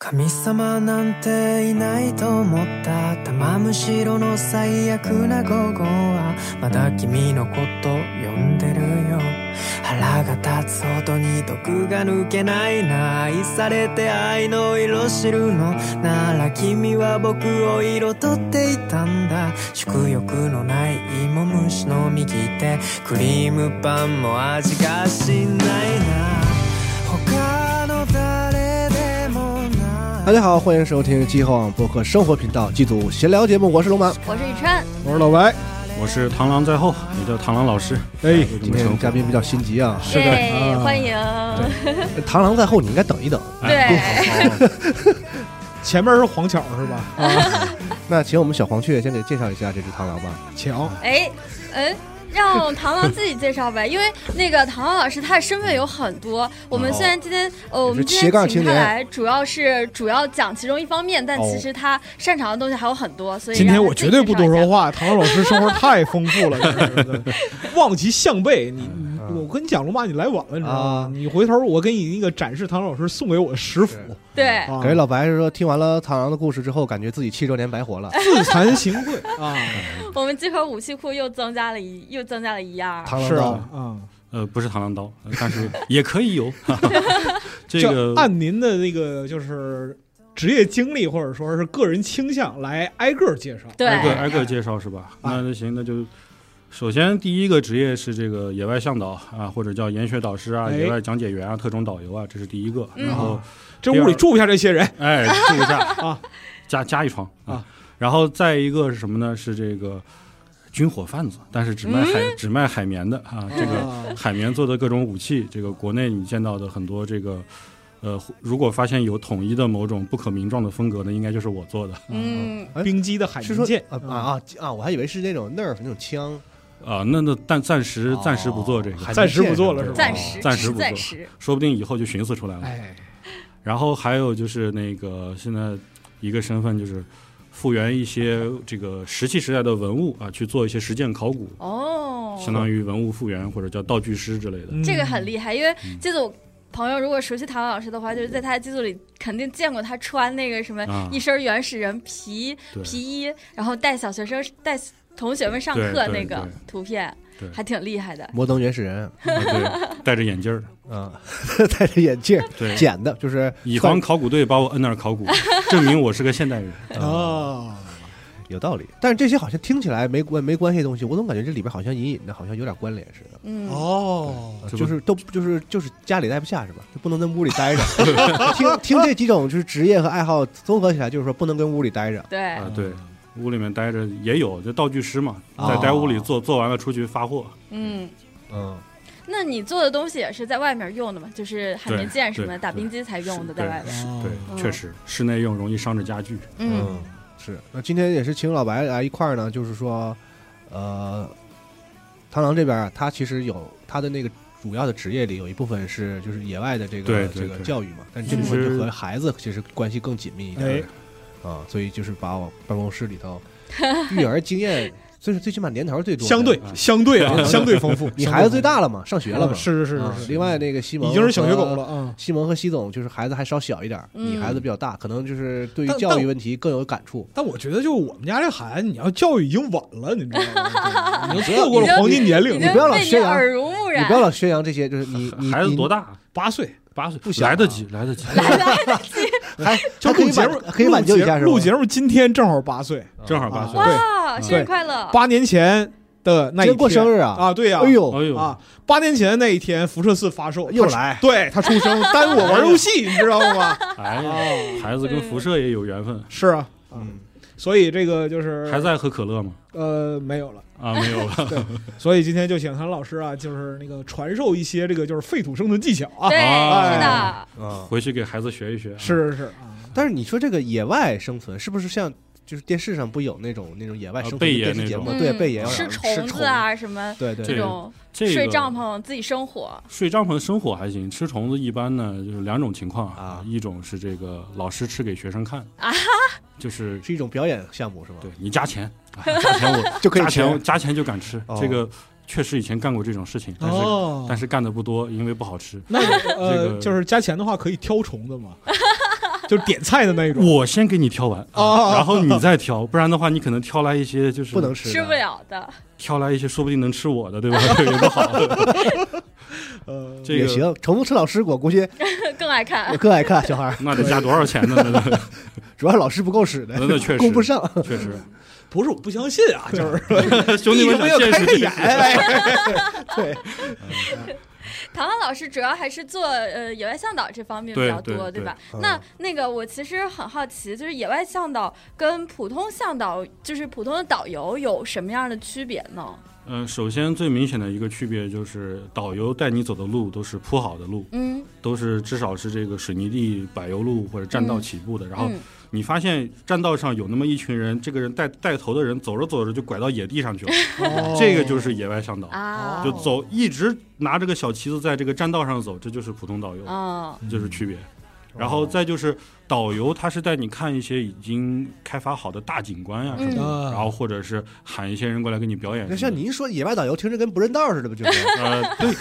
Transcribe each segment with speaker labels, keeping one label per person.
Speaker 1: 神様なんていないと思った玉虫色の最悪な午後はまだ君のこと呼んでるよ腹が立つほどに毒が抜けないな愛されて愛の色知るのなら君は僕を彩っていたんだ食欲のない芋虫の右手クリームパンも味がしないな他の誰でもない
Speaker 2: 大家好，欢迎收听极客网播客生活频道剧组闲聊节目，我是龙马，
Speaker 3: 我是宇川，
Speaker 2: 我是老白。
Speaker 4: 我是螳螂在后，也叫螳螂老师。
Speaker 2: 哎，
Speaker 4: 就这
Speaker 2: 今天
Speaker 4: 么称呼
Speaker 2: 嘉宾比较心急啊，
Speaker 3: 耶，欢迎，
Speaker 2: 螳螂在后，你应该等一等。
Speaker 3: 对，
Speaker 5: 前面是黄巧是吧？
Speaker 2: 那请我们小黄雀先给介绍一下这只螳螂吧。
Speaker 5: 巧，
Speaker 3: 哎，嗯。让螳螂自己介绍呗，因为那个螳螂老师他的身份有很多。我们虽然今天，呃，我们今
Speaker 2: 斜杠
Speaker 3: 天
Speaker 2: 青
Speaker 3: 请他
Speaker 2: 年
Speaker 3: 来，主要是主要讲其中一方面，但其实他擅长的东西还有很多。所以
Speaker 5: 今
Speaker 3: 让
Speaker 5: 天
Speaker 3: 他
Speaker 5: 我
Speaker 3: 自己
Speaker 5: 绝对不
Speaker 3: 介绍
Speaker 5: 多
Speaker 3: 一下
Speaker 5: 说。话。唐老师 生活太丰富了，真是的望其项背。你你，
Speaker 2: 嗯
Speaker 5: 我跟你讲，龙马你来晚了，你知道
Speaker 2: 啊
Speaker 5: 吗？你回头我给你那个展示唐老师送给我的食谱
Speaker 2: 是
Speaker 3: 对，
Speaker 5: 啊，
Speaker 2: 感觉老白是说听完了螳螂的故事之后，感觉自己七周年白活 了。
Speaker 5: 自惭形 秽啊，
Speaker 3: 我们集合武器库又增加了一又增加了一样。
Speaker 2: 螳螂
Speaker 5: 是
Speaker 2: 刀
Speaker 5: 啊，啊，
Speaker 4: 呃，不是螳螂刀，呃但是也可以有。 哈哈这个
Speaker 5: 就按您的那个就是职业经历或者说是个人倾向来挨个介绍。
Speaker 3: 对
Speaker 4: 挨个挨个介绍是吧？
Speaker 5: 啊
Speaker 4: 那就行，那就首先第一个职业是这个野外向导啊，或者叫研学导师啊、
Speaker 5: 哎
Speaker 4: 野外讲解员啊、特种导游啊，这是第一个。
Speaker 3: 嗯
Speaker 4: 然后
Speaker 5: 啊，这屋里住不下这些人
Speaker 4: 哎，住一下
Speaker 5: 啊，
Speaker 4: 加加一床
Speaker 5: 啊。
Speaker 4: 然后再一个是什么呢？是这个军火贩子，但是只卖海只卖海绵的啊，这个。
Speaker 5: 啊
Speaker 4: 海绵做的各种武器，这个国内你见到的很多这个，呃，如果发现有统一的某种不可名状的风格呢，应该就是我做的
Speaker 3: 嗯，
Speaker 5: 冰机的海
Speaker 2: 哎是说
Speaker 5: 军舰
Speaker 2: 啊啊啊啊！我还以为是那种 nerf 那种枪，
Speaker 4: 啊、那那但暂时暂时不做这
Speaker 2: 哦
Speaker 4: 个，
Speaker 5: 暂时不做了是吧
Speaker 3: 暂时，
Speaker 4: 暂时
Speaker 3: 只
Speaker 4: 不
Speaker 3: 暂
Speaker 4: 做
Speaker 3: 时，
Speaker 4: 说不定以后就寻思出来
Speaker 2: 呃
Speaker 4: 了。
Speaker 5: 哎，
Speaker 4: 然后还有就是那个现在一个身份就是复原一些这个石器时代的文物啊，去做一些实践考古，
Speaker 3: 哦，
Speaker 4: 相当于文物复原或者叫道具师之类 的。
Speaker 3: 这个很
Speaker 5: 厉
Speaker 3: 厉害，因为
Speaker 4: 嗯
Speaker 3: 机组朋友如果熟悉唐老师的话，就是在他的机组里肯定见过他穿那个什么
Speaker 4: 啊
Speaker 3: 一身原始人皮、
Speaker 4: 对
Speaker 3: 皮衣，然后带小学生带同学们上课
Speaker 4: 对对
Speaker 3: 那个
Speaker 4: 对
Speaker 3: 图片
Speaker 4: 对，
Speaker 3: 还挺厉害的。
Speaker 2: 摩登原始人
Speaker 4: 啊对，戴着 眼镜儿，
Speaker 2: 啊， 戴着眼镜
Speaker 4: 对，
Speaker 2: 捡的，就是
Speaker 4: 以防考古队把我摁那 儿考古，证明我是个现代人。
Speaker 5: 害
Speaker 2: 哦
Speaker 5: 啊。
Speaker 2: 有道理。但是这些好像听起来没关没关系的东西，我总感觉这里边好像隐隐的，好像有点关联似的。
Speaker 3: 嗯，
Speaker 5: 哦，
Speaker 2: 啊
Speaker 4: 这不
Speaker 2: 就是都就是就是家里待不下是吧？就不能跟屋里待着。听听这几种就是职业和爱好综合起来，就是说不能跟屋里待着。
Speaker 3: 对，
Speaker 4: 啊，对，
Speaker 2: 嗯
Speaker 4: 屋里面待着也有，这道具师嘛，在
Speaker 2: 哦
Speaker 4: 在屋里做，做完了出去发货。
Speaker 3: 嗯，
Speaker 2: 嗯，
Speaker 3: 那你做的东西也是在外面用的嘛？就是海绵剑什么的，
Speaker 4: 对
Speaker 3: 打冰机才用的，
Speaker 4: 对
Speaker 3: 在外面。
Speaker 4: 是
Speaker 5: 哦
Speaker 4: 对，
Speaker 3: 嗯
Speaker 4: 确实，室内用容易伤着家具。
Speaker 3: 嗯，，
Speaker 2: 是。那今天也是请老白来一块儿呢，就是说，呃，螳螂这边啊，他其实有他的那个主要的职业里有一部分是就是野外的这个
Speaker 4: 对对
Speaker 2: 这个
Speaker 4: 对
Speaker 2: 教育嘛，但这部分
Speaker 4: 其
Speaker 2: 就
Speaker 4: 实
Speaker 2: 和孩子其实关系更紧密一点、啊，所以就是把我办公室里头育儿经验， 最最起码年头最多的，
Speaker 5: 相对
Speaker 4: 啊
Speaker 5: 相对 啊，相对丰富。
Speaker 2: 你孩子最
Speaker 5: 相
Speaker 2: 大了嘛，上学
Speaker 5: 对
Speaker 2: 了
Speaker 5: 丰
Speaker 2: 嘛，
Speaker 5: 富嗯是是
Speaker 2: 啊
Speaker 5: 是是，
Speaker 2: 另外那个西蒙
Speaker 5: 已经是小学狗
Speaker 2: 和
Speaker 5: 了啊。
Speaker 2: 西蒙和西总就是孩子还稍小一点儿，
Speaker 3: 嗯
Speaker 2: 你孩子比较大，可能就是对于
Speaker 5: 但
Speaker 2: 教育
Speaker 5: 但
Speaker 2: 问题更有感触。
Speaker 5: 但我觉得，就我们家这孩子，你要教育已经晚了，你知道 吗？已经错过
Speaker 3: 已经
Speaker 5: 了黄金年
Speaker 3: 已
Speaker 5: 龄
Speaker 3: 经
Speaker 2: 哎你不要老
Speaker 3: 被你
Speaker 2: 宣扬
Speaker 3: 耳濡目
Speaker 2: 你
Speaker 3: 染
Speaker 2: 不，要老宣扬这些，就是你你
Speaker 4: 孩子多
Speaker 2: 大？
Speaker 4: 大？
Speaker 5: 八岁，
Speaker 4: 八岁，
Speaker 2: 不小啊
Speaker 4: 来得及，来得及。
Speaker 2: 还还
Speaker 5: 就
Speaker 2: 可
Speaker 5: 录
Speaker 2: 以
Speaker 5: 节
Speaker 2: 挽
Speaker 5: 目
Speaker 2: 可以挽救一下是吧？
Speaker 5: 录节目今天正好八岁，
Speaker 4: 正好八岁
Speaker 5: 啊
Speaker 2: 哦
Speaker 5: 对
Speaker 3: 哇，生日
Speaker 5: 对
Speaker 3: 快乐！
Speaker 5: 八年前的那
Speaker 2: 今天
Speaker 5: 一
Speaker 2: 过生
Speaker 5: 日
Speaker 2: 日啊！
Speaker 5: 啊，对呀，
Speaker 2: 哎
Speaker 4: 哎
Speaker 2: 呦，
Speaker 4: 呦，
Speaker 5: 啊，八年前那一天，辐射四发售，
Speaker 2: 又
Speaker 5: 他出
Speaker 2: 来，
Speaker 5: 对他出生耽误我玩游戏，你知道吗？
Speaker 4: 哎呀，
Speaker 5: 啊，
Speaker 2: 哦
Speaker 4: 孩子
Speaker 2: 哎
Speaker 4: 跟辐射也有缘分，
Speaker 5: 是啊，啊
Speaker 2: 嗯，
Speaker 5: 所以这个就是
Speaker 4: 还在喝可乐吗？
Speaker 5: 呃没有了。
Speaker 4: 啊，没 有了。
Speaker 5: 所以今天就请韩老师啊，就是那个传授一些这个就是废土生存技巧啊。
Speaker 3: 对，
Speaker 4: 啊
Speaker 3: 是的，
Speaker 2: 啊！
Speaker 4: 回去给孩子学一学。啊，
Speaker 5: 是是是啊，
Speaker 2: 但是你说这个野外生存是不是像就是电视上不有那种那种野外生存
Speaker 4: 啊
Speaker 2: 的
Speaker 4: 贝爷
Speaker 2: 电视节目？
Speaker 3: 嗯
Speaker 2: 对，贝爷要
Speaker 3: 吃
Speaker 2: 吃
Speaker 3: 虫子，啊什么
Speaker 2: 对对
Speaker 3: 这
Speaker 4: 对
Speaker 3: 种
Speaker 4: 这个
Speaker 3: 睡帐，篷自己生火，
Speaker 4: 睡帐篷生火还行，吃虫子一般呢就是两种情况
Speaker 2: 啊
Speaker 4: 一种是这个老师吃给学生看
Speaker 3: 啊，
Speaker 4: 就是
Speaker 2: 是一种表演项目是吗？
Speaker 4: 对你加钱，啊加钱我
Speaker 2: 就可以
Speaker 4: 加
Speaker 2: 吃
Speaker 4: 钱加钱就敢吃
Speaker 2: 哦，
Speaker 4: 这个确实以前干过这种事情，但是、
Speaker 5: 哦
Speaker 4: 但是干的不多，因为不好吃。
Speaker 5: 那
Speaker 4: 这
Speaker 5: 呃
Speaker 4: 个
Speaker 5: 就是加钱的话可以挑虫子嘛， 就是点菜的那一种。
Speaker 4: 我先给你挑完
Speaker 5: 哦
Speaker 4: 啊，然后你再挑，不然的话你可能挑来一些就是
Speaker 2: 不能吃的，
Speaker 3: 吃不了的。
Speaker 4: 挑来一些，说不定能吃我的，对吧？ 这个也不好。
Speaker 5: 呃，
Speaker 4: 这
Speaker 2: 也
Speaker 4: 个
Speaker 2: 行。成都吃老师果，估计
Speaker 3: 更爱看
Speaker 2: 也。更爱看小孩儿，
Speaker 4: 那得加多少钱呢？ 那得
Speaker 2: 主要是老师不够使的
Speaker 4: 那那确，实
Speaker 2: 供不 上。
Speaker 4: 确实，
Speaker 5: 不是我不相信啊，就是
Speaker 4: 兄弟们
Speaker 5: 没有
Speaker 4: 想见
Speaker 5: 开
Speaker 4: 识
Speaker 5: 开
Speaker 4: 见
Speaker 5: 眼，
Speaker 4: 识。
Speaker 5: 哎
Speaker 2: 对，
Speaker 3: 唐唐老师主要还是做呃野外向导这方面比
Speaker 4: 对
Speaker 3: 较多，
Speaker 4: 对对
Speaker 3: 吧？
Speaker 2: 嗯
Speaker 3: 那那个我其实很好奇，就是野外向导跟普通向导，就是普通的导游有什么样的区别呢？
Speaker 4: 嗯，首先最明显的一个区别就是，导游带你走的路都是铺好的路，
Speaker 3: 嗯，
Speaker 4: 都是至少是这个水泥地、柏油路或者栈道起步的。然后
Speaker 3: 嗯
Speaker 4: 你发现栈道上有那么一群人，这个人带带头的人走着走着就拐到野地上去了，
Speaker 2: 哦
Speaker 4: 这个就是野外向导，
Speaker 3: 啊，
Speaker 4: 就走一直拿着个小旗子在这个栈道上走，这就是普通导游。
Speaker 3: 啊，
Speaker 4: 这是区别。
Speaker 2: 嗯
Speaker 4: 然
Speaker 2: 哦
Speaker 4: 后再就是导游，他是带你看一些已经开发好的大景观呀、什么的，
Speaker 5: 嗯
Speaker 4: 然后或者是喊一些人过来给你表演什么
Speaker 2: 啊那
Speaker 4: 的。
Speaker 2: 像你一说野外导游，听着跟不认道似的，不就是？
Speaker 4: 呃，对，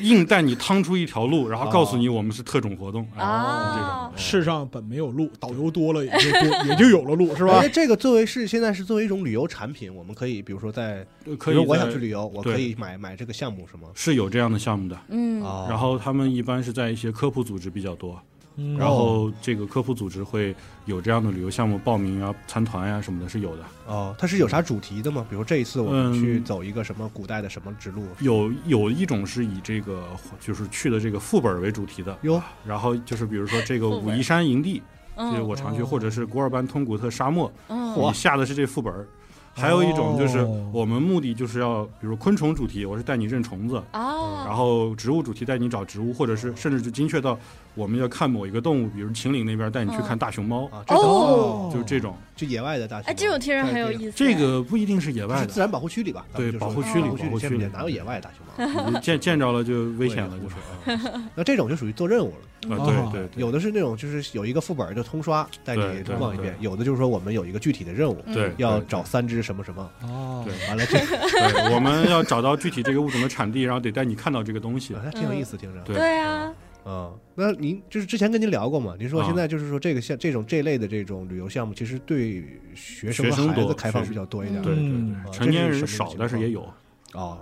Speaker 4: 硬带你趟出一条路，然后告诉你
Speaker 2: 哦
Speaker 4: 我们是特种活动
Speaker 3: 啊
Speaker 4: 啊，这种
Speaker 5: 世上本没有路，导游多了也就多也就有了路，是吧
Speaker 2: 哎？这个作为是现在是作为一种旅游产品，我们可以比如说在，
Speaker 4: 呃可
Speaker 2: 哦比
Speaker 4: 以
Speaker 2: 如说我
Speaker 4: 在
Speaker 2: 想去旅游，我
Speaker 4: 对
Speaker 2: 可以买买这个项目是吗？
Speaker 4: 是有这样的项目的。
Speaker 3: 嗯，
Speaker 2: 哦
Speaker 4: 然后他们一般是在一些科普组织比较多，
Speaker 5: 嗯
Speaker 4: 然后这个科普组织会有这样的旅游项目报名啊、参团呀、什么的，是有的。
Speaker 2: 哦，它是有啥主题的吗？比如这一次我们
Speaker 4: 嗯
Speaker 2: 去走一个什么古代的什么之路？
Speaker 4: 有有一种是以这个就是去的这个副本为主题的，
Speaker 2: 哟，啊
Speaker 4: 然后就是比如说这个
Speaker 3: 副
Speaker 4: 武
Speaker 3: 本
Speaker 4: 夷山营地，这是
Speaker 3: 嗯
Speaker 4: 我常去，或者是古尔班通古特沙漠，
Speaker 3: 嗯
Speaker 4: 你下的是这副本儿。还有一种就是
Speaker 5: 哦
Speaker 4: 我们目的就是要，比如昆虫主题，我是带你认虫子，嗯然
Speaker 3: 啊，
Speaker 4: 后植物主题带你找植物，或者是甚至就精确到我们要看某一个动物，比如秦岭那边带你去看大熊猫，
Speaker 2: 啊，这
Speaker 3: 哦
Speaker 4: 就这种。
Speaker 2: 就野外的大学，
Speaker 3: 哎，这种听着很有
Speaker 2: 思。
Speaker 3: 意思，
Speaker 4: 这个不一定是野
Speaker 2: 不
Speaker 4: 外
Speaker 2: 是
Speaker 4: 的
Speaker 2: 自，然保护区里吧？咱们
Speaker 4: 对
Speaker 2: 就说
Speaker 4: 保护
Speaker 3: 区里
Speaker 2: 保护区
Speaker 4: 保护区
Speaker 2: 先别
Speaker 4: 里
Speaker 2: 哪有野外的大熊猫？
Speaker 4: 你见见着了就危险了，就是
Speaker 2: 是。啊那这种就属于做任务了。
Speaker 4: 啊，
Speaker 5: 哦
Speaker 4: 对对对
Speaker 2: 有的是那种就是有一个副本就通刷，带你
Speaker 4: 对对
Speaker 2: 通逛一遍；
Speaker 4: 对
Speaker 2: 有的就是说我们有一个具体的任务，
Speaker 3: 嗯
Speaker 4: 对，
Speaker 2: 要
Speaker 4: 对
Speaker 2: 找三只什么什么，
Speaker 5: 哦
Speaker 4: 对
Speaker 2: 完了 这
Speaker 4: 对，我们要找到具体这个物种的产地，然后得带你看到这个东西
Speaker 2: 啊。那挺有
Speaker 3: 嗯
Speaker 2: 意思，听着。
Speaker 4: 对
Speaker 3: 对啊，
Speaker 2: 嗯，那您就是之前跟您聊过嘛？您说
Speaker 4: 啊
Speaker 2: 现在就是说这个像这种这类的这种旅游项目，其实对学生
Speaker 4: 学生
Speaker 2: 和孩子
Speaker 4: 多
Speaker 2: 开放
Speaker 4: 学
Speaker 2: 比较多一点。啊
Speaker 4: 对对
Speaker 5: 嗯
Speaker 4: 对，成年人少，但是也有。
Speaker 2: 哦，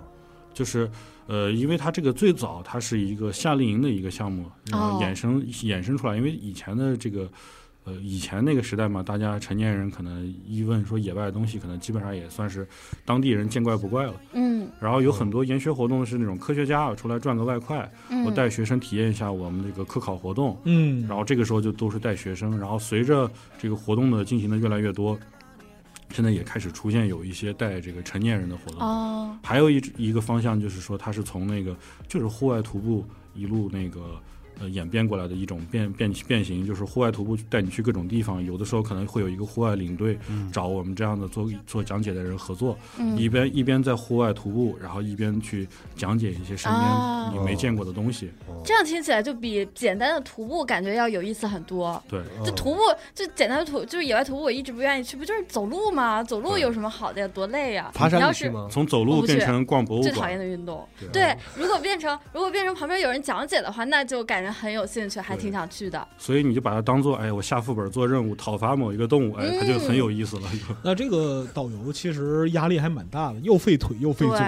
Speaker 4: 就是呃，因为它这个最早它是一个夏令营的一个项目，然后
Speaker 3: 哦
Speaker 4: 衍生衍生出来，因为以前的这个。呃，以前那个时代嘛，大家成年人可能一问说野外的东西，可能基本上也算是当地人见怪不怪了。
Speaker 3: 嗯
Speaker 4: 然后有很多研学活动是那种科学家啊出来赚个外快，
Speaker 3: 嗯，
Speaker 4: 我带学生体验一下我们这个科考活动，
Speaker 5: 嗯，
Speaker 4: 然后这个时候就都是带学生，然后随着这个活动的进行的越来越多，现在也开始出现有一些带这个成年人的活动。
Speaker 3: 哦，
Speaker 4: 还有一一个方向就是说，它是从那个就是户外徒步一路那个呃演变过来的一种变变变形，就是户外徒步带你去各种地方，有的时候可能会有一个户外领队、找我们这样的做做讲解的人合作，
Speaker 3: 嗯
Speaker 4: 一边一边在户外徒步，然后一边去讲解一些身
Speaker 3: 啊
Speaker 4: 边你没见过的东西。
Speaker 3: 这样听起来就比简单的徒步感觉要有意思很多。
Speaker 4: 对，
Speaker 3: 就徒步，就简单的徒，就是野外徒步，我一直不愿意去，不就是走路吗？走路有什么好的呀？多累呀！
Speaker 2: 爬
Speaker 3: 你
Speaker 2: 山
Speaker 3: 要
Speaker 2: 你去
Speaker 3: 是
Speaker 2: 吗？
Speaker 4: 从走
Speaker 3: 我
Speaker 4: 路
Speaker 3: 不去
Speaker 4: 变成逛博物
Speaker 3: 最讨厌
Speaker 4: 馆，
Speaker 3: 的运动，对，如果变成如果变成旁边有人讲解的话，那就感觉很有兴趣，还挺想去的。
Speaker 4: 所以你就把它当做哎，我下副本做任务讨伐某一个动物，哎，它就很有意思了。就
Speaker 5: 那这个导游其实压力还蛮大的，又费腿又费
Speaker 3: 对，
Speaker 5: 嘴。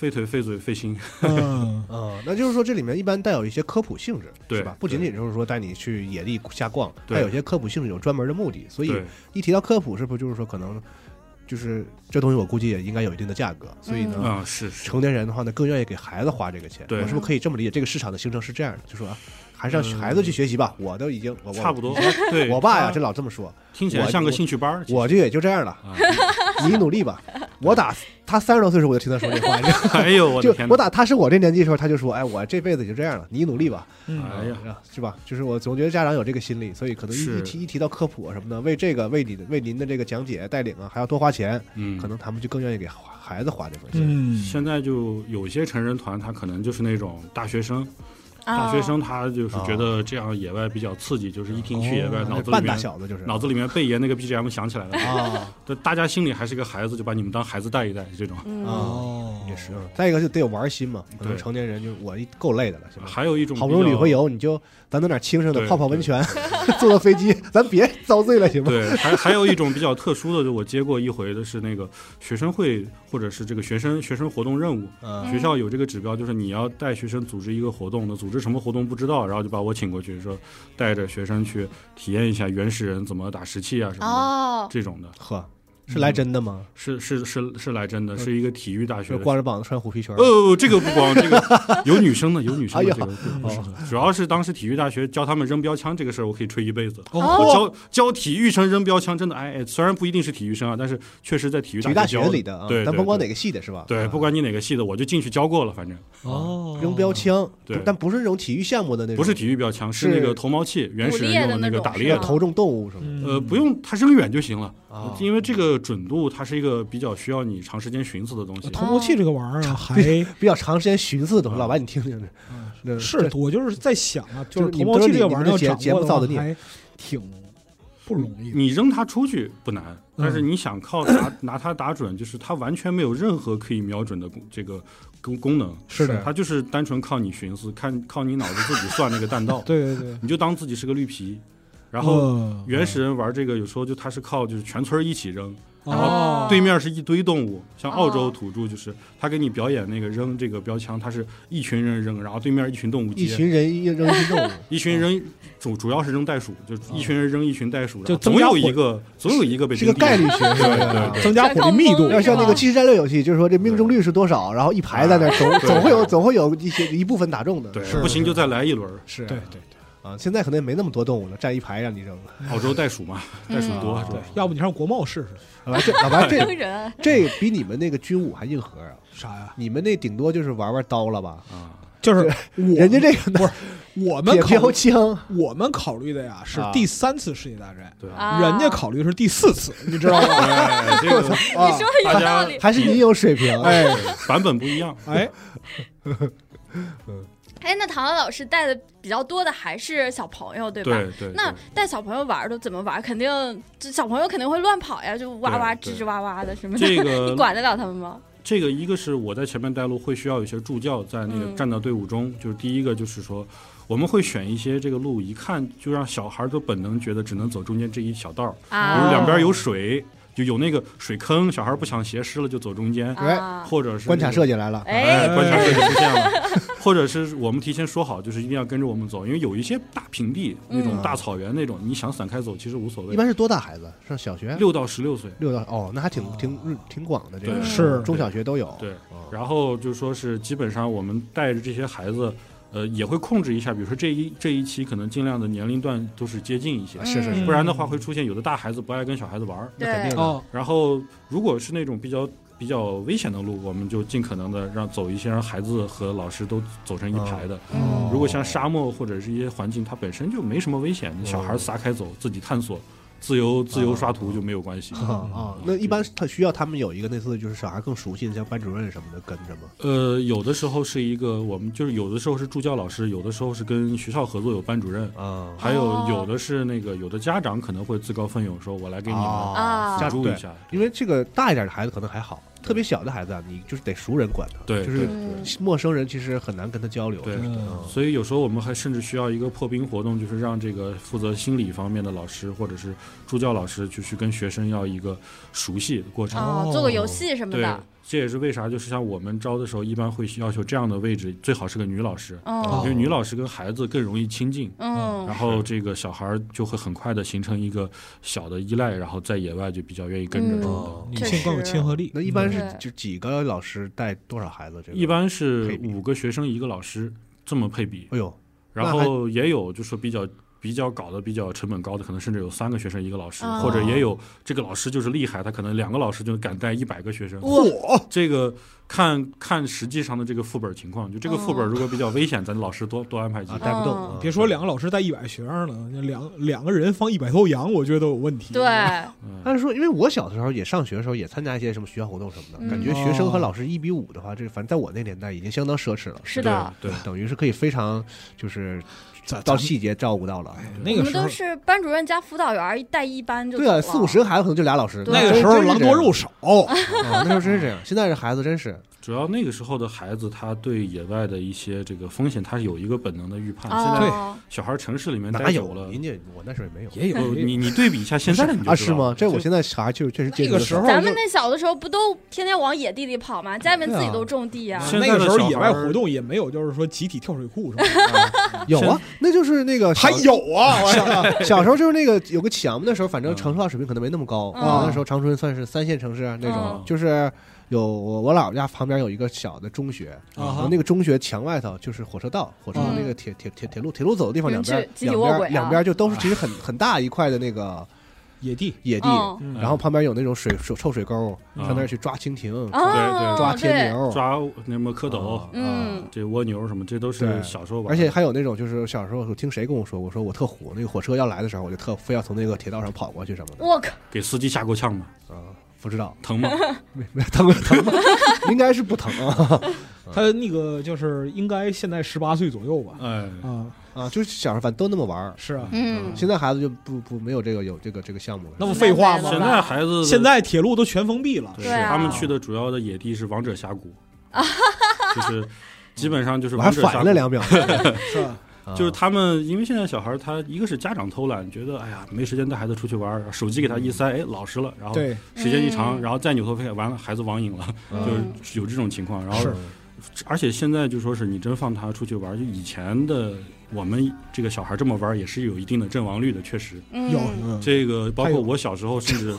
Speaker 4: 费腿、费嘴、费心。
Speaker 5: 嗯，
Speaker 2: 嗯，那就是说这里面一般带有一些科普性质，
Speaker 4: 对
Speaker 2: 是吧？不仅仅就是说带你去野地瞎逛，
Speaker 4: 对
Speaker 2: 还有一些科普性质有专门的目的。所以
Speaker 4: 对。
Speaker 2: 一提到科普，是不是就是说可能就是这东西我估计也应该有一定的价格，所以呢。
Speaker 4: 啊、是是，
Speaker 2: 成年人的话呢，更愿意给孩子花这个钱。
Speaker 4: 对嗯
Speaker 2: 我是不是可以这么理解？这个市场的形成是这样的，就说啊，还是让孩子去学习吧。我都已经，我我
Speaker 4: 差不多。 对，
Speaker 2: 我爸呀，
Speaker 4: 他
Speaker 2: 这老这么说，
Speaker 4: 听起来像个兴趣班儿。其实
Speaker 2: 我就也就这样了，
Speaker 4: 啊，
Speaker 2: 你努力吧。我打他三十多岁时候，我就听他说这话， 你知道吗
Speaker 4: 哎呦我
Speaker 2: 就
Speaker 4: 的天哪！
Speaker 2: 我打他是我这年纪的时候，他就说，哎，我这辈子也就这样了，你努力吧，
Speaker 5: 嗯
Speaker 2: 啊
Speaker 4: 哎呀，
Speaker 2: 是吧？就是我总觉得家长有这个心理，所以可能一
Speaker 4: 是
Speaker 2: 一提一提到科普啊什么的，为这个为你的为您的这个讲解带领啊，还要多花钱，
Speaker 4: 嗯，
Speaker 2: 可能他们就更愿意给孩子花这份钱。
Speaker 5: 嗯，
Speaker 4: 现在就有些成人团，他可能就是那种大学生，大
Speaker 3: 啊
Speaker 4: 学生他就是
Speaker 2: 哦
Speaker 4: 觉得这样野外比较刺激，就是一听去野外，
Speaker 5: 哦
Speaker 4: 脑子里
Speaker 2: 哎半大
Speaker 4: 面
Speaker 2: 小子就是
Speaker 4: 脑子里面贝爷那个 BGM 响起来了，
Speaker 2: 啊
Speaker 4: 但大家心里还是个孩子，就把你们当孩子带一带，这种。
Speaker 3: 嗯
Speaker 2: 啊
Speaker 5: 哦，
Speaker 2: 也是。嗯再一个就得有玩心嘛，可能
Speaker 4: 对
Speaker 2: 成年人就我一够累的了，行吧？
Speaker 4: 还有一种
Speaker 2: 好不容易
Speaker 4: 比
Speaker 2: 旅
Speaker 4: 较
Speaker 2: 回游，你就咱弄点轻生的，
Speaker 4: 对
Speaker 2: 泡泡温泉， 坐坐飞机，咱别遭罪了，行 吗？
Speaker 4: 对，还还有一种比较特殊的，就我接过一回的是那个学生会或者是这个学生学生活动任务，
Speaker 2: 嗯
Speaker 4: 学校有这个指标，就是你要带学生组织一个活动的，组织什么活动不知道，然后就把我请过去，说带着学生去体验一下原始人怎么打石器啊什么的、
Speaker 3: 哦，
Speaker 4: 这种的，
Speaker 2: 呵，是来真的吗？
Speaker 4: 是是是是来
Speaker 2: 呃
Speaker 4: 真的，是一个体育大学
Speaker 2: 就
Speaker 4: 的。
Speaker 2: 光着膀子穿虎皮裙儿？
Speaker 4: 哦，这个不光 这个有女生的，有女生的
Speaker 2: 哎呀
Speaker 4: 这个不不适合，主要是当时体育大学教他们扔标枪这个事儿，我可以吹一辈子。
Speaker 3: 哦
Speaker 4: 我教教体育生扔标枪，真的哎哎，虽然不一定是体育生啊，但是确实在体育
Speaker 2: 体育大
Speaker 4: 学
Speaker 2: 学
Speaker 4: 教
Speaker 2: 里的啊，
Speaker 4: 对，
Speaker 2: 咱
Speaker 4: 对
Speaker 2: 甭管
Speaker 4: 对
Speaker 2: 哪个系的是吧？
Speaker 4: 对，
Speaker 2: 啊
Speaker 4: 不管你哪个系的，我就进去教过了，反正
Speaker 5: 哦
Speaker 2: 扔啊标枪，
Speaker 4: 对
Speaker 2: 不但不是那种体育项目的那种，
Speaker 4: 不是体育标枪，是
Speaker 2: 是
Speaker 4: 那个投毛器，原始人用那个打猎
Speaker 3: 育
Speaker 2: 要
Speaker 4: 的。
Speaker 2: 投中动物什么
Speaker 5: 嗯
Speaker 4: 呃，不用，它扔远就行了，
Speaker 2: 的啊。
Speaker 4: 因为这个准度它是一个比较需要你长时间寻思的东西。
Speaker 5: 通过器这个玩意儿啊还
Speaker 2: 比较长时间寻思的东西，
Speaker 4: 啊
Speaker 2: 老白你听听这，
Speaker 5: 嗯是我就是在想啊，
Speaker 2: 就
Speaker 5: 就
Speaker 2: 是是
Speaker 5: 投
Speaker 2: 你
Speaker 5: 毛
Speaker 2: 们都
Speaker 5: 器
Speaker 2: 是
Speaker 5: 这个
Speaker 2: 你
Speaker 5: 玩
Speaker 2: 们
Speaker 5: 意儿要
Speaker 2: 的节节
Speaker 5: 掌
Speaker 2: 目
Speaker 5: 握
Speaker 2: 造
Speaker 5: 话
Speaker 2: 的孽
Speaker 5: 还挺不容易 的。
Speaker 4: 你扔它出去不难，但是
Speaker 5: 嗯
Speaker 4: 你想靠拿拿它打准，就是它完全没有任何可以瞄准的功这个功功能，
Speaker 5: 是的，
Speaker 4: 它就是单纯靠你寻思，看靠你脑子自己算那个弹道
Speaker 5: 对对对，
Speaker 4: 你就当自己是个绿皮。
Speaker 5: 哦
Speaker 4: 然后
Speaker 5: 后
Speaker 4: 原始人玩这个，有时候就他是靠就是全村一起扔，
Speaker 5: 哦，
Speaker 4: 对面是一堆动物，像澳洲
Speaker 3: 哦
Speaker 4: 土著就是他给你表演那个扔这个标枪，他是一群人扔，然后对面一群动物
Speaker 2: 一
Speaker 4: 接，
Speaker 2: 群人一扔一动物，
Speaker 4: 一群人主主要是扔袋鼠，就是一群人扔一群袋鼠，然
Speaker 5: 就
Speaker 4: 后
Speaker 5: 增
Speaker 4: 总
Speaker 5: 加
Speaker 4: 有一
Speaker 5: 火
Speaker 4: 个总有一 个被
Speaker 2: 是个
Speaker 4: 盯
Speaker 2: 概率
Speaker 4: 上
Speaker 2: 学，哦是吧
Speaker 4: 对对对
Speaker 5: 增加火力密度啊
Speaker 2: 要
Speaker 3: 是
Speaker 2: 像那
Speaker 3: 吧
Speaker 2: 个即时战略游戏，就是说这命中率是多少，然后一排在那儿，总
Speaker 4: 啊对
Speaker 2: 总会有
Speaker 4: 对
Speaker 2: 总会有一些一部分打中的。
Speaker 4: 对，
Speaker 5: 是
Speaker 4: 不行就再来一轮儿。
Speaker 2: 是，
Speaker 5: 对对
Speaker 2: 啊，现在可能也没那么多动物了，站一排让你 扔了。
Speaker 4: 澳洲袋鼠嘛，袋鼠多
Speaker 2: 嗯
Speaker 4: 是
Speaker 5: 对
Speaker 4: 吧？，
Speaker 5: 要不你上国贸试试
Speaker 2: 老白这老白
Speaker 3: 扔
Speaker 2: 这
Speaker 3: 人，
Speaker 2: 这比你们那个军武还硬核啊！
Speaker 5: 啥呀？
Speaker 2: 你们那顶多就是玩玩刀了吧？
Speaker 4: 啊，
Speaker 5: 就是我
Speaker 2: 人家这个
Speaker 5: 不是我们
Speaker 2: 铁
Speaker 5: 考
Speaker 2: 标枪，
Speaker 5: 我们考虑的呀是
Speaker 2: 啊
Speaker 5: 第三次世界大战，
Speaker 4: 对啊，
Speaker 3: 啊
Speaker 5: 人家考虑的是第四次，你知 道吗？
Speaker 4: 哎这个
Speaker 2: 啊
Speaker 3: 你说的有道理。
Speaker 2: 还是你有水平。
Speaker 5: 哎
Speaker 4: 版本不一样。
Speaker 5: 哎，
Speaker 3: 哎，那唐老老师带的比较多的还是小朋友，对吧？
Speaker 4: 对对，
Speaker 3: 那
Speaker 4: 对
Speaker 3: 带小朋友玩儿都怎么玩儿？肯定这小朋友肯定会乱跑呀，就哇哇
Speaker 4: 对
Speaker 3: 吱吱哇哇的什么的，
Speaker 4: 这
Speaker 3: 你
Speaker 4: 个
Speaker 3: 管得了他们吗？
Speaker 4: 这个一个是我在前面带路会需要有一些助教在那个
Speaker 3: 嗯
Speaker 4: 站到队伍中，就是第一个就是说。我们会选一些这个路，一看就让小孩儿都本能觉得只能走中间这一小道儿，比
Speaker 3: 啊，
Speaker 4: 如两边有水，就有那个水坑，小孩儿不想鞋湿了就走中间，
Speaker 3: 啊，
Speaker 4: 或者是
Speaker 2: 关
Speaker 4: 那
Speaker 2: 卡
Speaker 4: 个
Speaker 2: 设计来了，
Speaker 4: 哎，
Speaker 3: 哎，
Speaker 4: 观察设计出现了， 或者是我们提前说好，就是一定要跟着我们走，因为有一些大平地那种
Speaker 2: 嗯
Speaker 4: 大草原那种，你想散开走其实无所
Speaker 2: 一
Speaker 4: 谓。
Speaker 2: 般是多大孩子？上小学
Speaker 4: 六到十六岁，
Speaker 2: 六到哦，那还挺挺挺广的，这个嗯
Speaker 4: 对
Speaker 5: 是
Speaker 2: 中小学都有。
Speaker 4: 对
Speaker 2: 哦，
Speaker 4: 然后就说是基本上我们带着这些孩子，呃，也会控制一下，比如说这一这一期可能尽量的年龄段都是接近一些
Speaker 2: 啊，是是
Speaker 5: 嗯
Speaker 2: 是，
Speaker 4: 不然的话会出现有的大孩子不爱跟小孩子玩儿。
Speaker 2: 那肯定
Speaker 3: 对
Speaker 2: 的。
Speaker 5: 哦，
Speaker 4: 然后如果是那种比较。比较危险的路，我们就尽可能的让走一些让孩子和老师都走成一排的。
Speaker 2: 哦
Speaker 3: 嗯
Speaker 4: 如果像沙漠或者是一些环境，它本身就没什么危险，
Speaker 2: 嗯
Speaker 4: 小孩撒开走，自己探索，自由自由刷图就没有 关系。
Speaker 2: 啊啊，那一般他需要他们有一个类似就是小孩更熟悉的，像班主任什么的跟着吗？
Speaker 4: 呃，有的时候是一个我们就是有的时候是助教老师，有的时候是跟学校合作有班主任，
Speaker 2: 啊，
Speaker 4: 还有
Speaker 3: 哦
Speaker 4: 有的是那个有的家长可能会自告奋勇说，我来给你们
Speaker 2: 啊
Speaker 3: 啊
Speaker 2: 家
Speaker 4: 辅助一
Speaker 2: 对，
Speaker 4: 哦下。
Speaker 2: 因为这个大一点的孩子可能还好，特别小的孩子啊，你就是得熟人管他，
Speaker 4: 对，
Speaker 2: 就是
Speaker 4: 对
Speaker 3: 嗯
Speaker 2: 陌生人其实很难跟他交流。
Speaker 4: 对
Speaker 2: 真的
Speaker 5: 嗯
Speaker 4: 所以有时候我们还甚至需要一个破冰活动，就是让这个负责心理方面的老师或者是助教老师，就去跟学生要一个熟悉的过程。
Speaker 3: 啊，做个游戏什么
Speaker 4: 对
Speaker 3: 的，，
Speaker 4: 这也是为啥，就是像我们招的时候，一般会要求这样的位置最好是个女老师，
Speaker 3: 嗯
Speaker 4: 因为女老师跟孩子更容易亲近，然
Speaker 3: 嗯，
Speaker 4: 后这个小孩儿就会很快的形成一个小的依赖，然后在野外就比较愿意跟着
Speaker 3: 嗯
Speaker 4: 什
Speaker 2: 哦
Speaker 4: 么
Speaker 5: 女
Speaker 3: 确
Speaker 5: 性更有
Speaker 3: 实
Speaker 5: 亲和力。
Speaker 2: 那一般
Speaker 5: 嗯
Speaker 2: 是
Speaker 3: 对
Speaker 2: 就几个老师带多少孩子？这
Speaker 4: 的。
Speaker 2: 个
Speaker 4: 一，般是
Speaker 2: 配比
Speaker 4: 五个学生一个老师这么配比，
Speaker 2: 哎呦，
Speaker 4: 然后也有就说比较。比较搞得比较成本高的，可能甚至有三个学生一个老师，
Speaker 3: 哦
Speaker 4: 或者也有这个老师就是厉害，他可能两个老师就敢带一百个学生。
Speaker 5: 嚯，
Speaker 4: 这个看看实际上的这个副本情况，就这个
Speaker 3: 哦
Speaker 4: 副本如果比较危险，咱老师多多安排几
Speaker 2: 啊，
Speaker 4: 个。
Speaker 2: 带不动。
Speaker 3: 嗯
Speaker 2: 啊
Speaker 5: 别说两个老师带一百学生了，那两两个人放一百头羊，我觉得有问题。
Speaker 3: 对，
Speaker 4: 嗯
Speaker 2: 按说，因为我小的时候也上学的时候也参加一些什么学校活动什么的，
Speaker 3: 嗯
Speaker 2: 感觉学生和
Speaker 5: 哦
Speaker 2: 老师一比五的话，这反正在我那年代已经相当奢侈了，
Speaker 3: 是的。
Speaker 4: 对，对
Speaker 2: 等于是可以非常就是
Speaker 5: 咱
Speaker 2: 到
Speaker 5: 咱
Speaker 2: 细节照顾到了。
Speaker 5: 哎
Speaker 3: 你
Speaker 5: 那个
Speaker 3: 们
Speaker 5: 时
Speaker 3: 都
Speaker 5: 候，
Speaker 3: 是班主任加辅导员儿带一班就
Speaker 2: 对啊，
Speaker 3: 走了
Speaker 2: 四五十个孩子可能就俩老师，
Speaker 3: 对啊
Speaker 5: 那个时候
Speaker 2: 真是
Speaker 5: 狼
Speaker 2: 这
Speaker 5: 多
Speaker 2: 样
Speaker 5: 肉少，
Speaker 2: 啊那时候真是这样。现在这孩子真是
Speaker 4: 主要那个时候的孩子，他对野外的一些这个风险，他是有一个本能的预判。啊现在
Speaker 3: 哦，
Speaker 4: 小孩儿城市里面
Speaker 2: 哪
Speaker 4: 待久
Speaker 2: 有
Speaker 4: 了
Speaker 2: 人，家我那时候也没有。
Speaker 5: 也有
Speaker 4: 呃你你对比一下现在你就知道
Speaker 2: 啊？是吗？这我
Speaker 4: 就
Speaker 2: 现在还确实确实接
Speaker 5: 那
Speaker 2: 触
Speaker 5: 个
Speaker 2: 的
Speaker 5: 时
Speaker 2: 少
Speaker 5: 候
Speaker 3: 咱们
Speaker 5: 就
Speaker 3: 那小的时候不都天天往野地里跑吗？家里面自己都种地呀、
Speaker 4: 对啊现在
Speaker 5: 那个
Speaker 4: 的
Speaker 5: 时候
Speaker 4: 小
Speaker 5: 野
Speaker 4: 孩
Speaker 5: 外
Speaker 4: 儿
Speaker 5: 活动也没有，就是说集体跳水库什么的，
Speaker 2: 有啊，那就是那个小
Speaker 5: 还有啊，我 操
Speaker 2: 小时候就是那个有个启阳的时候，反正
Speaker 4: 嗯
Speaker 2: 城市化水平可能没那么高
Speaker 3: 嗯
Speaker 2: 啊。那时候长春算是三线城市啊那种
Speaker 4: 嗯，
Speaker 2: 就是有我我姥姥家旁边有一个小的中学，
Speaker 5: 啊
Speaker 2: 然
Speaker 5: 哈
Speaker 2: 后那个中学墙外头就是火车道，火车道那个铁铁铁铁路铁路走的地方两
Speaker 3: 嗯人去
Speaker 2: 边
Speaker 3: 集体
Speaker 2: 两
Speaker 3: 卧轨
Speaker 2: 边
Speaker 3: 啊
Speaker 2: 两边就都是其实很很大一块的那个
Speaker 5: 野地，
Speaker 2: 野地，
Speaker 3: 嗯
Speaker 5: 嗯
Speaker 2: 然后旁边有那种水水臭水沟，
Speaker 4: 嗯
Speaker 2: 上那儿去抓蜻蜓、
Speaker 3: 哦，
Speaker 2: 抓天
Speaker 3: 对，
Speaker 2: 牛、
Speaker 4: 抓那么蝌蚪
Speaker 2: 啊、
Speaker 3: 嗯，
Speaker 4: 这蜗牛什么，这都
Speaker 2: 对
Speaker 4: 是小时候玩
Speaker 2: 而
Speaker 4: 的。
Speaker 2: 且还有那种，就是小时候我听谁跟我说，我说我特虎，那个火车要来的时候，我就特非要从那个铁道上跑过去什么的。
Speaker 3: 我靠，
Speaker 4: 给司机吓够呛嘛，
Speaker 2: 啊，不知道，
Speaker 4: 疼吗？
Speaker 2: 没没疼疼吗？应该是不疼啊
Speaker 5: 他那个就是应该现在十八岁左右吧，
Speaker 4: 哎，
Speaker 5: 啊，
Speaker 2: 啊，就是小时候反正都那么玩儿。
Speaker 5: 是啊，
Speaker 3: 嗯，
Speaker 2: 现在孩子就不不没有这个有这个这个项目了。
Speaker 5: 那不废话
Speaker 3: 明白
Speaker 5: 吗
Speaker 3: 了
Speaker 4: 现？在孩子
Speaker 5: 现在铁路都全封闭了，
Speaker 4: 对
Speaker 3: 对啊
Speaker 4: 他们去的主要的野地是王者峡 谷，就是基本上就是
Speaker 2: 我还
Speaker 4: 王者
Speaker 2: 反
Speaker 4: 峡
Speaker 2: 应
Speaker 4: 谷
Speaker 2: 了。两 秒，
Speaker 5: 是吧？
Speaker 2: 啊
Speaker 4: 就是他们，因为现在小孩儿他一个是家长偷懒，觉得哎呀没时间带孩子出去玩儿，手机给他
Speaker 2: 嗯
Speaker 4: 一塞，哎老实了，然后
Speaker 5: 对，
Speaker 4: 时间一长，
Speaker 3: 嗯
Speaker 4: 然后再扭头飞，完了孩子网瘾了，
Speaker 2: 啊
Speaker 3: 嗯
Speaker 4: 就是有这种情况。然后
Speaker 5: 是
Speaker 4: 而且现在就说是你真放他出去玩儿，就以前的我们这个小孩儿这么玩儿也是有一定的阵亡率的，确实。
Speaker 3: 嗯
Speaker 5: 有
Speaker 4: 这个包
Speaker 5: 还有
Speaker 4: 括我小时候，甚至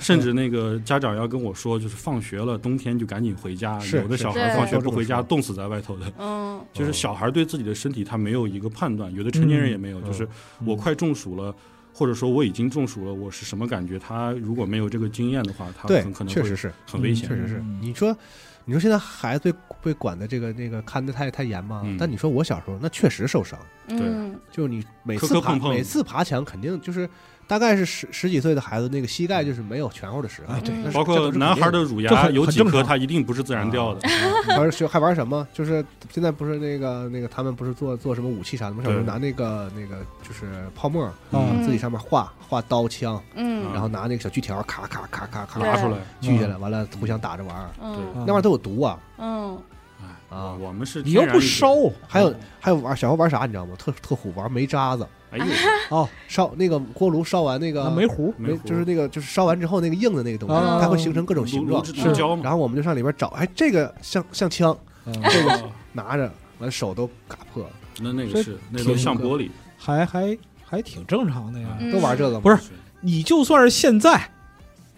Speaker 4: 甚至那个家长要跟我说，就是放学了，冬天就赶紧回家。
Speaker 2: 是
Speaker 4: 有的小
Speaker 3: 是
Speaker 4: 孩
Speaker 3: 是
Speaker 4: 放学不
Speaker 2: 对
Speaker 4: 回家，冻死在外头的。
Speaker 3: 嗯，
Speaker 4: 就是小孩对自己的身体他没有一个判断，有的成年人也没有。
Speaker 2: 嗯
Speaker 4: 就是我快中暑了，或者说我已经中暑了，我是什么感觉？他如果没有这个经验的话，他
Speaker 2: 对
Speaker 4: 很可，能
Speaker 2: 确实
Speaker 4: 会
Speaker 2: 是，
Speaker 4: 很危
Speaker 2: 确
Speaker 4: 险。
Speaker 2: 实是
Speaker 5: 嗯。
Speaker 2: 你说，你说现在孩子被被管的这个那个看的太太严吗
Speaker 4: 嗯？
Speaker 2: 但你说我小时候那确实受伤，
Speaker 3: 嗯，
Speaker 2: 就你每
Speaker 4: 磕
Speaker 2: 次
Speaker 4: 磕
Speaker 2: 爬
Speaker 4: 碰碰
Speaker 2: 每次爬墙，肯定就是大概是十十几岁的孩子，那个膝盖就是没有全乎的时候。
Speaker 3: 啊
Speaker 5: 哎对
Speaker 2: 那是
Speaker 4: 包括男孩的，乳
Speaker 5: 这
Speaker 4: 牙
Speaker 5: 很
Speaker 4: 有
Speaker 5: 很
Speaker 4: 几
Speaker 5: 正
Speaker 4: 颗，
Speaker 5: 常
Speaker 4: 他一定不是自然掉的。
Speaker 2: 这 都是肯定的玩儿还玩什么？就是现在不是那个那个他们不是做做什么武器啥的吗？小时候
Speaker 4: 对
Speaker 2: 拿那个那个就是泡沫，
Speaker 5: 嗯
Speaker 2: 自己上面画画刀枪，
Speaker 3: 嗯
Speaker 2: 然后拿那个小锯条咔咔咔咔咔
Speaker 3: 对
Speaker 4: 拿出来，
Speaker 2: 锯
Speaker 5: 嗯
Speaker 2: 下来，完了互相打着玩儿。
Speaker 3: 嗯
Speaker 2: 那玩意儿都有毒啊！
Speaker 3: 嗯，
Speaker 4: 哎，
Speaker 2: 啊
Speaker 4: 我们是
Speaker 5: 你又
Speaker 4: 天然
Speaker 5: 不
Speaker 4: 一点
Speaker 5: 烧，，
Speaker 2: 还
Speaker 5: 嗯
Speaker 2: 有还有玩小时候玩啥你知道吗？特特虎玩煤渣子
Speaker 4: 哎呦，
Speaker 2: 哦，烧那个锅炉烧完那个
Speaker 5: 啊煤糊，
Speaker 2: 没
Speaker 4: 没
Speaker 2: 就是那个就是烧完之后那个硬的那个东西，
Speaker 5: 啊
Speaker 2: 它会形成各种形状。
Speaker 4: 是胶嘛？
Speaker 2: 然后我们就上里边找，哎，这个像像枪，
Speaker 5: 这个
Speaker 4: 个
Speaker 2: 拿着完手都嘎破，
Speaker 4: 那那个是那都像玻璃，
Speaker 5: 还还还挺正常的呀。
Speaker 3: 嗯
Speaker 2: 都玩这个吗？
Speaker 5: 不是你就算是现在，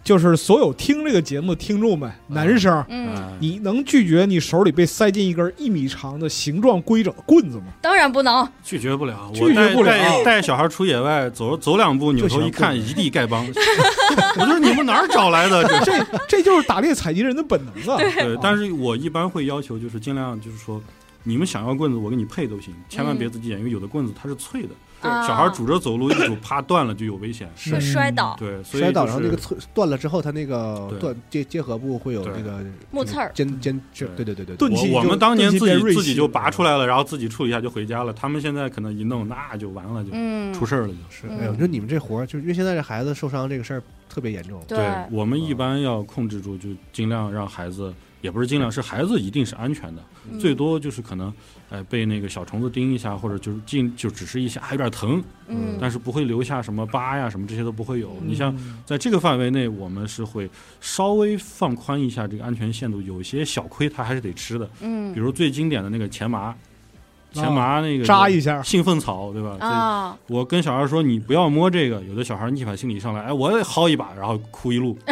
Speaker 5: 就是所有听这个节目的听众们，男生，
Speaker 3: 嗯，
Speaker 4: 哎
Speaker 5: 你能拒绝你手里被塞进一根一米长的形状规整的棍子吗？
Speaker 3: 当然不能，
Speaker 4: 拒绝不了，啊
Speaker 5: 拒绝不
Speaker 4: 我
Speaker 5: 了
Speaker 4: 带带带小孩出野外走走两步，扭头一看，一地丐帮。 我说你们哪儿找来的？这
Speaker 5: 这这就是打猎采集人的本能啊！
Speaker 4: 对，但是我一般会要求就是尽量就是说。你们想要棍子，我给你配都行，千万别自己捡，因为有的棍子它是脆的，
Speaker 3: 嗯啊
Speaker 4: 小孩拄着走路一拄，啪断了就有危险。
Speaker 3: 会摔倒，
Speaker 4: 对，所以
Speaker 2: 摔倒，
Speaker 4: 就
Speaker 2: 然
Speaker 4: 是
Speaker 2: 后那个脆断了之后，它那个
Speaker 4: 对
Speaker 2: 断结结合部会有
Speaker 4: 对
Speaker 2: 那个
Speaker 3: 木刺儿
Speaker 2: 尖尖
Speaker 4: 对
Speaker 2: 对对对对，
Speaker 5: 钝器
Speaker 4: 我我
Speaker 5: 就
Speaker 4: 们当年
Speaker 5: 钝器
Speaker 4: 自
Speaker 5: 变
Speaker 4: 己
Speaker 5: 锐
Speaker 4: 自己
Speaker 5: 器
Speaker 4: 就拔出来了，然后自己处理一下就回家了。他们现在可能一弄，那就完了，就
Speaker 3: 嗯，
Speaker 4: 出事儿了就。
Speaker 2: 是。
Speaker 3: 嗯
Speaker 2: 哎呦，你说你们这活儿，就是因为现在这孩子受伤这个事儿特别严重，
Speaker 3: 对，
Speaker 4: 我们
Speaker 5: 嗯
Speaker 4: 一般要控制住，就尽量让孩子，也不是尽量，是孩子一定是安全的，
Speaker 3: 嗯
Speaker 4: 最多就是可能，哎、被那个小虫子叮一下，或者就是进就只是一下，还有点疼，
Speaker 3: 嗯，
Speaker 4: 但是不会留下什么疤呀，什么这些都不会有。你像
Speaker 5: 嗯
Speaker 4: 在这个范围内，我们是会稍微放宽一下这个安全限度，有一些小亏它还是得吃的，
Speaker 3: 嗯，
Speaker 4: 比如最经典的那个钱麻，钱麻那个
Speaker 5: 啊扎一下，
Speaker 4: 兴奋草，对吧？这
Speaker 3: 啊，
Speaker 4: 我跟小孩说你不要摸这个，有的小孩逆反心理上来，哎，我也薅一把，然后哭一路。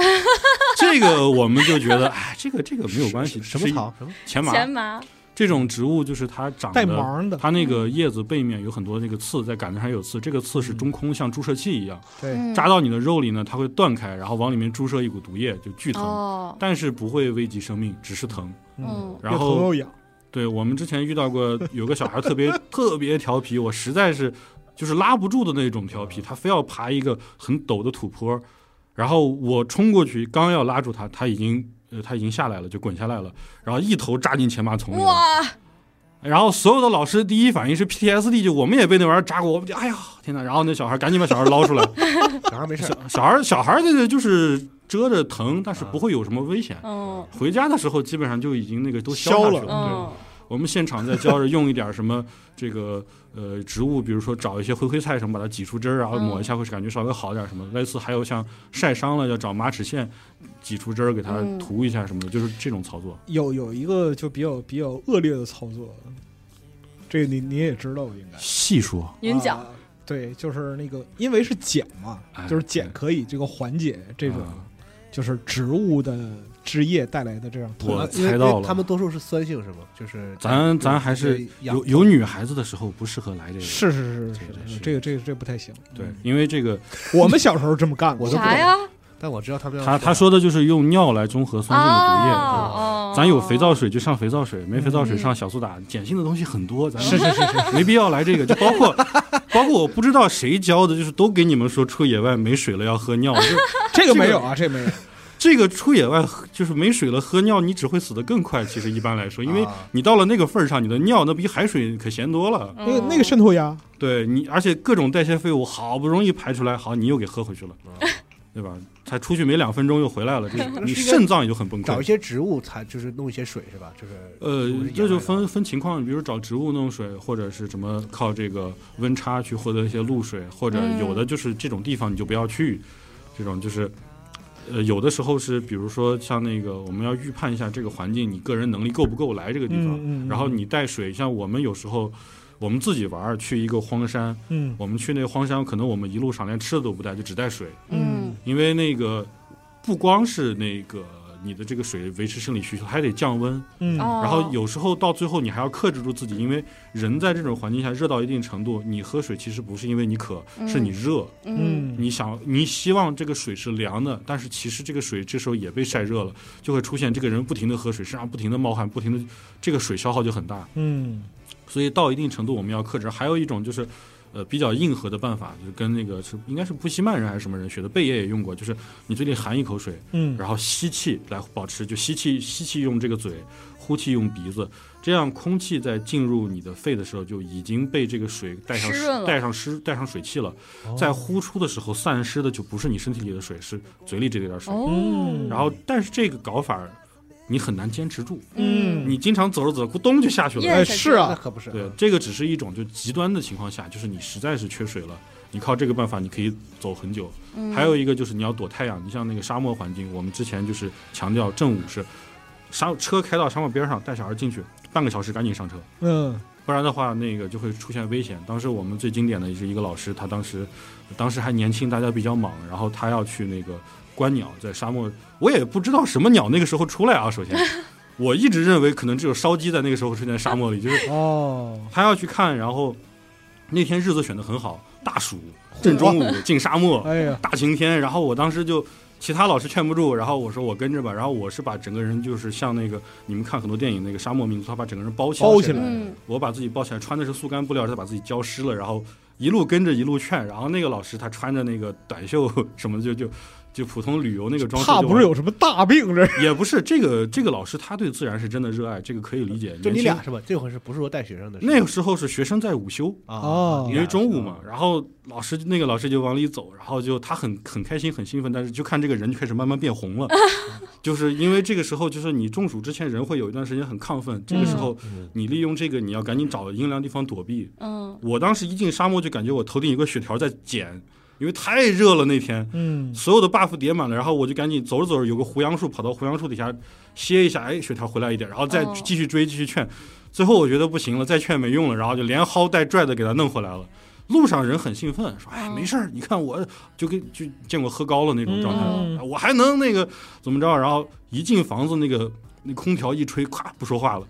Speaker 4: 这个我们就觉得，哎，这个这个没有关系，
Speaker 2: 什么草？什么
Speaker 4: 是一？钱麻
Speaker 3: 前麻，
Speaker 4: 这种植物就是它长
Speaker 5: 带
Speaker 4: 得，
Speaker 5: 芒的，
Speaker 4: 它那个叶子背面有很多那个刺，在杆子上有刺，这个刺是中空，像注射器一样
Speaker 5: 对，
Speaker 3: 嗯
Speaker 4: 扎到你的肉里呢，它会断开，然后往里面注射一股毒液，就巨疼，
Speaker 3: 哦，
Speaker 4: 但是不会危及生命，只是疼。
Speaker 3: 嗯，
Speaker 4: 然
Speaker 5: 又
Speaker 4: 后
Speaker 5: 疼又痒，
Speaker 4: 对我们之前遇到过有个小孩特别特别调皮，我实在是就是拉不住的那种调皮，他非要爬一个很陡的土坡，然后我冲过去刚要拉住他，他已经呃他已经下来了，就滚下来了，然后一头扎进前麻丛里了。
Speaker 3: 哇，
Speaker 4: 然后所有的老师第一反应是 PTSD，就我们也被那玩意儿扎过，我们就哎呀天哪！然后那小孩赶紧把小孩捞出来，
Speaker 2: 小孩没事儿，啊
Speaker 4: 小孩小孩这个就是蛰着疼，但是不会有什么危险。
Speaker 3: 嗯
Speaker 4: 回家的时候基本上就已经那个都
Speaker 5: 消
Speaker 4: 下
Speaker 5: 了
Speaker 4: 去了。对，
Speaker 3: 嗯
Speaker 4: 我们现场在教着用一点什么这个呃植物，比如说找一些荟萃菜什么，把它挤出汁儿啊，
Speaker 3: 嗯
Speaker 4: 抹一下会感觉稍微好点什么。类似还有像晒伤了要找马齿苋挤出汁儿给它
Speaker 3: 嗯
Speaker 4: 涂一下什么的，就是这种操作。
Speaker 5: 有有一个就比较比较恶劣的操作，这个你你也知道应该。
Speaker 4: 细说，
Speaker 3: 云脚
Speaker 5: 啊对，就是那个，因为是碱嘛
Speaker 4: 哎，
Speaker 5: 就是碱可以这个缓解这种
Speaker 4: 啊
Speaker 5: 就是植物的枝叶带来的这样痛
Speaker 4: 我
Speaker 2: 啊因为
Speaker 4: 猜到
Speaker 2: 因为他
Speaker 4: 了。
Speaker 2: 们多数是酸性是吗？就是
Speaker 4: 咱
Speaker 2: 对
Speaker 4: 咱还是
Speaker 2: 对养
Speaker 4: 有有女孩子的时候不适合来这个，
Speaker 5: 是是是是
Speaker 4: 对对
Speaker 5: 是，
Speaker 4: 是
Speaker 5: 这个这个这个不太行。
Speaker 4: 对，因为这个
Speaker 5: 我们小时候这么干过，
Speaker 2: 我都不懂
Speaker 3: 啥呀？
Speaker 2: 但我知道他们要
Speaker 4: 他他说的就是用尿来中和酸性的毒液。对吧
Speaker 3: 哦，
Speaker 4: 咱有肥皂水就上肥皂水，没肥皂水
Speaker 3: 嗯
Speaker 4: 上小苏打，碱性的东西很多，咱
Speaker 5: 哦是是是是，
Speaker 4: 没必要来这个，就包括 包括我不知道谁教的，就是都给你们说出野外没水了要喝尿，就
Speaker 5: 这个没有啊，这个
Speaker 3: 哦
Speaker 5: 没有。
Speaker 4: 这个出野外喝就是没水了喝尿，你只会死得更快。其实一般来说，因为
Speaker 2: 啊
Speaker 4: 你到了那个份儿上，你的尿那比海水可咸多了。
Speaker 5: 那个
Speaker 3: 嗯
Speaker 5: 那个渗透压，
Speaker 4: 对你，而且各种代谢废物好不容易排出来，好你又给喝回去了，
Speaker 5: 啊
Speaker 4: 对吧？才出去没两分钟又回来 了，这是你肾脏也就很崩
Speaker 2: 找一
Speaker 4: 溃。
Speaker 2: 些植物才就是弄一些水是吧？就是
Speaker 4: 呃
Speaker 2: 如果是，野
Speaker 4: 这
Speaker 2: 外
Speaker 4: 就
Speaker 2: 的
Speaker 4: 分分情况，比如找植物弄水，或者是什么靠这个温差去获得一些露水，或者
Speaker 3: 嗯
Speaker 4: 有的就是这种地方你就不要去，这种就是，呃，有的时候是比如说像那个我们要预判一下这个环境，你个人能力够不够来这个地方，
Speaker 5: 嗯嗯嗯
Speaker 4: 然后你带水，像我们有时候我们自己玩儿去一个荒山，
Speaker 5: 嗯
Speaker 4: 我们去那个荒山，可能我们一路上连吃的都不带，就只带水，
Speaker 3: 嗯
Speaker 4: 因为那个不光是那个你的这个水维持生理需求，还得降温。
Speaker 5: 嗯
Speaker 3: 哦，
Speaker 4: 然后有时候到最后你还要克制住自己，因为人在这种环境下热到一定程度，你喝水其实不是因为你渴，
Speaker 3: 嗯
Speaker 4: 是你热，
Speaker 3: 嗯
Speaker 4: 你想你希望这个水是凉的，但是其实这个水这时候也被晒热了，就会出现这个人不停的喝水，身上不停的冒汗，不停的这个水消耗就很大，
Speaker 5: 嗯
Speaker 4: 所以到一定程度我们要克制。还有一种就是。呃，比较硬核的办法，就是跟那个是应该是布希曼人还是什么人学的，贝爷也用过，就是你嘴里含一口水，
Speaker 3: 哦
Speaker 5: 嗯
Speaker 4: 然后吸气来保持，就吸气吸气用这个嘴，呼气用鼻子，这样空气在进入你的肺的时候就已经被这个水带上
Speaker 3: 湿润了哦
Speaker 4: 带上湿带上水汽了，在呼出的时候散失的就不是你身体里的水，是嘴里这点水。
Speaker 3: 哦，
Speaker 5: 嗯
Speaker 4: 然后，但是这个搞法儿你很难坚持住，
Speaker 5: 嗯
Speaker 4: 你经常走着走着咕咚就下去了。
Speaker 3: 咽
Speaker 5: 哎
Speaker 3: 下去
Speaker 5: 是
Speaker 2: 那
Speaker 5: 啊，
Speaker 2: 可不是
Speaker 4: 对
Speaker 2: 啊，
Speaker 4: 这个只是一种就极端的情况下，就是你实在是缺水了，你靠这个办法你可以走很久。
Speaker 3: 嗯
Speaker 4: 还有一个就是你要躲太阳，你像那个沙漠环境，我们之前就是强调正午是沙车开到沙漠边上，带小孩进去半个小时赶紧上车，
Speaker 5: 嗯
Speaker 4: 不然的话那个就会出现危险。当时我们最经典的是一个老师，他当时呃当时还年轻，大家比较莽，然后他要去那个观鸟，在沙漠，我也不知道什么鸟那个时候出来啊。首先， 我一直认为可能只有烧鸡在那个时候出现在沙漠里，就是
Speaker 5: 哦，
Speaker 4: 他要去看，然后那天日子选的很好，大暑正中午进沙漠，
Speaker 5: 哎呀，
Speaker 4: 大晴天，然后我当时就其他老师劝不住，然后我说我跟着吧，然后我是把整个人就是像那个你们看很多电影那个沙漠民族，他把整个人包起来，
Speaker 5: 包起来
Speaker 3: 嗯
Speaker 4: 我把自己包起来，穿的是速干布料，再把自己浇湿了，然后一路跟着一路劝，然后那个老师他穿着那个短袖什么的就就就普通旅游那个装束就
Speaker 5: 怕
Speaker 4: 完，
Speaker 5: 不是有什么大病这？
Speaker 4: 也不是这个这个老师他对自然是真的热爱，这个可以理解，
Speaker 2: 就你
Speaker 4: 年轻
Speaker 2: 俩是吧？这回是不是说带学生的事？
Speaker 4: 那个时候是学生在午休，
Speaker 2: 啊
Speaker 5: 哦
Speaker 2: 你
Speaker 4: 因
Speaker 2: 俩
Speaker 4: 为中
Speaker 2: 是
Speaker 4: 午
Speaker 2: 吧
Speaker 4: 嘛，然后老师那个老师就往里走，然后就他很很开心很兴奋，但是就看这个人就开始慢慢变红 了，就是因为这个时候就是你中暑之前人会有一段时间很亢奋，这个时候
Speaker 2: 嗯
Speaker 4: 你利用这个你要赶紧找阴凉地方躲避。
Speaker 3: 嗯
Speaker 4: 我当时一进沙漠就感觉我头顶有个血条在剪，因为太热了那天，
Speaker 5: 嗯
Speaker 4: 所有的 buff 叠满了，然后我就赶紧走着走着，有个胡杨树，跑到胡杨树底下歇一下，哎，血条回来一点，然后再
Speaker 3: 哦
Speaker 4: 继续追，继续劝。最后我觉得不行了，再劝没用了，然后就连薅带拽的给他弄回来了。路上人很兴奋，说：“哎，
Speaker 3: 哦
Speaker 4: 没事儿，你看我就跟就见过喝高了那种状态，
Speaker 5: 嗯
Speaker 4: 啊我还能那个怎么着？”然后一进房子，那个那空调一吹，咵不说话了，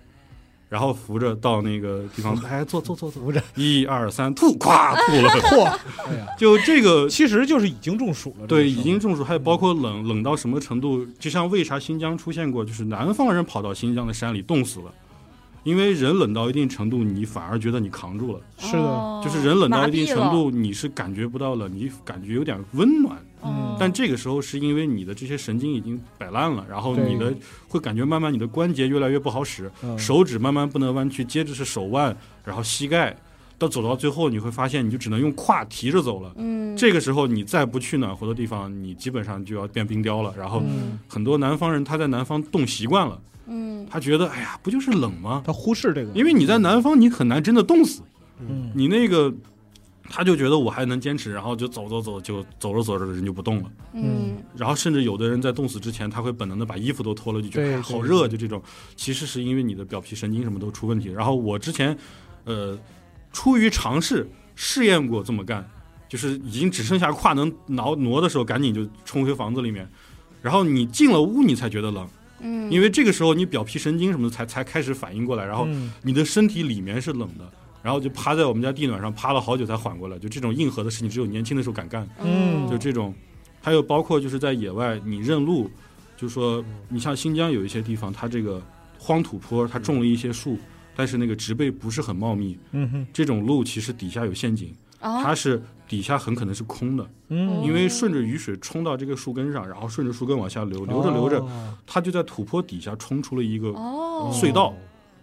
Speaker 4: 然后扶着到那个地方，哎，坐坐坐
Speaker 2: 扶着，
Speaker 4: 一二三，吐，咵吐了。
Speaker 5: 嚯，哎呀，
Speaker 4: 就这个
Speaker 5: 其实就是已经中暑了，
Speaker 4: 对，
Speaker 5: 这个时候
Speaker 4: 已经中暑，还有包括
Speaker 2: 嗯
Speaker 4: 冷冷到什么程度？就像为啥新疆出现过，就是南方人跑到新疆的山里冻死了，因为人冷到一定程度，你反而觉得你扛住了，
Speaker 5: 是的，
Speaker 4: 就是人冷到一定程，
Speaker 3: 哦
Speaker 4: 度，你是感觉不到了，你感觉有点温暖，
Speaker 3: 麻痹了
Speaker 5: 哦
Speaker 4: 但这个时候是因为你的这些神经已经摆烂了，然后
Speaker 2: 对
Speaker 4: 你的会感觉慢慢你的关节越来越不好使，
Speaker 2: 嗯
Speaker 4: 手指慢慢不能弯曲，接着是手腕，然后膝盖，到走到最后你会发现你就只能用胯提着走了。
Speaker 3: 嗯，
Speaker 4: 这个时候你再不去暖和的地方，你基本上就要变冰雕了。然后
Speaker 2: 嗯
Speaker 4: 很多南方人他在南方冻习惯了，
Speaker 3: 嗯
Speaker 4: 他觉得哎呀不就是冷吗？
Speaker 5: 他忽视这个，
Speaker 4: 因为你在南方你很难真的冻死，
Speaker 5: 嗯
Speaker 4: 你那个他就觉得我还能坚持，然后就走走走就走着走着人就不动了。
Speaker 3: 嗯
Speaker 4: 然后甚至有的人在冻死之前，他会本能的把衣服都脱了，就觉得
Speaker 2: 对
Speaker 4: 哎呀好
Speaker 2: 对
Speaker 4: 热，就这种。其实是因为你的表皮神经什么都出问题。然后我之前，呃，出于尝试试验过这么干，就是已经只剩下胯能挠挪的时候，赶紧就冲回房子里面。然后你进了屋，你才觉得冷，
Speaker 3: 嗯，
Speaker 4: 因为这个时候你表皮神经什么的才才开始反应过来，然后
Speaker 5: 嗯
Speaker 4: 你的身体里面是冷的，然后就趴在我们家地暖上趴了好久才缓过来。就这种硬核的事情，只有年轻的时候敢干。
Speaker 3: 哦
Speaker 5: 嗯
Speaker 4: 就这种，还有包括就是在野外你认路，就说
Speaker 5: 嗯
Speaker 4: 你像新疆有一些地方，它这个荒土坡，它种了一些树，但是那个植被不是很茂密，
Speaker 5: 嗯哼哦
Speaker 4: 这种路其实底下有陷阱，
Speaker 3: 啊
Speaker 4: 它是底下很可能是空的，
Speaker 5: 嗯，
Speaker 4: 因为顺着雨水冲到这个树根上，然后顺着树根往下流，流着流着，
Speaker 5: 哦
Speaker 4: 它就在土坡底下冲出了一个
Speaker 3: 哦
Speaker 4: 隧道，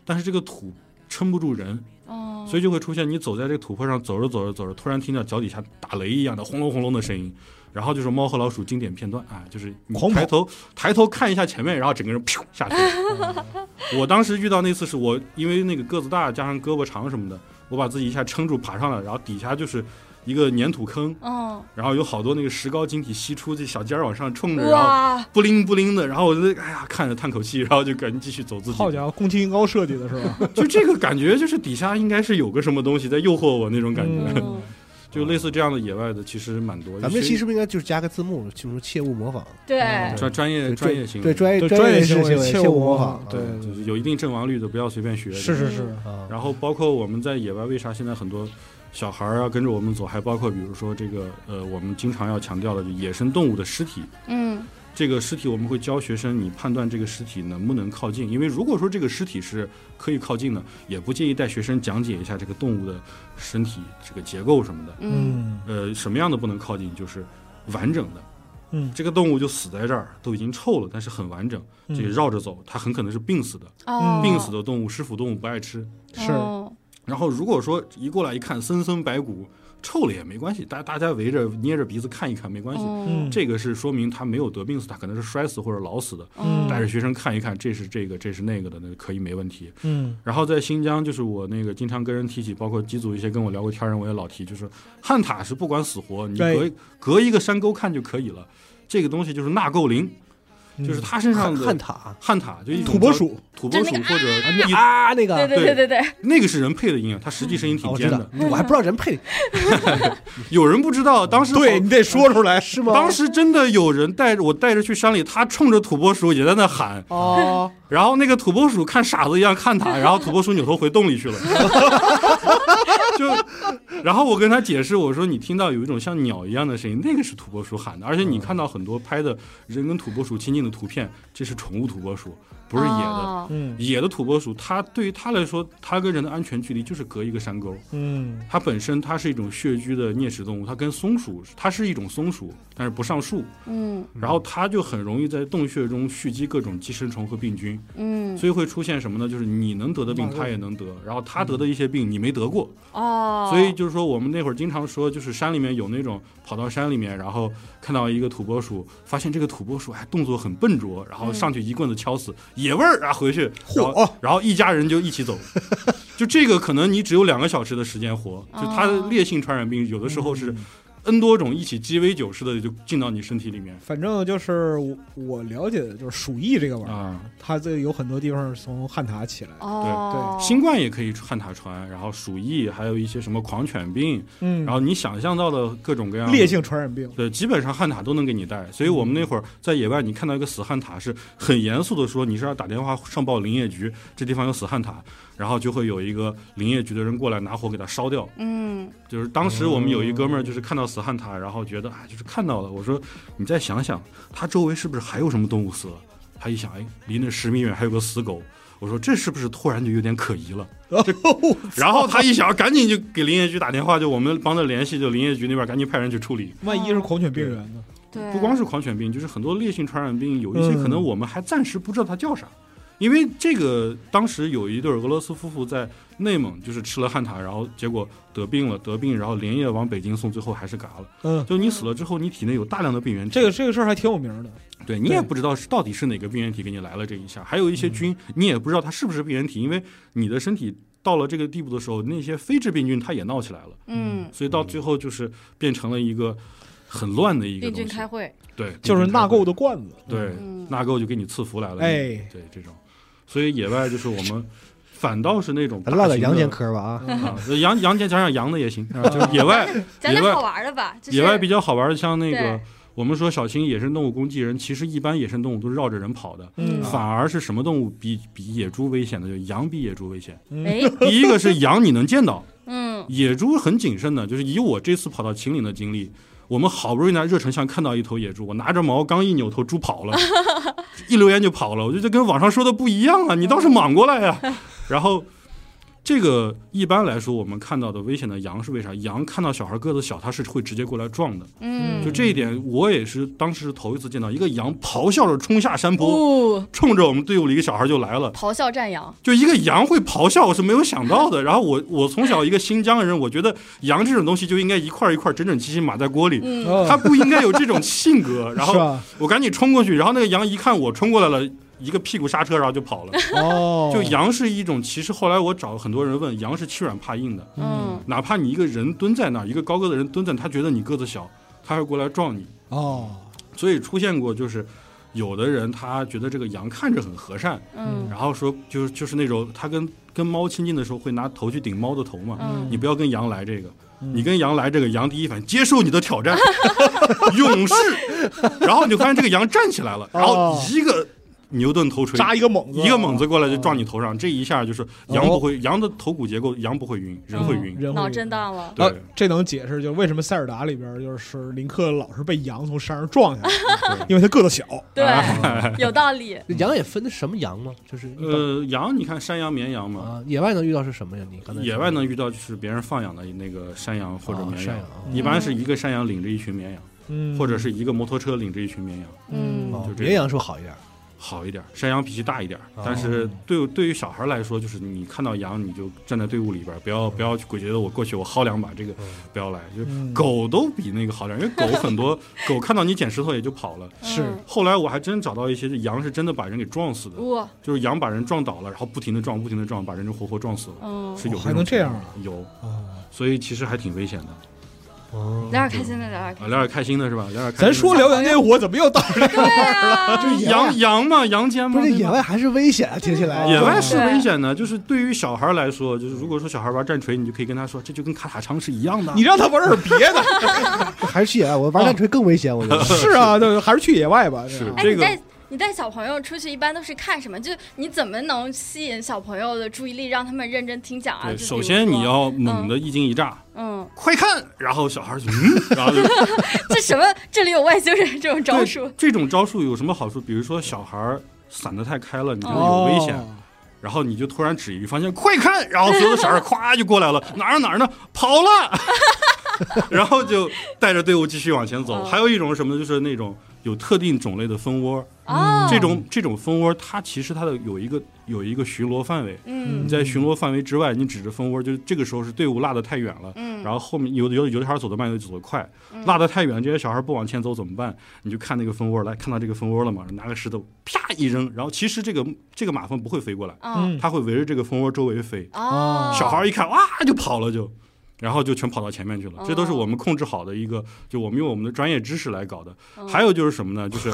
Speaker 4: 但是这个土撑不住人，
Speaker 5: 嗯
Speaker 3: 哦，
Speaker 4: 所以就会出现你走在这个土坡上走着走着走着，突然听到脚底下打雷一样的轰隆轰隆的声音，然后就是猫和老鼠经典片段 啊，就是你
Speaker 5: 狂跑
Speaker 4: 抬头抬头看一下前面，然后整个人噗 下去了。我当时遇到那次是我因为那个个子大加上胳膊长什么的，我把自己一下撑住爬上来，然后底下就是一个粘土坑，
Speaker 3: 嗯
Speaker 4: 然后有好多那个石膏晶体析出，这小尖儿往上冲着，然后
Speaker 3: 哇，
Speaker 4: 不灵不灵的，然后我就哎呀看着叹口气，然后就赶紧继续走自己的
Speaker 5: 好
Speaker 4: 路。
Speaker 5: 家伙，宫崎英高设计的是吧？
Speaker 4: 就这个感觉，就是底下应该是有个什么东西在诱惑我那种感觉。
Speaker 5: 嗯
Speaker 3: 嗯
Speaker 4: 就类似这样的野外的，其实蛮多。
Speaker 2: 咱们这期
Speaker 4: 实
Speaker 2: 是不是应该就是加个字幕，就是切勿模仿？
Speaker 3: 对，
Speaker 4: 专专业
Speaker 2: 对
Speaker 4: 专业性
Speaker 2: 对专业
Speaker 5: 对专业
Speaker 2: 业事
Speaker 5: 行为
Speaker 2: 情
Speaker 5: 切
Speaker 2: 勿
Speaker 5: 勿
Speaker 2: 模
Speaker 5: 模
Speaker 2: 仿。
Speaker 5: 仿对
Speaker 2: 嗯
Speaker 4: 就是有一定阵亡率的，不要随便学。
Speaker 5: 是是
Speaker 4: 嗯
Speaker 5: 是，
Speaker 2: 啊，
Speaker 4: 然后包括我们在野外，为啥现在很多小孩儿啊跟着我们走，还包括比如说这个呃，我们经常要强调的就野生动物的尸体。
Speaker 3: 嗯
Speaker 4: 这个尸体我们会教学生你判断这个尸体能不能靠近，因为如果说这个尸体是可以靠近的，也不介意带学生讲解一下这个动物的身体这个结构什么的。
Speaker 3: 嗯
Speaker 4: 呃，什么样的不能靠近？就是完整的。
Speaker 5: 嗯
Speaker 4: 这个动物就死在这儿，都已经臭了，但是很完整，
Speaker 5: 嗯
Speaker 4: 这绕着走，它很可能是病死的。
Speaker 3: 哦，
Speaker 4: 病死的动物，食腐动物不爱吃。
Speaker 5: 是
Speaker 3: 哦
Speaker 4: 然后如果说一过来一看，森森白骨，臭了也没关系，大大家围着捏着鼻子看一看没关系。
Speaker 5: 嗯
Speaker 4: 嗯
Speaker 3: 哦
Speaker 4: 这个是说明它没有得病死，它可能是摔死或者老死的。
Speaker 3: 哦
Speaker 4: 带着学生看一看，这是这个，这是那个的，那可以没问题。
Speaker 5: 嗯
Speaker 4: 然后在新疆，就是我那个经常跟人提起，包括机组一些跟我聊过天儿人，我也老提，就是汉塔是不管死活，你
Speaker 5: 对
Speaker 4: 隔隔一个山沟看就可以了。这个东西就是纳垢灵，
Speaker 5: 嗯
Speaker 4: 就是它身上
Speaker 2: 汉
Speaker 4: 的
Speaker 2: 汉塔
Speaker 4: 汉塔，就一种
Speaker 5: 土拨
Speaker 4: 叫
Speaker 5: 鼠，
Speaker 4: 土拨鼠
Speaker 3: 就那
Speaker 4: 或者一
Speaker 2: 啊，那个
Speaker 3: 对对对对对，
Speaker 4: 那个是人配的音啊，它实际声音
Speaker 2: 啊
Speaker 5: 哦
Speaker 4: 挺
Speaker 2: 我
Speaker 4: 尖
Speaker 2: 知道
Speaker 4: 的。，
Speaker 2: 我还不知道人配
Speaker 4: 有人不知道，当时
Speaker 5: 对
Speaker 4: 好
Speaker 5: 你得说出来是
Speaker 4: 当时真的有人带着我带着去山里，他冲着土拨鼠也在那喊，
Speaker 2: 哦，
Speaker 4: 然后那个土拨鼠看傻子一样看他，然后土拨鼠扭头回洞里去了。就，然后我跟他解释，我说你听到有一种像鸟一样的声音，那个是土拨鼠喊的，而且你看到很多拍的人跟土拨鼠亲近的图片，这是宠物土拨鼠，不是野的。
Speaker 3: 哦
Speaker 5: 嗯
Speaker 4: 野的土拨鼠，它对于它来说，它跟人的安全距离就是隔一个山沟。
Speaker 5: 嗯
Speaker 4: 它本身它是一种穴居的啮齿动物，它跟松鼠，它是一种松鼠，但是不上树，
Speaker 3: 嗯
Speaker 4: 然后它就很容易在洞穴中蓄积各种寄生虫和病菌。
Speaker 3: 嗯
Speaker 4: 所以会出现什么呢？就是你能得的病，他也能得，然后他得的一些病你没得过，
Speaker 3: 嗯哦，
Speaker 4: 所以就是说我们那会儿经常说，就是山里面有那种跑到山里面，然后看到一个土拨鼠，发现这个土拨鼠还动作很笨拙，然后
Speaker 3: 嗯
Speaker 4: 上去一棍子敲死，野味儿啊回去，然后
Speaker 3: 哦
Speaker 5: 嚯
Speaker 4: 然后一家人就 一起走，就这个可能你只有两个小时的时间活，就它的
Speaker 3: 哦嗯
Speaker 4: 烈性传染病有的时候是 N 多种一起鸡尾酒似的就进到你身体里面
Speaker 5: 反正就是我我了解的就是鼠疫这个玩意儿，
Speaker 4: 啊。
Speaker 5: 它这有很多地方是从汉塔起来的。
Speaker 3: 哦
Speaker 4: 新冠也可以汉塔传，然后鼠疫，还有一些什么狂犬病。
Speaker 5: 嗯
Speaker 4: 然后你想象到的各种各样的
Speaker 5: 烈，性传染病，
Speaker 4: 对，基本上汉塔都能给你带。所以我们那会儿在野外，你看到一个死汉塔，是很严肃的说，你是要打电话上报林业局，这地方有死汉塔，然后就会有一个林业局的人过来拿火给它烧掉。
Speaker 3: 嗯
Speaker 4: 就是当时我们有一哥们儿，就是看到死汉塔，然后觉得啊，就是看到了。我说你再想想，它周围是不是还有什么动物死了？他一想，哎，离那十米远还有个死狗。我说这是不是突然就有点可疑了？然后他一想，赶紧就给林业局打电话，就我们帮他联系，就林业局那边赶紧派人去处理。
Speaker 5: 哦万一是狂犬病源呢？
Speaker 3: 对，
Speaker 4: 不光是狂犬病，就是很多烈性传染病，有一些
Speaker 5: 嗯
Speaker 4: 可能我们还暂时不知道它叫啥。因为这个，当时有一对俄罗斯夫妇在内蒙，就是吃了汉塔，然后结果得病了，得病，然后连夜往北京送，最后还是嘎了。
Speaker 5: 嗯，
Speaker 4: 就你死了之后，你体内有大量的病原体，
Speaker 5: 这个这个事儿还挺有名的。
Speaker 4: 对你也
Speaker 5: 对嗯
Speaker 4: 不知道是到底是哪个病原体给你来了这一下，还有一些菌、你也不知道它是不是病原体，因为你的身体到了这个地步的时候，那些非致病菌它也闹起来了，
Speaker 3: 嗯，
Speaker 4: 所以到最后就是变成了一个很乱的一个
Speaker 3: 病
Speaker 4: 东
Speaker 3: 菌
Speaker 4: 西
Speaker 3: 开。会，
Speaker 4: 对，
Speaker 5: 就是纳
Speaker 4: 购
Speaker 5: 垢的罐子。
Speaker 4: 对
Speaker 3: 嗯，
Speaker 4: 纳垢就给你赐福来了。
Speaker 5: 哎
Speaker 4: 对这种，所以野外就是我们反倒是那种
Speaker 2: 咱唠点
Speaker 4: 大
Speaker 2: 羊
Speaker 4: 型
Speaker 2: 尖
Speaker 4: 的
Speaker 2: 科吧啊，
Speaker 5: 嗯
Speaker 4: 啊，羊羊尖讲讲羊的也行，啊就是野外
Speaker 3: 讲
Speaker 4: 野
Speaker 3: 点
Speaker 4: 外
Speaker 3: 好玩的吧，就是
Speaker 4: 野外比较好玩的，像那个
Speaker 3: 对
Speaker 4: 我们说小型野生动物攻击人，其实一般野生动物都是绕着人跑的，
Speaker 5: 嗯
Speaker 4: 反而是什么动物比比野猪危险的？就羊比野猪危险。
Speaker 3: 哎，
Speaker 4: 第一个是羊，你能见到，
Speaker 3: 嗯，
Speaker 4: 野猪很谨慎的，就是以我这次跑到秦岭的经历，我们好不容易在热成像看到一头野猪，我拿着毛刚一扭头，猪跑了，一溜烟就跑了。我觉得这跟网上说的不一样啊，你倒是莽过来呀、然后。这个一般来说，我们看到的危险的羊是为啥？羊看到小孩个子小，它是会直接过来撞的。
Speaker 3: 嗯，
Speaker 4: 就这一点，我也是当时是头一次见到一个羊咆哮着冲下山坡，
Speaker 3: 哦，
Speaker 4: 冲着我们队伍里一个小孩就来了。
Speaker 3: 咆哮战羊，
Speaker 4: 就一个羊会咆哮，我是没有想到的。然后我我从小一个新疆人，我觉得羊这种东西就应该一块儿一块儿整整齐齐码在锅里，
Speaker 3: 嗯，
Speaker 5: 哦
Speaker 4: 它不应该有这种性格。然
Speaker 5: 是
Speaker 4: 后
Speaker 5: 吧？
Speaker 4: 我赶紧冲过去，然后那个羊一看我冲过来了，一个屁股刹车，然后就跑了。
Speaker 5: 哦，
Speaker 4: 就羊是一种，其实后来我找很多人问，羊是欺软怕硬的，
Speaker 3: 嗯，
Speaker 4: 哪怕你一个人蹲在那儿，一个高个的人蹲在那儿，他觉得你个子小，他会过来撞你。
Speaker 5: 哦，
Speaker 4: 所以出现过就是。有的人他觉得这个羊看着很和善，
Speaker 3: 嗯，
Speaker 4: 然后说就是就是那种他跟跟猫亲近的时候会拿头去顶猫的头嘛，
Speaker 3: 嗯
Speaker 4: 你不要跟羊来这个，
Speaker 5: 嗯
Speaker 4: 你跟羊来这个，羊第一反应接受你的挑战， 勇士，然后你就发现这个羊站起来了，然后一个牛顿头锤。
Speaker 5: 扎一个哦猛子，
Speaker 4: 一个猛子过来就撞你头上，这一下就是羊不会，羊的头骨结构羊不会晕，人会晕。
Speaker 5: 人会
Speaker 3: 脑震。荡了，
Speaker 4: 对
Speaker 5: 啊，这能解释就是为什么塞尔达里边就是林克老是被羊从山上撞下来， 因为他个子小。
Speaker 3: 对，
Speaker 4: 啊
Speaker 3: 有道理，
Speaker 2: 羊也分什么羊吗？就是一般
Speaker 4: 呃，羊你看山羊、绵羊嘛，
Speaker 2: 啊，野外能遇到是什么呀？你刚才
Speaker 4: 野外能遇到就是别人放养的那个山羊或者
Speaker 2: 啊
Speaker 4: 绵
Speaker 2: 山
Speaker 4: 羊
Speaker 2: 羊，啊
Speaker 4: 一般是一个山羊领着一群绵羊，
Speaker 5: 嗯
Speaker 4: 或者是一个摩托车领着一群绵羊。
Speaker 3: 嗯，
Speaker 2: 哦
Speaker 4: 就这
Speaker 2: 绵羊是不是好一点？
Speaker 4: 好一点儿，山羊脾气大一点儿，
Speaker 2: 哦
Speaker 4: 但是对对于小孩来说，就是你看到羊你就站在队伍里边儿，不要不要去鬼觉得我过去我薅两把，这个不要来。就
Speaker 5: 嗯
Speaker 4: 狗都比那个好点儿，因为狗很多狗看到你捡石头也就跑了。
Speaker 5: 是
Speaker 3: 嗯
Speaker 4: 后来我还真找到一些就羊是真的把人给撞死的，
Speaker 3: 哇，
Speaker 4: 就是羊把人撞倒了，然后不停的撞不停的撞，把人就活活撞死了，
Speaker 3: 嗯，
Speaker 4: 是有
Speaker 5: 还能这样啊
Speaker 4: 啊？有，
Speaker 5: 哦
Speaker 4: 所以其实还挺危险的。
Speaker 2: 哦
Speaker 3: 聊点开心的，聊点开
Speaker 4: 啊，
Speaker 3: 心
Speaker 4: 聊点开心的是吧？聊点开心
Speaker 5: 咱
Speaker 4: 的
Speaker 5: 说聊 完烟火，怎么又到这儿了？
Speaker 3: 对啊，
Speaker 2: 就是
Speaker 4: 羊羊嘛，羊尖嘛，
Speaker 2: 不是
Speaker 4: 对吧
Speaker 2: 野外还是危险啊？听起来
Speaker 5: 哦
Speaker 4: 野外是
Speaker 3: 对
Speaker 4: 危险的，就是对于小孩来说，就是如果说小孩玩战锤，你就可以跟他说，这就跟卡塔昌是一样的。
Speaker 5: 你让他玩点别的。
Speaker 2: 还是去野外，我玩战锤更危险，我觉得。
Speaker 5: 是啊，对，还是去野外吧。啊
Speaker 4: 是
Speaker 5: 这样
Speaker 3: 哎，
Speaker 4: 这
Speaker 3: 你
Speaker 4: 个
Speaker 3: 带你带小朋友出去一般都是看什么？就你怎么能吸引小朋友的注意力，让他们认真听讲啊？
Speaker 4: 对，
Speaker 3: 就比
Speaker 4: 首
Speaker 3: 如
Speaker 4: 先
Speaker 3: 说
Speaker 4: 你，要猛的一惊一乍，
Speaker 3: 嗯，
Speaker 4: 快看！然后小孩就嗯，然后就
Speaker 3: 这什么？这里有外星人这种招数
Speaker 4: 对，这种招数有什么好处？比如说小孩散得太开了，你觉得有危险，
Speaker 5: 哦
Speaker 4: 然后你就突然指一方向，快看！然后所有的小 孩咵就过来了，哪儿哪儿呢？跑了， 然后就带着队伍继续往前走。
Speaker 3: 哦
Speaker 4: 还有一种是什么呢？就是那种有特定种类的蜂窝，
Speaker 3: 哦，
Speaker 4: 嗯这种这种蜂窝，它其实它的有一个有一个巡逻范围，
Speaker 3: 嗯
Speaker 4: 你在巡逻范围之外，你指着蜂窝，就是这个时候是队伍落得太远了。
Speaker 3: 嗯，
Speaker 4: 然后后面有的有的有的小孩走得慢，有的走得快，落得太远，这些小孩不往前走怎么办？你就看那个蜂窝，来看到这个蜂窝了吗？拿个石头啪一扔，然后其实这个这个马蜂不会飞过来，
Speaker 3: 嗯
Speaker 4: 它会围着这个蜂窝周围飞。
Speaker 3: 哦，
Speaker 4: 小孩一看哇就跑了就，然后就全跑到前面去了。这
Speaker 5: 哦
Speaker 4: 都是我们控制好的一个，就我们用我们的专业知识来搞的。
Speaker 5: 嗯
Speaker 4: 还有就是什么呢？就是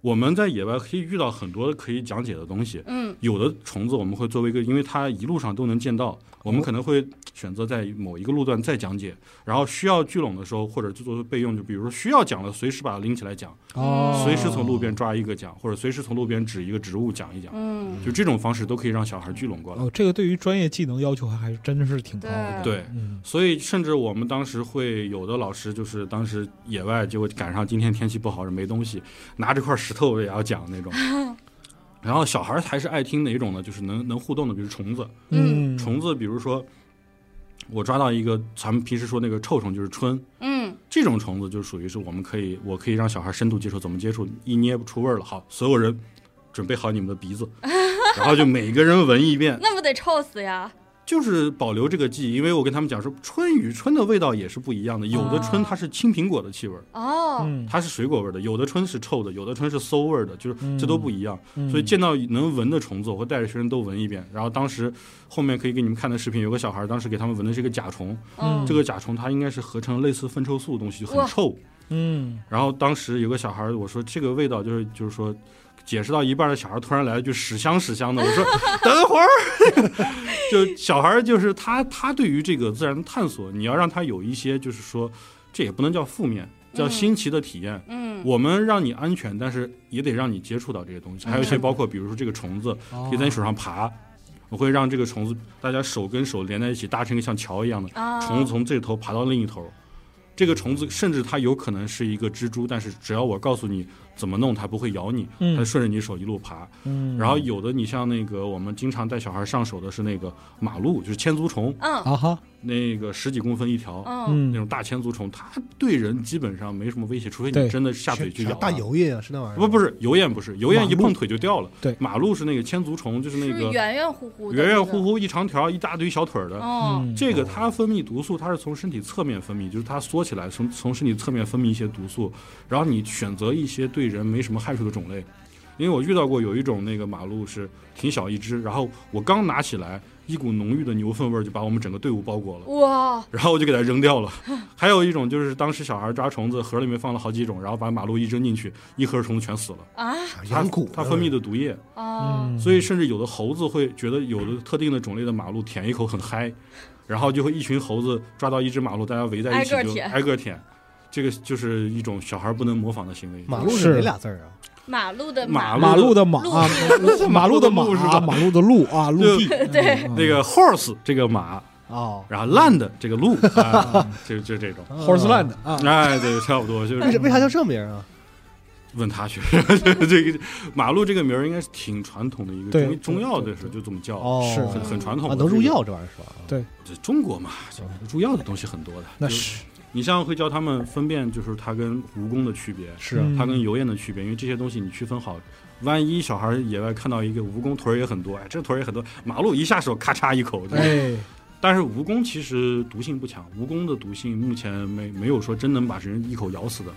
Speaker 4: 我们在野外可以遇到很多可以讲解的东西。
Speaker 3: 嗯
Speaker 4: 有的虫子我们会作为一个，因为它一路上都能见到，我
Speaker 5: 哦
Speaker 4: 们可能会选择在某一个路段再讲解，然后需要聚拢的时候或者就做备用，就比如说需要讲了，随时把它拎起来讲，
Speaker 5: 哦
Speaker 4: 随时从路边抓一个讲，或者随时从路边指一个植物讲一讲，
Speaker 3: 嗯，
Speaker 4: 就这种方式都可以让小孩聚拢过来。
Speaker 5: 哦，这个对于专业技能要求还还真的是挺高的。
Speaker 4: 哦对，
Speaker 5: 嗯，
Speaker 4: 所以，甚至我们当时会有的老师，就是当时野外，结果赶上今天天气不好，是没东西，拿着块石头也要讲那种。然后小孩儿还是爱听哪种呢？就是能能互动的，比如虫子，
Speaker 5: 嗯，
Speaker 4: 虫子，比如说我抓到一个，咱们平时说那个臭虫就是春，
Speaker 3: 嗯
Speaker 4: 这种虫子就属于是我们可以，我可以让小孩深度接触，怎么接触？一捏不出味儿了，好，所有人准备好你们的鼻子，然后就每个人闻一遍，
Speaker 3: 那不得臭死呀？
Speaker 4: 就是保留这个记忆。因为我跟他们讲说，春与春的味道也是不一样的，有
Speaker 5: 啊
Speaker 4: 的春它是青苹果的气味儿，
Speaker 3: 哦，
Speaker 5: 嗯，
Speaker 4: 它是水果味儿的；有的春是臭的，有的春是馊味儿的，就是这都不一样。
Speaker 5: 嗯
Speaker 4: 所以见到能闻的虫子，我会带着学生都闻一遍。然后当时后面可以给你们看的视频，有个小孩儿当时给他们闻的是一个甲虫，
Speaker 5: 嗯
Speaker 4: 这个甲虫它应该是合成类似粪臭素的东西，就
Speaker 3: 哇
Speaker 4: 很臭。
Speaker 5: 嗯
Speaker 4: 然后当时有个小孩儿，我说这个味道就是就是说，解释到一半儿的小孩儿突然来了句屎香屎香的，我说等会儿， 就小孩儿就是他他对于这个自然的探索，你要让他有一些就是说，这也不能叫负面，叫
Speaker 3: 嗯
Speaker 4: 新奇的体验。
Speaker 3: 嗯，
Speaker 4: 我们让你安全，但是也得让你接触到这些东西。还有一些包括，比如说这个虫子可以在你手上爬，我会让这个虫子大家手跟手连在一起搭成一个像桥一样的，
Speaker 3: 啊，
Speaker 4: 虫子从这头爬到另一头。这个虫子甚至它有可能是一个蜘蛛，但是只要我告诉你怎么弄，它不会咬你，它
Speaker 5: 嗯
Speaker 4: 顺着你手一路爬。
Speaker 5: 嗯，
Speaker 4: 然后有的你像那个我们经常带小孩上手的是那个马路，就是千足虫，
Speaker 3: 嗯
Speaker 5: 啊哈，
Speaker 4: 那个十几公分一条。
Speaker 3: 嗯，
Speaker 5: 嗯
Speaker 4: 那种大千足虫，它对人基本上没什么威胁，除非
Speaker 5: 对
Speaker 4: 你真的下腿去咬它。
Speaker 2: 大油印啊，是那玩意儿？
Speaker 4: 不不是油燕不是油燕一
Speaker 5: 马路
Speaker 4: 碰腿就掉了。
Speaker 5: 对
Speaker 4: 马路是那个千足虫，就是那
Speaker 3: 是
Speaker 4: 个
Speaker 3: 圆圆乎乎的，
Speaker 4: 圆圆乎。乎一长条一大堆小腿儿的。
Speaker 3: 哦，
Speaker 5: 嗯
Speaker 4: 这个它分泌毒素，它是从身体侧面分泌，就是它缩起来，从从身体侧面分泌一些毒素，然后你选择一些对人没什么害处的种类。因为我遇到过有一种那个马路是挺小一只，然后我刚拿起来，一股浓郁的牛粪味儿就把我们整个队伍包裹了。
Speaker 3: 哇，
Speaker 4: 然后我就给它扔掉了。还有一种就是当时小孩抓虫子，盒里面放了好几种，然后把马路一扔进去，一盒虫子全死了。
Speaker 3: 啊
Speaker 2: 啊
Speaker 4: 它
Speaker 2: 羊骨，
Speaker 4: 它分泌的毒液，
Speaker 3: 哦，
Speaker 5: 嗯
Speaker 4: 所以甚至有的猴子会觉得有的特定的种类的马路舔一口很嗨，然后就会一群猴子抓到一只马路，大家围在一起
Speaker 3: 挨个
Speaker 4: 就
Speaker 3: 舔
Speaker 4: 挨个舔。这个就是一种小孩不能模仿的行为。
Speaker 2: 马路是
Speaker 5: 是
Speaker 2: 哪俩字儿啊？
Speaker 3: 马路的
Speaker 4: 马
Speaker 5: 马路的马
Speaker 3: 路
Speaker 5: 啊，马路的马
Speaker 4: 路是吧
Speaker 5: 马路的路啊，陆地
Speaker 3: 对
Speaker 5: 嗯
Speaker 4: 那个 horse 这个马，
Speaker 2: 哦
Speaker 4: 然后 land 这个路，
Speaker 2: 嗯
Speaker 4: 啊，就就这种。
Speaker 5: horse land 啊，
Speaker 4: 哎，对，差不多就是
Speaker 2: 为啥为啥叫这名儿啊？
Speaker 4: 问他去， 这个马路这个名儿应该是挺传统的一个
Speaker 5: 对
Speaker 4: 中中药
Speaker 5: 对
Speaker 4: 的
Speaker 5: 对
Speaker 4: 是就这么叫，
Speaker 2: 哦，
Speaker 5: 是
Speaker 4: 很很传统
Speaker 2: 啊，
Speaker 4: 的。
Speaker 2: 能入
Speaker 4: 这个
Speaker 2: 药这玩意儿是吧？
Speaker 4: 这中国嘛，这入药的东西很多的。
Speaker 5: 那
Speaker 4: 就是你像会教他们分辨，就是它跟蜈蚣的区别，
Speaker 2: 是啊
Speaker 5: 嗯
Speaker 4: 它跟油燕的区别，因为这些东西你区分好，万一小孩野外看到一个蜈蚣腿儿也很多，哎，这腿儿也很多，马路一下手咔嚓一口。
Speaker 5: 哎，
Speaker 4: 但是蜈蚣其实毒性不强，蜈蚣的毒性目前没没有说真能把人一口咬死的，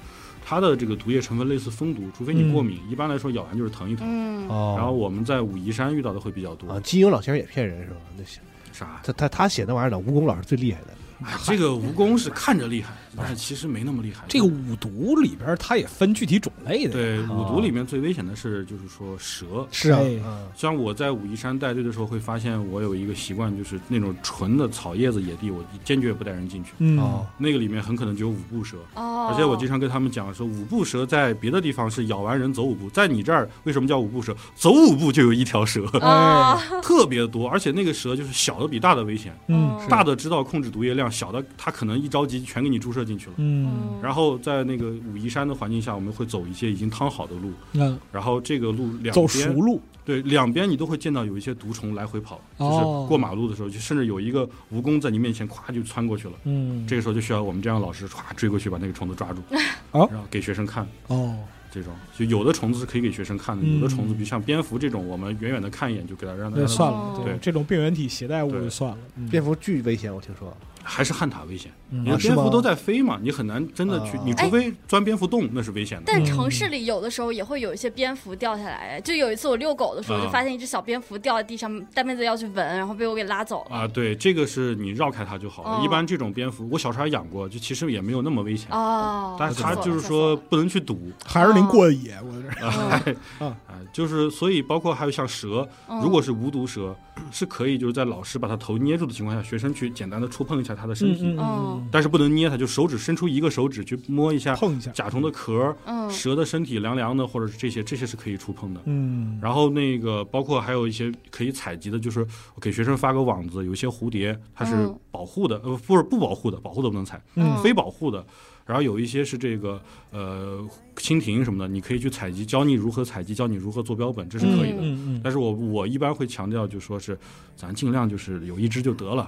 Speaker 4: 它的这个毒液成分类似蜂毒，除非你
Speaker 5: 嗯
Speaker 4: 过敏，一般来说咬完就是疼一疼。
Speaker 3: 嗯，
Speaker 2: 哦，
Speaker 4: 然后我们在武夷山遇到的会比较多
Speaker 2: 啊，，
Speaker 5: 哦
Speaker 2: 金庸老先生也骗人是吧？那些
Speaker 4: 啥？
Speaker 2: 他他他写那玩意儿的，蜈蚣老师最厉害的。
Speaker 4: 哎这个蜈蚣是看着厉害，但是其实没那么厉害。
Speaker 5: 这个五毒里边它也分具体种类的，
Speaker 4: 对五毒里面最危险的是就是说蛇。
Speaker 2: 是啊，
Speaker 5: 哎
Speaker 2: 嗯
Speaker 4: 像我在武夷山带队的时候，会发现我有一个习惯，就是那种纯的草叶子野地，我坚决不带人进去。
Speaker 5: 嗯
Speaker 2: 哦，
Speaker 4: 那个里面很可能就有五步蛇，
Speaker 3: 哦，
Speaker 4: 而且我经常跟他们讲说，五步蛇在别的地方是咬完人走五步，在你这儿为什么叫五步蛇？走五步就有一条蛇，
Speaker 3: 啊，
Speaker 4: 特别多，而且那个蛇就是小的比大的危险。
Speaker 3: 哦
Speaker 5: 嗯
Speaker 4: 大的知道控制毒液量，小的他可能一着急全给你注射进去了。
Speaker 5: 嗯，
Speaker 4: 然后在那个武夷山的环境下，我们会走一些已经趟好的路，
Speaker 5: 那
Speaker 4: 然后这个路两
Speaker 5: 走熟
Speaker 4: 边
Speaker 5: 路，
Speaker 4: 对两边你都会见到有一些毒虫来回跑，
Speaker 5: 哦
Speaker 4: 就是过马路的时候，就甚至有一个蜈蚣在你面前咵就窜过去了。
Speaker 5: 嗯，
Speaker 4: 这个时候就需要我们这样的老师唰追过去把那个虫 子抓住，
Speaker 5: 哦
Speaker 4: 然后给学生看。
Speaker 5: 哦，
Speaker 4: 这种就有的虫子是可以给学生看的，
Speaker 5: 嗯
Speaker 4: 有的虫子，比如像蝙蝠这种，我们远远的看一眼就给它让它
Speaker 5: 那算了，
Speaker 3: 哦
Speaker 5: 对
Speaker 4: 对
Speaker 5: 这种病原体携带物
Speaker 4: 嗯对
Speaker 5: 就算了，嗯
Speaker 2: 蝙蝠巨危险，我听说。
Speaker 4: 还是旱獭危险。
Speaker 5: 嗯
Speaker 4: 因为
Speaker 2: 啊是
Speaker 4: 蝙蝠
Speaker 2: 吗
Speaker 4: 都在飞嘛，你很难真的去
Speaker 2: 啊，
Speaker 4: 你除非钻蝙蝠洞，那是危险的。
Speaker 3: 哎
Speaker 5: 嗯
Speaker 3: 但城市里有的时候也会有一些蝙蝠掉下来，就有一次我遛狗的时候，
Speaker 4: 啊
Speaker 3: 就发现一只小蝙蝠掉在地上，大妹子要去闻，然后被我给拉走了。
Speaker 4: 啊，对，这个是你绕开它就好了。
Speaker 3: 哦
Speaker 4: 一般这种蝙蝠，我小时候还养过，就其实也没有那么危险，
Speaker 3: 哦，
Speaker 4: 啊但是
Speaker 3: 吓死
Speaker 4: 它
Speaker 3: 我
Speaker 4: 就是
Speaker 3: 了
Speaker 4: 说，不能去堵
Speaker 5: 还是您过的野，我这
Speaker 4: 啊
Speaker 5: 啊
Speaker 4: 啊，就是所以包括还有像蛇， 如
Speaker 3: 哦
Speaker 4: 果是无毒蛇，是可以就是在老师把它头捏住的情况下，学生去简单的触碰一下它的身体，
Speaker 5: 嗯
Speaker 3: 哦
Speaker 4: 但是不能捏它，就手指伸出一个手指去摸一下
Speaker 5: 碰一下，
Speaker 4: 甲虫的壳、
Speaker 3: 嗯
Speaker 4: 蛇的身体凉凉的，或者是这些，这些是可以触碰的。
Speaker 5: 嗯，
Speaker 4: 然后那个包括还有一些可以采集的，就是我给学生发个网子，有一些蝴蝶它是
Speaker 3: 嗯
Speaker 4: 保护的，呃，不是不保护的，保护的不能采，
Speaker 3: 嗯
Speaker 4: 非保护的。然后有一些是这个呃蜻蜓什么的，你可以去采集，教你如何采集，教你如何做标本，这是可以的。
Speaker 5: 嗯嗯
Speaker 4: 但是我我一般会强调，就说是咱尽量就是有一只就得了。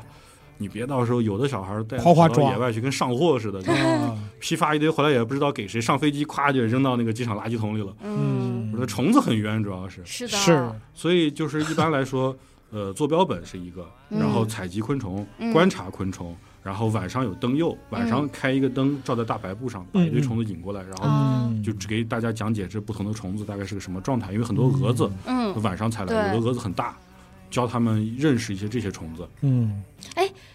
Speaker 4: 你别到时候有的小孩儿带
Speaker 5: 哗哗
Speaker 4: 跑到
Speaker 5: 抓
Speaker 4: 野外去跟上货 似的，就
Speaker 5: 啊，
Speaker 4: 批发一堆回来也不知道给谁，上飞机咵就扔到那个机场垃圾桶里了。
Speaker 3: 嗯，
Speaker 5: 啊
Speaker 4: 我说虫子很冤，主要是，
Speaker 3: 是的，
Speaker 5: 是，
Speaker 4: 所以就是一般来说，呃，做标本是一个，
Speaker 3: 嗯
Speaker 4: 然后采集昆虫，
Speaker 3: 嗯
Speaker 4: 观察昆虫，然后晚上有灯诱，晚上开一个灯照在大白布上，把一
Speaker 3: 嗯
Speaker 4: 堆虫子引过来，然后
Speaker 3: 啊，
Speaker 5: 嗯
Speaker 4: 就只给大家讲解这不同的虫子大概是个什么状态，因为很多蛾子
Speaker 3: 嗯，
Speaker 4: 晚上才来，
Speaker 3: 对
Speaker 4: 有的蛾子很大，教他们认识一些这些虫子。
Speaker 5: 嗯，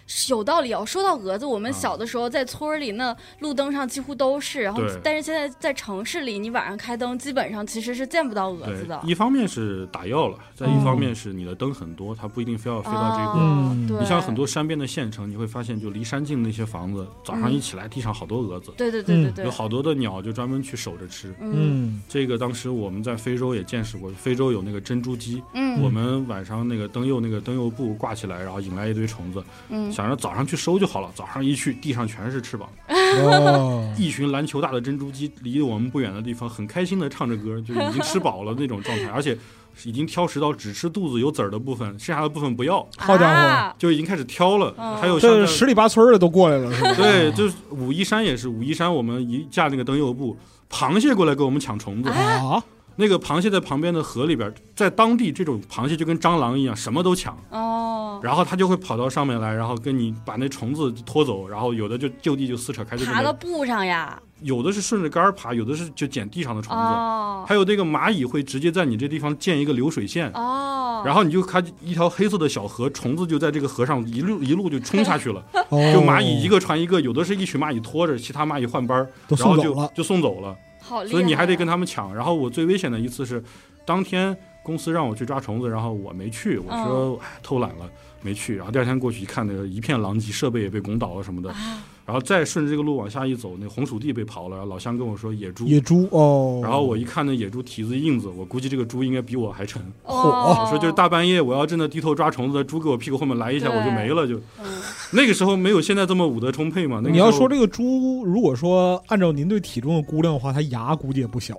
Speaker 3: 是有道理哦。说到蛾子，我们
Speaker 4: 啊
Speaker 3: 小的时候在村儿里那路灯上几乎都是，然后
Speaker 4: 对
Speaker 3: 但是现在在城市里，你晚上开灯基本上其实是见不到蛾
Speaker 4: 对
Speaker 3: 子的，。
Speaker 4: 一方面是打药了，再一方面是你的灯很多，它不一定非要飞到这一步。
Speaker 3: 嗯哦
Speaker 5: 嗯
Speaker 3: 对，
Speaker 4: 你像很多山边的县城，你会发现，就离山近的那些房子，早上
Speaker 3: 嗯
Speaker 4: 一起来，地上好多蛾子，
Speaker 3: 对，对对对
Speaker 5: 嗯
Speaker 3: 对
Speaker 4: 有
Speaker 3: 对，
Speaker 4: 好多的鸟就专门去守着吃。
Speaker 3: 嗯
Speaker 5: 嗯
Speaker 4: 这个当时我们在非洲也见识过，非洲有那个珍珠鸡，
Speaker 3: 嗯，
Speaker 4: 我们晚上那个灯釉那个灯釉布挂起来，然后引来一堆虫子，
Speaker 3: 嗯
Speaker 4: 想着早上去收就好了。早上一去，地上全是翅膀，
Speaker 5: 哦
Speaker 4: 一群篮球大的珍珠鸡离我们不远的地方，很开心的唱着歌，就是已经吃饱了那种状态，而且已经挑食到只吃肚子有籽儿的部分，剩下的部分不要，
Speaker 5: 好家伙
Speaker 3: 啊
Speaker 4: 就已经开始挑了。
Speaker 3: 哦
Speaker 4: 还有像
Speaker 5: 这
Speaker 4: 在
Speaker 5: 十里八村儿的都过来了，是吧？
Speaker 4: 对，就是武夷山也是，武夷山我们一架那个灯油布，螃蟹过来给我们抢虫子。
Speaker 5: 啊，
Speaker 4: 那个螃蟹在旁边的河里边，在当地这种螃蟹就跟蟑螂一样，什么都抢，
Speaker 3: 哦，
Speaker 4: 然后它就会跑到上面来，然后跟你把那虫子拖走，然后有的就就地就撕扯开，就跟
Speaker 3: 爬到
Speaker 4: 那
Speaker 3: 布上呀，
Speaker 4: 有的是顺着杆儿爬，有的是就捡地上的虫子，
Speaker 3: 哦
Speaker 4: 还有那个蚂蚁会直接在你这地方建一个流水线。
Speaker 3: 哦，
Speaker 4: 然后你就看一条黑色的小河，虫子就在这个河上一 路一路就冲下去了，就
Speaker 5: 就
Speaker 4: 蚂蚁一个传一个，有的是一群蚂蚁拖着，其他蚂蚁换班儿，
Speaker 5: 都
Speaker 4: 然后
Speaker 5: 送
Speaker 4: 就
Speaker 5: 走了，
Speaker 4: 就送走了。
Speaker 3: 好厉害，
Speaker 4: 所以你还得跟他们抢。然后我最危险的一次是，当天公司让我去抓虫子，然后我没去，我说、
Speaker 3: 嗯
Speaker 4: 哎偷懒了没去。然后第二天过去一看，那个一片狼藉，设备也被拱倒了什么的。
Speaker 3: 啊
Speaker 4: 然后再顺着这个路往下一走，那红薯地被刨了。然后老乡跟我说野猪。
Speaker 5: 野猪哦，
Speaker 4: 然后我一看那野猪蹄子印子，我估计这个猪应该比我还沉。
Speaker 3: 哦，
Speaker 4: 我说就是大半夜我要真的低头抓虫子，猪给我屁股后面来一下
Speaker 3: 对
Speaker 4: 我就没了。就
Speaker 3: 嗯
Speaker 4: 那个时候没有现在这么武德充沛嘛。那个
Speaker 5: 你要
Speaker 4: 时候
Speaker 5: 说这个猪，如果说按照您对体重的估量的话，它牙估计也不小。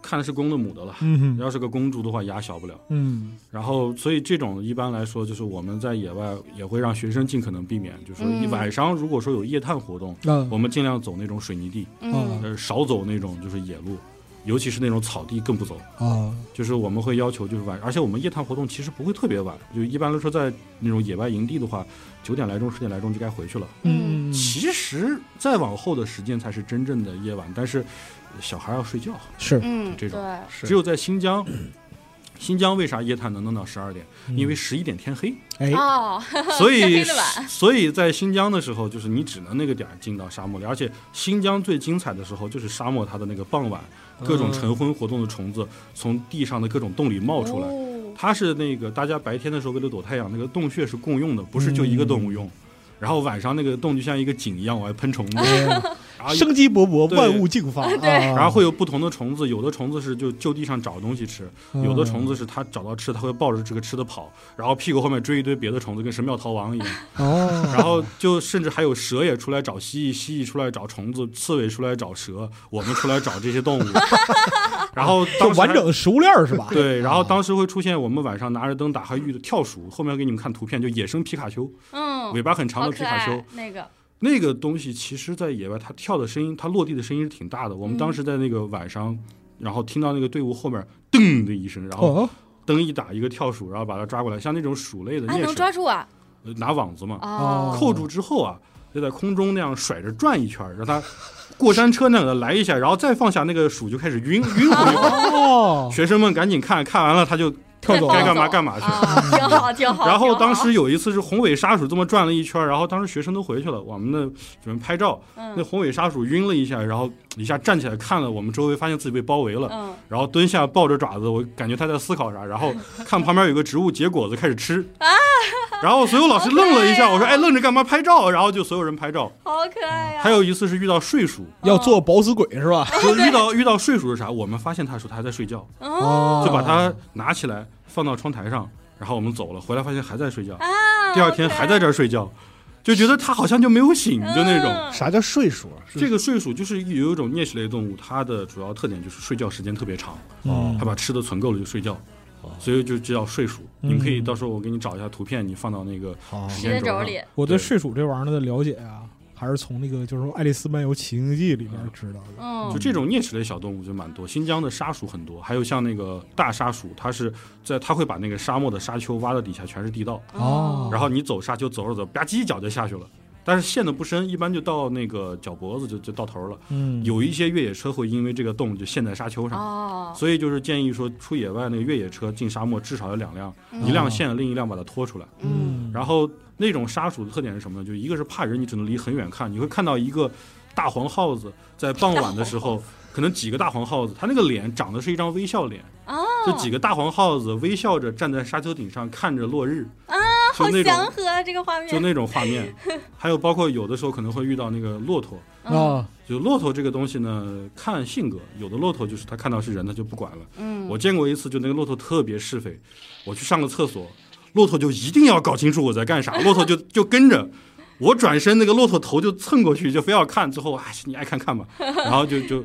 Speaker 4: 看是公的母的了，
Speaker 5: 嗯哼，
Speaker 4: 要是个公猪的话牙小不了。
Speaker 5: 嗯
Speaker 4: 然后，所以这种一般来说，就是我们在野外也会让学生尽可能避免，就是
Speaker 3: 嗯
Speaker 4: 晚上如果说有夜探活动，
Speaker 5: 那
Speaker 4: 我们尽量走那种水泥地，
Speaker 3: 嗯
Speaker 4: 呃，少走那种就是野路，尤其是那种草地更不走。
Speaker 5: 啊，
Speaker 4: 就是我们会要求就是晚，而且我们夜探活动其实不会特别晚，就一般来说在那种野外营地的话，九点来钟、十点来钟就该回去了。
Speaker 5: 嗯，
Speaker 4: 其实再往后的时间才是真正的夜晚，但是小孩要睡觉，
Speaker 5: 是
Speaker 3: 嗯，
Speaker 4: 这种
Speaker 3: 对
Speaker 2: 是
Speaker 4: 只有在新疆。新疆为啥夜探能弄到十二点？因为十一点天黑。
Speaker 5: 哎，
Speaker 3: 哦，
Speaker 4: 所以
Speaker 3: 天黑的晚，
Speaker 4: 所以在新疆的时候，就是你只能那个点儿进到沙漠里，而且新疆最精彩的时候就是沙漠它的那个傍晚，各种晨昏活动的虫子从地上的各种洞里冒出来。
Speaker 3: 哦
Speaker 4: 它是那个大家白天的时候为了躲太阳，那个洞穴是共用的，不是就一个动物用。然后晚上那个洞就像一个井一样往外喷虫子，然后有
Speaker 5: 生机勃勃，
Speaker 4: 对
Speaker 5: 万物竞发。
Speaker 3: 对
Speaker 5: 啊
Speaker 4: 然后会有不同的虫子，有的虫子是就就地上找东西吃，有的虫子是它找到吃，它会抱着这个吃的跑，然后屁股后面追一堆别的虫子，跟神庙逃亡一样。
Speaker 5: 哦，
Speaker 4: 然后就甚至还有蛇也出来找蜥蜴，蜥蜴出来找虫子，刺猬出来找蛇，我们出来找这些动物。 然后
Speaker 5: 就
Speaker 4: 当时还
Speaker 5: 完整的食哦物链儿是吧？
Speaker 4: 对，然后当时会出现我们晚上拿着灯打还遇的跳鼠，后面给你们看图片，就野生皮卡丘，
Speaker 3: 嗯，
Speaker 4: 尾巴很长
Speaker 3: 好
Speaker 4: 的皮
Speaker 3: 可
Speaker 4: 卡
Speaker 3: 爱
Speaker 4: 丘，
Speaker 3: 那个，
Speaker 4: 那个东西其实在野外它跳的声音，它落地的声音是挺大的。我们当
Speaker 3: 嗯
Speaker 4: 时在那个晚上，然后听到那个队伍后面噔的一声，然后
Speaker 5: 哦，
Speaker 4: 灯一打一个跳鼠，然后把它抓过来，像那种鼠类的
Speaker 3: 啊，
Speaker 4: 啮
Speaker 3: 能
Speaker 4: 齿，
Speaker 3: 抓住啊，
Speaker 4: 呃拿网子嘛，
Speaker 5: 哦
Speaker 3: 哦，
Speaker 4: 扣住之后啊，就在空中那样甩着转一圈儿，让它过山车那样的来一下，然后再放下那个鼠就开始晕晕 回去。
Speaker 5: 哦，
Speaker 4: 学生们赶紧看看完了，他就
Speaker 5: 跳走
Speaker 3: 再
Speaker 4: 该
Speaker 3: 放
Speaker 5: 了。
Speaker 4: 干
Speaker 3: 走
Speaker 4: 嘛干嘛去。
Speaker 3: 啊，挺好挺好。
Speaker 4: 然后
Speaker 3: 挺好
Speaker 4: 当时有一次是红尾沙鼠这么转了一圈儿，然后当时学生都回去了，我们呢准备拍照，那
Speaker 3: 嗯
Speaker 4: 红尾沙鼠晕了一下，然后一下站起来看了我们周围，发现自己被包围了，
Speaker 3: 嗯，
Speaker 4: 然后蹲下抱着爪子，我感觉他在思考啥，然后看旁边有个植物结果子开始 吃，
Speaker 3: 啊
Speaker 4: 然后所有老师愣了一下，
Speaker 3: 好可爱啊
Speaker 4: 我说哎愣着干嘛拍照？然后就所有人拍照，
Speaker 3: 好可爱啊呀。
Speaker 4: 还有一次是遇到睡鼠，
Speaker 5: 要做饱死鬼 是吧？
Speaker 4: 就是遇到遇到睡鼠是啥？我们发现它的时候，它还在睡觉，
Speaker 3: 哦
Speaker 4: 就把它拿起来放到窗台上，然后我们走了，回来发现还在睡觉，
Speaker 3: 啊，
Speaker 4: 第二天还在这儿睡觉，就觉得它好像就没有醒，
Speaker 3: 嗯
Speaker 4: 就那种。
Speaker 2: 啥叫睡鼠？
Speaker 6: 啊
Speaker 4: 这个睡鼠就是有一种啮齿类动物，它的主要特点就是睡觉时间特别长，
Speaker 5: 哦
Speaker 4: 它把吃的存够了就睡觉。所以就就叫睡鼠。你们可以
Speaker 5: 嗯哦
Speaker 4: 到时候我给你找一下图片，你放到那个
Speaker 2: 好，
Speaker 4: 时
Speaker 3: 时间
Speaker 4: 间
Speaker 3: 轴
Speaker 4: 上
Speaker 3: 里。
Speaker 5: 我对
Speaker 4: 对
Speaker 5: 睡鼠这玩意儿的了解啊，还是从那个就是说《爱丽丝漫游奇境记》里面知道的。
Speaker 3: 嗯
Speaker 4: 就，这种啮齿类小动物就蛮多，新疆的沙鼠很多，还有像那个大沙鼠，它是在它会把那个沙漠的沙丘挖到底下全是地道，
Speaker 5: 哦
Speaker 4: 然后你走沙丘走着走，吧唧一脚就下去了，但是陷的不深，一般就到那个脚脖子就就到头了。
Speaker 5: 嗯，
Speaker 4: 有一些越野车会因为这个洞就陷在沙丘上，
Speaker 3: 哦，
Speaker 4: 所以就是建议说出野外那个越野车进沙漠至少有两辆，
Speaker 3: 嗯
Speaker 4: 一辆陷了，另一辆把它拖出来。
Speaker 3: 嗯，
Speaker 5: 嗯，
Speaker 4: 然后那种沙鼠的特点是什么呢？就一个是怕人，你只能离很远看，你会看到一个大黄耗子在傍晚的时候，可能几个大黄耗子，它那个脸长得是一张微笑脸，
Speaker 3: 哦，
Speaker 4: 就几个大黄耗子微笑着站在沙丘顶上看着落日
Speaker 3: 啊，
Speaker 4: 就
Speaker 3: 好
Speaker 4: 那
Speaker 3: 祥
Speaker 4: 种
Speaker 3: 和啊这个画面，
Speaker 4: 就那种画 面，还有包括有的时候可能会遇到那个骆驼。
Speaker 3: 嗯
Speaker 5: 啊，
Speaker 4: 就骆驼这个东西呢，看性格，有的骆驼就是它看到是人，它就不管了。
Speaker 3: 嗯，
Speaker 4: 我见过一次，就那个骆驼特别是非，我去上个厕所，骆驼就一定要搞清楚我在干 啥，骆驼就就跟着我转身，那个骆驼头就蹭过去，就非要看，最后哎你爱看 看吧，然后就就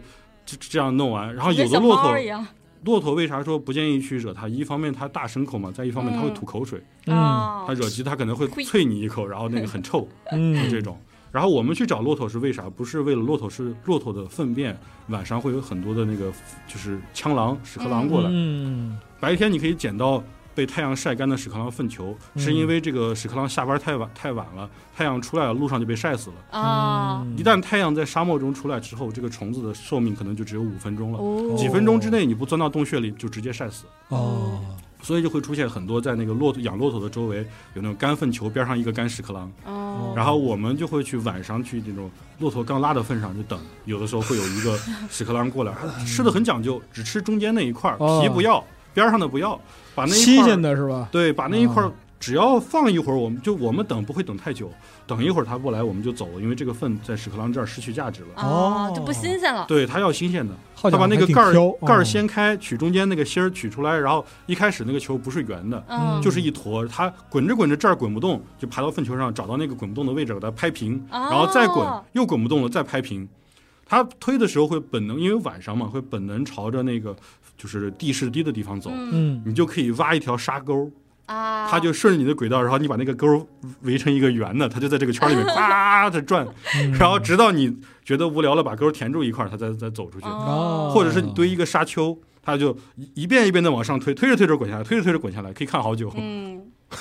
Speaker 4: 就这样弄完，然后
Speaker 3: 跟
Speaker 4: 啊有的
Speaker 3: 小
Speaker 4: 骆
Speaker 3: 猫啊
Speaker 4: 驼
Speaker 3: 一样
Speaker 4: 骆驼为啥说不建议去惹它？一方面它大牲口嘛，再一方面它会
Speaker 3: 嗯
Speaker 4: 吐口水，
Speaker 5: 嗯
Speaker 4: 它
Speaker 3: 哦，
Speaker 4: 惹急它可能会
Speaker 3: 呸
Speaker 4: 啐你一口，然后那个很臭。
Speaker 5: 嗯，
Speaker 4: 这种。然后我们去找骆驼是为啥？不是为了骆驼，是骆驼的粪便晚上会有很多的那个就是蜣螂、屎壳郎过来。
Speaker 5: 嗯，
Speaker 4: 白天你可以捡到被太阳晒干的屎壳郎粪球，是
Speaker 5: 嗯
Speaker 4: 因为这个屎壳郎下班太晚太晚了，太阳出来了，路上就被晒死了。
Speaker 3: 啊，
Speaker 5: 嗯
Speaker 4: 一旦太阳在沙漠中出来之后，这个虫子的寿命可能就只有五分钟了。
Speaker 3: 哦，
Speaker 4: 几分钟之内你不钻到洞穴里就直接晒死，
Speaker 5: 哦，
Speaker 4: 所以就会出现很多在那个骆驼养骆驼的周围有那种干粪球边上一个干屎壳郎。
Speaker 3: 哦，
Speaker 4: 然后我们就会去晚上去那种骆驼刚拉的粪上就等，有的时候会有一个屎壳郎过来，哎吃的很讲究，只吃中间那一块儿，
Speaker 5: 哦
Speaker 4: 皮不要，边儿上的不要，把那一
Speaker 5: 新
Speaker 4: 块
Speaker 5: 鲜
Speaker 4: 儿
Speaker 5: 的是吧？
Speaker 4: 对，把那一块儿
Speaker 5: 哦
Speaker 4: 只要放一会儿，我们就我们等不会等太久，等一会儿它过来我们就走了，因为这个粪在屎壳郎这儿失去价值了。
Speaker 3: 哦
Speaker 5: 哦
Speaker 3: 就不新鲜了，
Speaker 4: 对，它要新鲜的，
Speaker 5: 好
Speaker 4: 它
Speaker 5: 家伙
Speaker 4: 把那个
Speaker 5: 哦还挺
Speaker 4: 盖儿
Speaker 5: 挑
Speaker 4: 盖儿，
Speaker 5: 哦
Speaker 4: 掀开，取中间那个芯儿取出来，然后一开始那个球不是圆的，
Speaker 3: 嗯，
Speaker 4: 就是一坨，它滚着滚着这儿滚不动，就爬到粪球上，找到那个滚不动的位置，给它拍平，
Speaker 3: 哦
Speaker 4: 然后再滚，又滚不动了，再拍平。它推的时候会本能，因为晚上嘛，会本能朝着那个就是地势低的地方走，
Speaker 3: 嗯
Speaker 5: 嗯，
Speaker 4: 你就可以挖一条沙沟，
Speaker 3: 啊，
Speaker 4: 它就顺着你的轨道，然后你把那个沟围成一个圆的，它就在这 个圈里面啪的转，然后直到你觉得无聊了，把沟填住一块儿，它再再走出去，
Speaker 3: 哦，
Speaker 4: 或者是你堆一个沙丘。它就一一遍一遍的往上推，推着推着滚下来，推着推着滚下来，可以看好久。
Speaker 3: 嗯，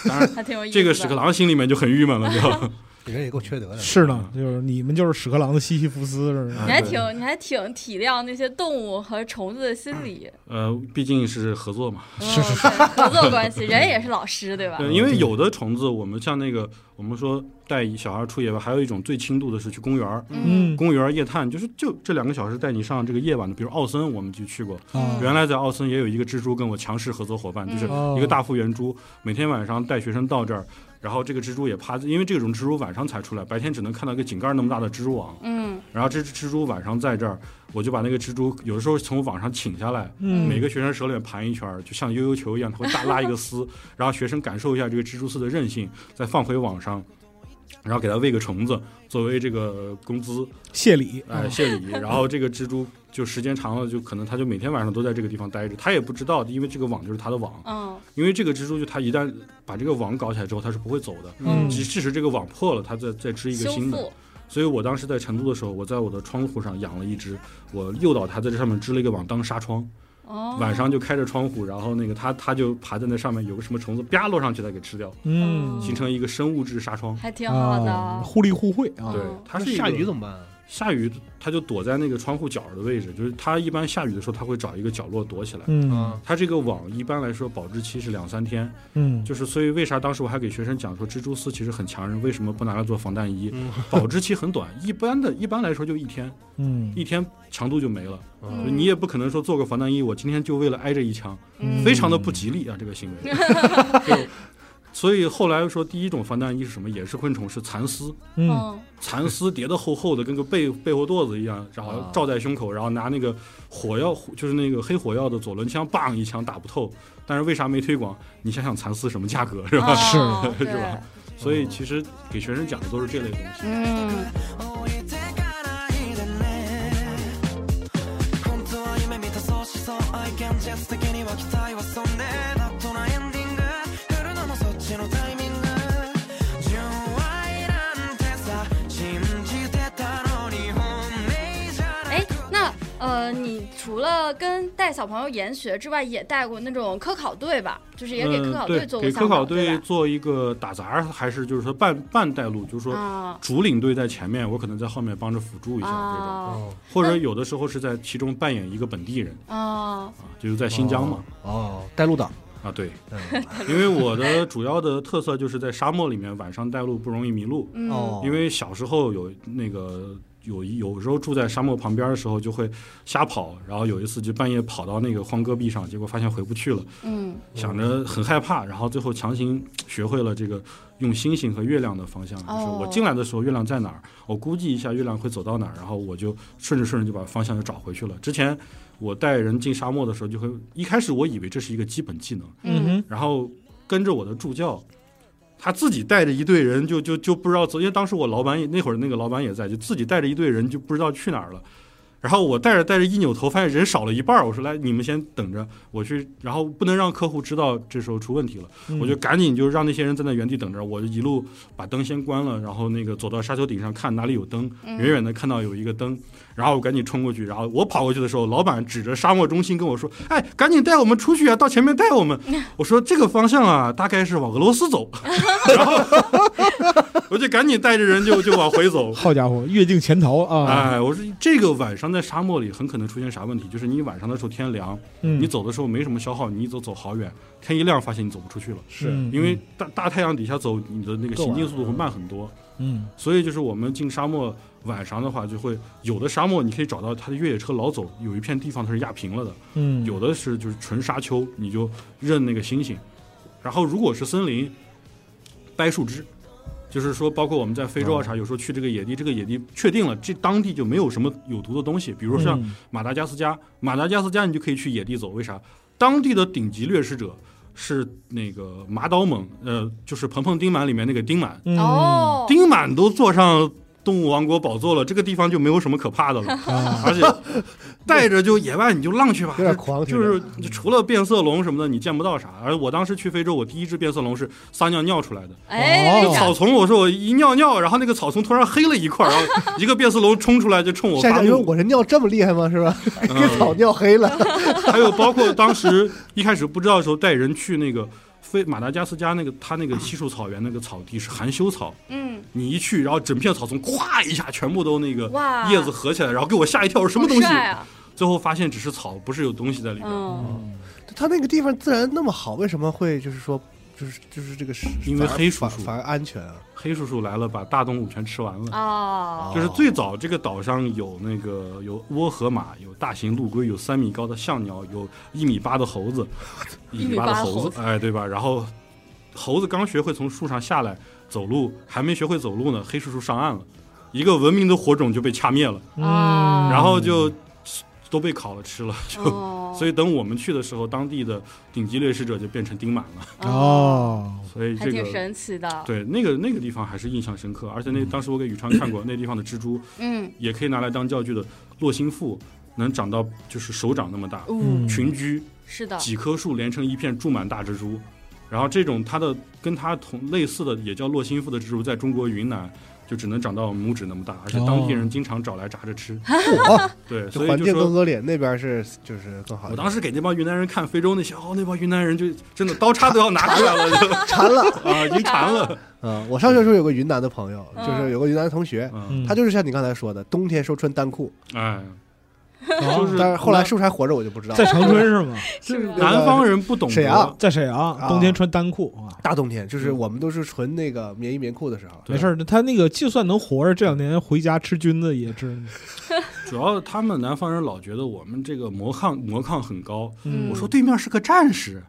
Speaker 4: 当然，
Speaker 3: 还挺有意思的，
Speaker 4: 这个屎壳郎心里面就很郁闷了，就
Speaker 2: 你人也够缺德的。
Speaker 5: 是呢，就是你们就是屎壳郎的西西弗斯是吧？
Speaker 3: 你还挺你还挺体谅那些动物和虫子的心理，
Speaker 4: 呃，毕竟是合作嘛。
Speaker 3: 是是是，嗯合 作关系，人也是老师对吧？
Speaker 4: 对，因为有的虫子，我们像那个，我们说带小孩出野外，还有一种最轻度的是去公园儿，
Speaker 3: 嗯
Speaker 5: 嗯
Speaker 4: 公园儿夜探，就是就这两个小时带你上这个夜晚的，比如奥森，我们就去过。
Speaker 3: 嗯
Speaker 5: 啊
Speaker 4: 原来在奥森也有一个蜘蛛跟我强势合作伙嗯伴，就是
Speaker 5: 哦嗯
Speaker 4: 一个大复原猪，每天晚上带学生到这儿，然后这个蜘蛛也趴，因为这种蜘蛛晚上才出来，白天只能看到一个井盖那么大的蜘蛛网。
Speaker 3: 嗯
Speaker 4: 然后这只蜘蛛晚上在这儿，我就把那个蜘蛛有的时候从网上请下来，
Speaker 5: 嗯
Speaker 4: 每个学生手里面盘一圈儿，就像悠悠球一样，它会大拉一个丝，然后学生感受一下这个蜘蛛丝的韧性，再放回网上。然后给它喂个虫子作为这个工资，
Speaker 5: 谢礼，啊
Speaker 4: 哎，谢礼。然后这个蜘蛛就时间长了，就可能它就每天晚上都在这个地方待着，它也不知道，因为这个网就是它的网。
Speaker 3: 嗯
Speaker 4: 因为这个蜘蛛就它一旦把这个网搞起来之后，它是不会走的，
Speaker 5: 嗯
Speaker 4: 即即使这个网破了，它再再织一个
Speaker 3: 修
Speaker 4: 新的。
Speaker 3: 复，
Speaker 4: 所以我当时在成都的时候，我在我的窗户上养了一只，我诱导它在这上面织了一个网当纱窗，
Speaker 3: 哦，
Speaker 4: 晚上就开着窗户，然后那个它它就爬在那上面，有个什么虫子啪落上去，它给吃掉，
Speaker 5: 嗯，
Speaker 4: 形成一个生物质纱窗。
Speaker 3: 还挺好
Speaker 5: 啊
Speaker 3: 的，
Speaker 5: 互利互惠
Speaker 3: 嗯。
Speaker 5: 啊
Speaker 4: 对，它
Speaker 2: 那
Speaker 4: 是一个
Speaker 2: 下雨怎么办啊？
Speaker 4: 下雨，它就躲在那个窗户角的位置，就是它一般下雨的时候，它会找一个角落躲起来。
Speaker 5: 嗯
Speaker 6: 啊
Speaker 2: 嗯，
Speaker 4: 它这个网一般来说保质期是两三天，
Speaker 5: 嗯，
Speaker 4: 就是所以为啥当时我还给学生讲说蜘蛛丝其实很强韧，为什么不拿来做防弹衣？
Speaker 2: 嗯
Speaker 4: 保质期很短，一般的一般来说就一天，
Speaker 5: 嗯
Speaker 4: 一天强度就没了。
Speaker 3: 嗯
Speaker 4: 你也不可能说做个防弹衣，我今天就为了挨这一枪，
Speaker 3: 嗯
Speaker 4: 非常的不吉利啊，这个行 为。就所以后来说，第一种防弹衣是什么？也是昆虫，是蚕丝，
Speaker 5: 嗯
Speaker 3: 嗯
Speaker 4: 蚕丝叠得厚厚的，跟个被被窝垛子一样，然后
Speaker 2: 啊
Speaker 4: 罩在胸口，然后拿那个火药，就是那个黑火药的左轮枪，棒一枪打不透。但是为啥没推广？你想想蚕丝什么价格是吧？
Speaker 3: 哦
Speaker 4: 是
Speaker 3: 对
Speaker 4: 是吧所以其实给学生讲的都是这类东西。
Speaker 3: 嗯
Speaker 1: 置いてかないでね本当は夢見たそうしそう愛現実的には期待はそんでなく
Speaker 3: 哎呃除了跟带小朋友研学之外，也带过那种科考队吧，就是也给科考队
Speaker 4: 嗯
Speaker 3: 做过
Speaker 4: 对给
Speaker 3: 向
Speaker 4: 科
Speaker 3: 导，
Speaker 4: 考
Speaker 3: 对
Speaker 4: 队
Speaker 3: 吧？
Speaker 4: 做一个打杂，还是就是说半半带路，就是说
Speaker 3: 啊
Speaker 4: 主领队在前面，我可能在后面帮着辅助一下这种，
Speaker 3: 啊
Speaker 4: 或者有的时候是在其中扮演一个本地人
Speaker 3: 啊！
Speaker 4: 啊，就是在新疆嘛。
Speaker 2: 哦，哦，带路党，
Speaker 4: 啊，对，
Speaker 2: 嗯
Speaker 4: 因为我的主要的特色就是在沙漠里面晚上带路不容易迷路，
Speaker 3: 嗯
Speaker 2: 哦，
Speaker 4: 因为小时候有那个有一有时候住在沙漠旁边的时候就会瞎跑，然后有一次就半夜跑到那个荒戈壁上，结果发现回不去了，
Speaker 3: 嗯
Speaker 4: 想着很害怕，然后最后强行学会了这个用星星和月亮的方向，就是
Speaker 3: 哦
Speaker 4: 我进来的时候月亮在哪儿，我估计一下月亮会走到哪儿，然后我就顺着顺着就把方向就找回去了。之前我带人进沙漠的时候，就会一开始我以为这是一个基本技能，
Speaker 5: 嗯
Speaker 3: 嗯
Speaker 5: 哼，
Speaker 4: 然后跟着我的助教，他自己带着一队人就就就不知道走，因为当时我老板也那会儿那个老板也在，就自己带着一队人就不知道去哪儿了。然后我带着带着一扭头，发现人少了一半儿。我说来，你们先等着，我去。然后不能让客户知道这时候出问题了，我就赶紧就让那些人在那原地等着。我就一路把灯先关了，然后那个走到沙丘顶上看哪里有灯，
Speaker 3: 嗯
Speaker 4: 远远的看到有一个灯，然后我赶紧冲过去。然后我跑过去的时候，老板指着沙漠中心跟我说：“哎，赶紧带我们出去啊，到前面带我们。”我说这个方向啊，大概是往俄罗斯走，然后我就赶紧带着人就就往回走。
Speaker 5: 好家伙，越境潜逃啊！
Speaker 4: 哎，我说这个晚上在沙漠里很可能出现啥问题？就是你晚上的时候天凉，
Speaker 5: 嗯，
Speaker 4: 你走的时候没什么消耗，你一走走好远，天一亮发现你走不出去了，
Speaker 5: 是
Speaker 4: 因为大大太阳底下走，你的那个行进速度会慢很多。
Speaker 5: 嗯
Speaker 4: 所以就是我们进沙漠晚上的话，就会有的沙漠你可以找到它的越野车老走，有一片地方它是压平了的，
Speaker 5: 嗯
Speaker 4: 有的是就是纯沙丘，你就认那个星星。然后如果是森林，掰树枝，就是说包括我们在非洲啊啥，有时候去这个野地，这个野地确定了这当地就没有什么有毒的东西，比如说像
Speaker 5: 嗯
Speaker 4: 马达加斯加，马达加斯加你就可以去野地走，为啥？当地的顶级掠食者。是那个马岛猛，呃，就是《彭彭丁满》里面那个丁满，
Speaker 5: 嗯。
Speaker 3: 哦，
Speaker 4: 丁满都坐上动物王国宝座了，这个地方就没有什么可怕的了
Speaker 5: 啊
Speaker 4: 而且带着就野外你就浪去吧，
Speaker 6: 有点狂，
Speaker 4: 就
Speaker 6: 听
Speaker 4: 是
Speaker 6: 着
Speaker 4: 除了变色龙什么的，你见不到啥。而我当时去非洲，我第一只变色龙是撒尿尿出来的，
Speaker 3: 哎，
Speaker 5: 哦
Speaker 4: 草丛。我说我一尿尿，然后那个草丛突然黑了一块儿，然后一个变色龙冲出来就冲我
Speaker 6: 下
Speaker 4: 发
Speaker 6: 下说
Speaker 4: 怒。
Speaker 6: 我这尿这么厉害吗？是 吧？
Speaker 4: 嗯
Speaker 6: 给草尿黑了，
Speaker 4: 还有包括当时一开始不知道的时候，带人去那个非马达加斯加那个他那个稀树草原那个草地是含羞草，
Speaker 3: 嗯，
Speaker 4: 你一去，然后整片草丛咵一下全部都那个
Speaker 3: 哇，
Speaker 4: 叶子合起来，然后给我吓一跳，什么东西
Speaker 3: 好？帅啊？
Speaker 4: 最后发现只是草，不是有东西在里面。
Speaker 3: 嗯，
Speaker 6: 他那个地方自然那么好，为什么会就是说就是就是这个是
Speaker 4: 因为
Speaker 6: 反而
Speaker 4: 黑叔
Speaker 6: 反
Speaker 4: 叔
Speaker 6: 反而安全啊？
Speaker 4: 黑叔叔来了，把大动物全吃完了。
Speaker 3: 哦，
Speaker 4: 就是最早这个岛上有那个有倭河马，有大型陆龟，有三米高的象鸟，有一米八的猴子，一米八的
Speaker 3: 一米八的猴
Speaker 4: 猴
Speaker 3: 子
Speaker 4: 子，哎，对吧？然后猴子刚学会从树上下来走路，还没学会走路呢，黑叔叔上岸了，一个文明的火种就被掐灭了，
Speaker 5: 嗯
Speaker 3: 啊
Speaker 4: 然后就都被烤了吃了，就
Speaker 3: 哦，
Speaker 4: 所以等我们去的时候，当地的顶级掠食者就变成丁满了，
Speaker 5: 哦，
Speaker 4: 所以
Speaker 3: 嗯还
Speaker 4: 这
Speaker 3: 挺
Speaker 4: 个
Speaker 3: 神嗯奇的。
Speaker 4: 对那个那个地方还是印象深刻，而且那当时我给宇昌看过，那地方的蜘蛛
Speaker 3: 嗯，
Speaker 4: 也可以拿来当教具的洛心腹，能长到就是手掌那么大，
Speaker 5: 嗯
Speaker 3: 哦，
Speaker 4: 群居
Speaker 3: 是的，
Speaker 4: 几棵树连成一片，住满大蜘蛛。然后这种它的跟它同类似的也叫洛心腹的蜘蛛，在中国云南就只能长到拇指那么大，而且当地
Speaker 3: 哦
Speaker 4: 人经常找来炸着吃。
Speaker 6: 哦，
Speaker 3: 嗯
Speaker 4: 对，
Speaker 6: 这
Speaker 4: 所以
Speaker 6: 环
Speaker 4: 就
Speaker 6: 境
Speaker 4: 说
Speaker 6: 更恶劣，那边是就是更好一
Speaker 4: 我
Speaker 6: 点。
Speaker 4: 啊当时给那帮云南人看非洲那些，哦，那帮云南人就真的刀叉都要拿出来了，就
Speaker 6: 馋了
Speaker 4: 啊，已经馋了。
Speaker 6: 啊！我上学的时候有个云南的朋友，
Speaker 3: 嗯
Speaker 6: 就是有个云南同学，
Speaker 4: 嗯，
Speaker 6: 他就是像你刚才说的，冬天时候穿单裤，
Speaker 4: 哎，
Speaker 5: 就
Speaker 6: 但是后来是不是还活着我就不知道
Speaker 5: 在
Speaker 6: 了。
Speaker 5: 长春是吗？
Speaker 3: 是吗？
Speaker 4: 南方人不懂得
Speaker 6: 沈阳
Speaker 5: 在沈阳
Speaker 6: 啊
Speaker 5: 冬天穿单裤啊。
Speaker 6: 大冬天就是我们都是纯那个棉衣棉裤的时候，
Speaker 4: 嗯对
Speaker 5: 没事儿，他那个就算能活着，这两年回家吃菌子也吃。
Speaker 4: 嗯主要他们南方人老觉得我们这个魔抗魔抗很高。
Speaker 3: 嗯
Speaker 4: 我说对面是个战士，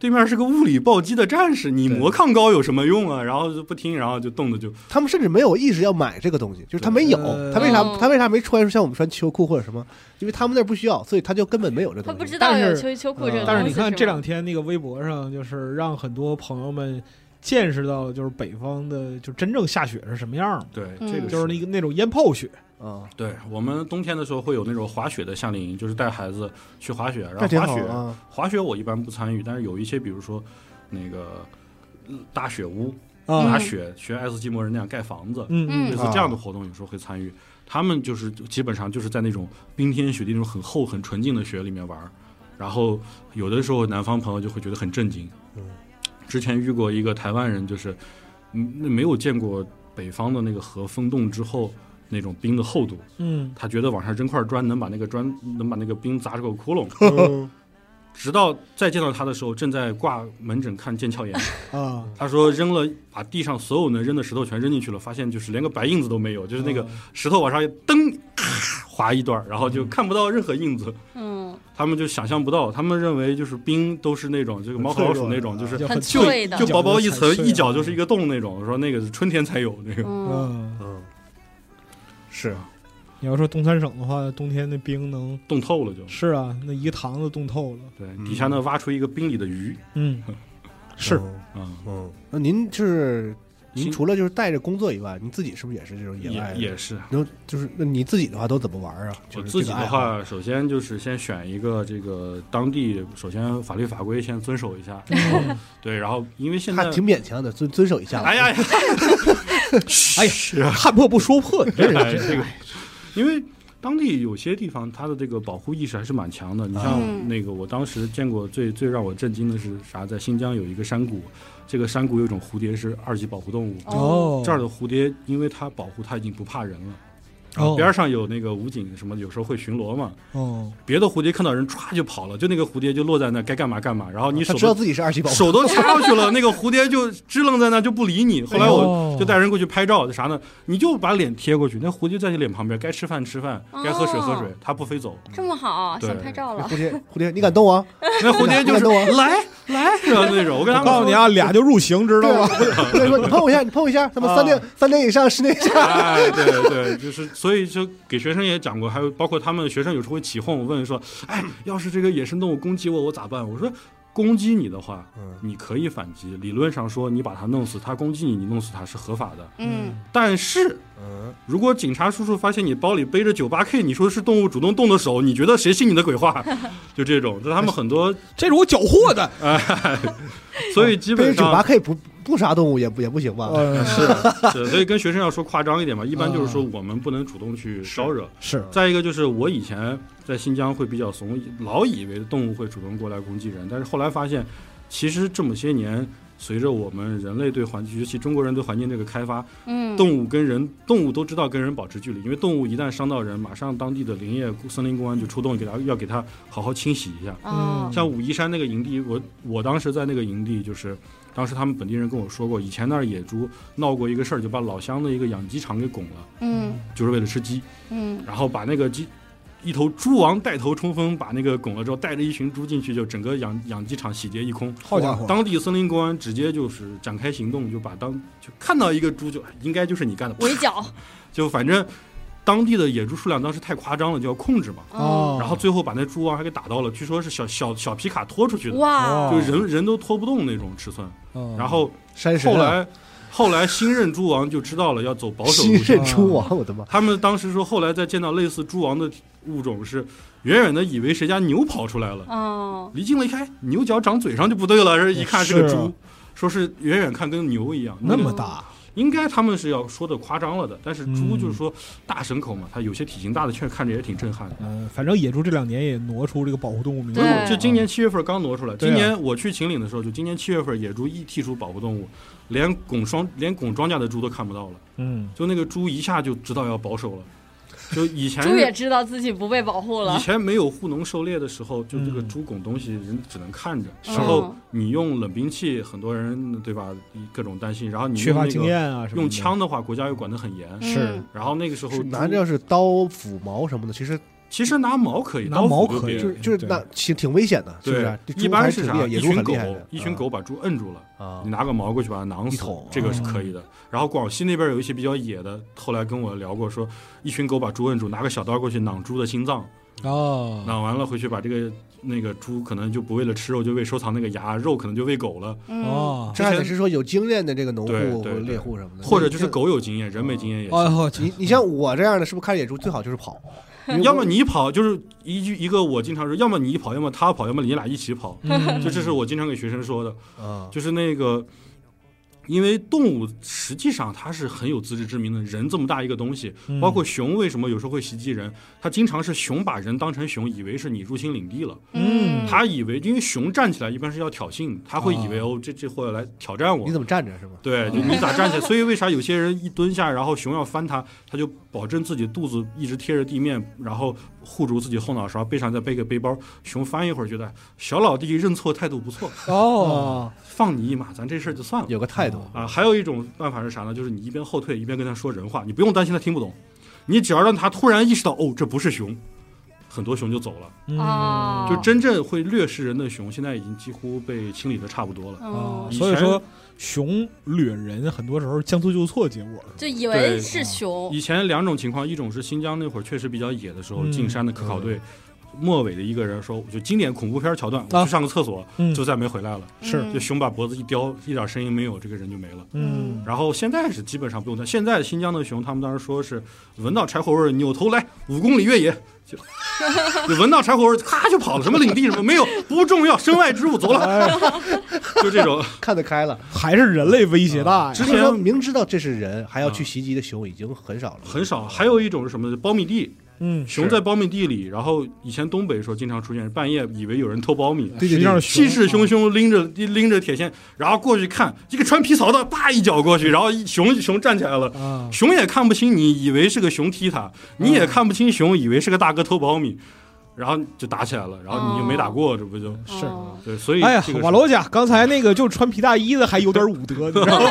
Speaker 4: 对面是个物理暴击的战士，你
Speaker 6: 对
Speaker 4: 魔抗高有什么用啊？然后就不听，然后就动的就
Speaker 6: 他们甚至没有意识要买这个东西，就是他没有
Speaker 5: 呃，
Speaker 6: 他为啥
Speaker 3: 嗯
Speaker 6: 他为啥没穿像我们穿秋裤或者什么？因为他们那儿不需要，所以他就根本没有这
Speaker 3: 他
Speaker 6: 东
Speaker 3: 不
Speaker 6: 西。
Speaker 3: 知道
Speaker 5: 但
Speaker 3: 有
Speaker 5: 是
Speaker 3: 秋
Speaker 5: 嗯
Speaker 3: 秋裤这个东西。
Speaker 5: 但是你看
Speaker 3: 吗
Speaker 5: 这两天那个微博上，就是让很多朋友们见识到，就是北方的就真正下雪是什么样儿，
Speaker 4: 对
Speaker 3: 嗯
Speaker 4: 这个
Speaker 5: 就是那个那种烟泡雪。
Speaker 6: 啊，
Speaker 4: 对我们冬天的时候会有那种滑雪的夏令营，就是带孩子去滑雪，然
Speaker 6: 那
Speaker 4: 后
Speaker 6: 挺
Speaker 4: 滑
Speaker 6: 好
Speaker 4: 雪
Speaker 6: 啊。
Speaker 4: 滑雪我一般不参与，但是有一些比如说那个呃大雪屋，
Speaker 5: 啊
Speaker 4: 拿雪学爱斯基摩人那样盖房子，
Speaker 5: 嗯
Speaker 3: 嗯
Speaker 4: 类似这样的活动有时候会参与。他们就是基本上就是在那种冰天雪地那种很厚很纯净的雪里面玩儿，然后有的时候南方朋友就会觉得很震惊。
Speaker 2: 嗯，
Speaker 4: 之前遇过一个台湾人，就是嗯那没有见过北方的那个河封冻之后那种冰的厚度，
Speaker 5: 嗯，
Speaker 4: 他觉得往上扔块砖能把那个砖能把那个冰砸出个窟窿，
Speaker 6: 嗯
Speaker 4: 直到再见到他的时候，正在挂门诊看 腱鞘炎。
Speaker 5: 啊，
Speaker 4: 他说扔了，把地上所有能扔的石头全扔进去了，发现就是连个白印子都没有，就是
Speaker 2: 嗯
Speaker 4: 那个
Speaker 5: 嗯
Speaker 4: 石头往上一蹬，咔划一段儿，然后就看不到任何印子。
Speaker 7: 嗯，
Speaker 4: 他们就想象不到，他们认为就是冰都是那种，就是猫和老鼠那种，就是
Speaker 5: 就
Speaker 3: 很
Speaker 5: 很
Speaker 4: 就
Speaker 2: 嗯
Speaker 3: 脆的
Speaker 4: 就薄薄一层
Speaker 5: 脚都踩，碎了
Speaker 4: 一脚就是一个洞那种。说那个是春天才有那个，
Speaker 3: 哦
Speaker 7: 嗯，
Speaker 5: 嗯，
Speaker 2: 嗯，是
Speaker 5: 你要说东三省的话，冬天那冰能
Speaker 4: 冻透了就。
Speaker 5: 是啊，那一个塘子冻透了，
Speaker 4: 对，底下呢挖出一个冰里的鱼
Speaker 5: 嗯，是
Speaker 2: 嗯
Speaker 4: 啊，
Speaker 2: 嗯，那您就是您
Speaker 4: 其
Speaker 2: 除了就是带着工作以外，您自己是不是也是这种
Speaker 4: 也
Speaker 2: 野外的？
Speaker 4: 也是。
Speaker 2: 能就是那你自己的话都怎么玩啊？
Speaker 4: 我
Speaker 2: 就是
Speaker 4: 自己
Speaker 2: 这个爱
Speaker 4: 的
Speaker 2: 好，
Speaker 4: 话，首先就是先选一个这个当地，首先法律法规先遵守一 下，然
Speaker 7: 嗯
Speaker 4: 后对，然后因为现在
Speaker 2: 还挺勉强的，遵遵守一下吧。
Speaker 4: 哎呀呀，
Speaker 5: 哎呀
Speaker 4: 是 啊，
Speaker 5: 看破不说破，你这人
Speaker 4: 哎这个，因为当地有些地方它的这个保护意识还是蛮强的。你像
Speaker 7: 嗯
Speaker 4: 那个，我当时见过最最让我震惊的是啥？在新疆有一个山谷，这个山谷有一种蝴蝶是二级保护动物。
Speaker 7: 哦，
Speaker 4: 这儿的蝴蝶，因为它保护，它已经不怕人了。
Speaker 5: 哦
Speaker 4: 边儿上有那个武警什么，有时候会巡逻嘛。
Speaker 5: 哦，
Speaker 4: 别的蝴蝶看到人歘就跑了，就那个蝴蝶就落在那儿，该干嘛干嘛。然后你
Speaker 2: 他
Speaker 4: 手
Speaker 2: 知道
Speaker 4: 都
Speaker 2: 自己是二级保护，
Speaker 4: 手都插过去了，那个蝴蝶就支棱在那儿就不理你。后来我
Speaker 5: 哦
Speaker 4: 就带人过去拍照，啥呢？你就把脸贴过去，那蝴蝶在你脸旁边，该吃饭吃饭，该喝水喝水，它不飞走。
Speaker 3: 这么好，啊
Speaker 4: 对
Speaker 3: 想拍照 了。
Speaker 2: 蝴蝶蝴蝶，你敢动 我？
Speaker 4: 那蝴蝶就是来来是吧那种。我跟他们
Speaker 5: 我告诉你
Speaker 4: 说，
Speaker 5: 啊，俩就入刑，知道吗？
Speaker 4: 啊
Speaker 2: 蝴蝶说你碰我一下，你碰我一下，他们
Speaker 5: 啊
Speaker 2: 三点三点以上室内
Speaker 4: 哎，对对，就是所以就给学生也讲过，还有包括他们学生有时候会起哄问说，哎，要是这个野生动物攻击我，我咋办？我说。攻击你的话，
Speaker 2: 嗯
Speaker 4: 你可以反击。理论上说，你把它弄死，它攻击你，你弄死它是合法的。
Speaker 7: 嗯，
Speaker 4: 但是，
Speaker 2: 嗯
Speaker 4: 如果警察叔叔发现你包里背着九八 K，你说是动物主动动的手，你觉得谁信你的鬼话？ 就这种，就他们很
Speaker 2: 哦
Speaker 4: 多，
Speaker 5: 这是我缴获的，
Speaker 4: 所以基
Speaker 2: 背着
Speaker 4: 本
Speaker 2: 酒吧
Speaker 4: 上啊
Speaker 2: 可以不不杀动物也不也不行吧？
Speaker 5: 呃
Speaker 4: 是的，是的所以跟学生要说夸张一点嘛，一般就
Speaker 2: 嗯
Speaker 4: 是说我们不能主动去招惹。
Speaker 5: 是
Speaker 4: 再一个就是我以前在新疆会比较怂，老以为动物会主动过来攻击人，但是后来发现，其实这么些年。随着我们人类对环，尤其中国人对环境这个开发，
Speaker 7: 嗯，
Speaker 4: 动物跟人，动物都知道跟人保持距离，因为动物一旦伤到人，马上当地的林业森林公安就出动，给它要给它好好清洗一下。
Speaker 7: 哦，
Speaker 4: 像武夷山那个营地，我我当时在那个营地，就是当时他们本地人跟我说过，以前那儿野猪闹过一个事儿，就把老乡的一个养鸡场给拱了，
Speaker 7: 嗯
Speaker 4: 就是为了吃鸡，
Speaker 7: 嗯，
Speaker 4: 然后把那个鸡。一头猪王带头冲锋，把那个拱了之后，带着一群猪进去，就整个养养鸡场洗劫一空。
Speaker 5: 好家伙，
Speaker 4: 当地森林公安直接就是展开行动，就把当就看到一个猪就哎应该就是你干的，
Speaker 3: 围剿，
Speaker 4: 就反正当地的野猪数量当时太夸张了，就要控制嘛。
Speaker 5: 啊
Speaker 7: 哦，
Speaker 4: 然后最后把那猪王还给打到了，据说是小小小皮卡拖出去的，哦
Speaker 3: 哇，
Speaker 4: 就人人都拖不动那种尺寸。
Speaker 5: 嗯
Speaker 4: 然后
Speaker 2: 山神
Speaker 4: 后
Speaker 2: 啊，
Speaker 4: 来后来新任猪王就知道了要走保守
Speaker 2: 新
Speaker 4: 路线。
Speaker 2: 任猪王，我的妈！
Speaker 4: 他们当时说，后来再见到类似猪王的物种是，远远的以为谁家牛跑出来了，
Speaker 7: 哦，
Speaker 4: 离近了一看，牛角长嘴上就不对了，这一看是个
Speaker 5: 是啊
Speaker 4: 猪，说是远远看跟牛一样，
Speaker 5: 那
Speaker 4: 个
Speaker 5: 么大，
Speaker 4: 应该他们是要说的夸张了的，但是猪
Speaker 5: 嗯
Speaker 4: 就是说大牲口嘛，它有些体型大的，确实看着也挺震撼的。嗯
Speaker 5: 嗯，反正野猪这两年也挪出这个保护动物名录
Speaker 3: 对
Speaker 5: 了，
Speaker 4: 就今年七月份刚挪出来，
Speaker 5: 嗯对啊
Speaker 4: 今年我去秦岭的时候，就今年七月份，野猪一剔除保护动物，连拱双连拱庄稼的猪都看不到了，
Speaker 5: 嗯，
Speaker 4: 就那个猪一下就知道要保守了。就以前
Speaker 3: 猪也知道自己不被保护
Speaker 4: 以
Speaker 3: 了。
Speaker 4: 前没有护农狩猎的时候，就这个
Speaker 5: 嗯
Speaker 4: 猪拱东西，人只能看着。
Speaker 7: 嗯
Speaker 4: 然后你用冷兵器，很多人呃对吧？各种担心。然后你
Speaker 5: 缺
Speaker 4: 用
Speaker 5: 乏
Speaker 4: 那
Speaker 5: 经
Speaker 4: 个
Speaker 5: 验啊什么的，
Speaker 4: 用枪的话，国家又管得很严。
Speaker 7: 嗯，
Speaker 4: 然后那个时候
Speaker 2: 是
Speaker 4: 猪
Speaker 2: 拿着要是刀、斧、毛什么的，其实
Speaker 4: 其实拿毛可以，
Speaker 5: 拿
Speaker 4: 刀
Speaker 5: 毛
Speaker 4: 斧就
Speaker 5: 可以
Speaker 4: 别
Speaker 2: 就是就是
Speaker 5: 对
Speaker 2: 那挺挺危险的，是不
Speaker 4: 对
Speaker 2: 是？这
Speaker 4: 一
Speaker 2: 猪
Speaker 4: 般
Speaker 2: 还
Speaker 4: 是
Speaker 2: 挺
Speaker 4: 啥
Speaker 2: 厉害？？野
Speaker 4: 一
Speaker 2: 猪
Speaker 4: 群
Speaker 2: 很
Speaker 4: 狗
Speaker 2: 厉害的，，
Speaker 4: 一群狗把猪摁住了。
Speaker 2: 啊
Speaker 4: 你，拿个毛过去把它囊
Speaker 2: 一啊
Speaker 4: 死
Speaker 2: 捅，
Speaker 4: 这个是可以的。然后广西那边有一些比较野的，后来跟我聊过说，一群狗把猪摁住，拿个小刀过去囊猪的心脏，
Speaker 5: 哦，
Speaker 4: 囊完了回去把这个那个猪可能就不为了吃肉，就为收藏那个牙，肉可能就喂狗了，
Speaker 7: 嗯，
Speaker 5: 哦，
Speaker 2: 这还得是说有经验的这个农
Speaker 4: 对
Speaker 2: 户
Speaker 4: 对、对
Speaker 2: 猎户什么的，
Speaker 4: 或者就是狗有经验，人没经验也行。
Speaker 5: 哎呦，
Speaker 2: 你你像我这样的，是不是看野猪最好就是 跑？因为我
Speaker 4: 要么你一跑就是一句一个我经常说，要么你一跑，要么 他跑，要么你俩一起跑。
Speaker 5: 嗯
Speaker 4: 就这是我经常给学生说的，
Speaker 2: 啊，
Speaker 4: 就是那个因为动物实际上它是很有自知之明的，人这么大一个东西，包括熊为什么有时候会袭击人，它经常是熊把人当成熊，以为是你入侵领地了，
Speaker 5: 嗯
Speaker 4: 它以为因为熊站起来一般是要挑衅，它会以为
Speaker 2: 啊
Speaker 4: 哦这这货要来挑战我
Speaker 2: 你，怎么站着是吗？
Speaker 4: 对，就你咋站起来？所以为啥有些人一蹲下，然后熊要翻它，它就保证自己肚子一直贴着地面，然后护住自己后脑勺，背上再背个背包。熊翻一会儿，觉得小老弟认错态度不错，
Speaker 2: 哦，
Speaker 4: 放你一马，咱这事儿就算了。
Speaker 2: 有个态度，
Speaker 4: 啊，还有一种办法是啥呢？就是你一边后退一边跟他说人话，你不用担心他听不懂，你只要让他突然意识到哦，这不是熊，很多熊就走了。
Speaker 5: 嗯
Speaker 3: 哦，
Speaker 4: 就真正会掠食人的熊，现在已经几乎被清理的差不多了。
Speaker 5: 啊
Speaker 3: 哦，，
Speaker 4: 以
Speaker 5: 所以
Speaker 4: 前
Speaker 5: 说熊掠人很多时候是将错就错结果
Speaker 3: 就以
Speaker 4: 对
Speaker 3: 为是熊
Speaker 4: 以前两种情况，一种是新疆那会儿确实比较野的时候，
Speaker 5: 嗯
Speaker 4: 进山的科考队。末尾的一个人说：“就经典恐怖片桥段，我去上个厕所，
Speaker 5: 嗯
Speaker 4: 就再没回来了。
Speaker 5: 是
Speaker 3: 嗯
Speaker 4: 就熊把脖子一叼，一点声音没有，这个人就没了。
Speaker 5: 嗯
Speaker 4: 然后现在是基本上不用担。现在新疆的熊，他们当时说是闻到柴火味儿，扭头来五公里越野，就就闻到柴火味儿，咔就跑了。什么领地什么没有，不重要，身外之物，走 了。就这种，
Speaker 2: 看得开了。
Speaker 5: 还是人类威胁
Speaker 6: 哎
Speaker 5: 大呀
Speaker 4: 之
Speaker 2: 就是说
Speaker 4: 前
Speaker 2: 明知道这是人，还要去袭击的熊已经很少了，
Speaker 4: 很少。还有一种是什么？苞米地，
Speaker 5: 嗯，
Speaker 4: 熊在苞米地里，然后以前东北说经常出现，半夜以为有人偷苞米，
Speaker 5: 实际上
Speaker 4: 气势汹汹拎着拎着铁线，然后过去看，一个穿皮草的啪一脚过去，然后一熊熊站起来了。
Speaker 5: 啊，
Speaker 4: 熊也看不清你，以为是个熊踢它；你也看不清熊，以为是个大哥偷苞米，然后就打起来了，然后你就没打过，这不就
Speaker 5: 就是
Speaker 3: 哦
Speaker 4: 对？所以
Speaker 5: 啊哎呀
Speaker 4: 这个，是
Speaker 5: 瓦罗甲，刚才那个就穿皮大衣的还有点武德，你知道吗？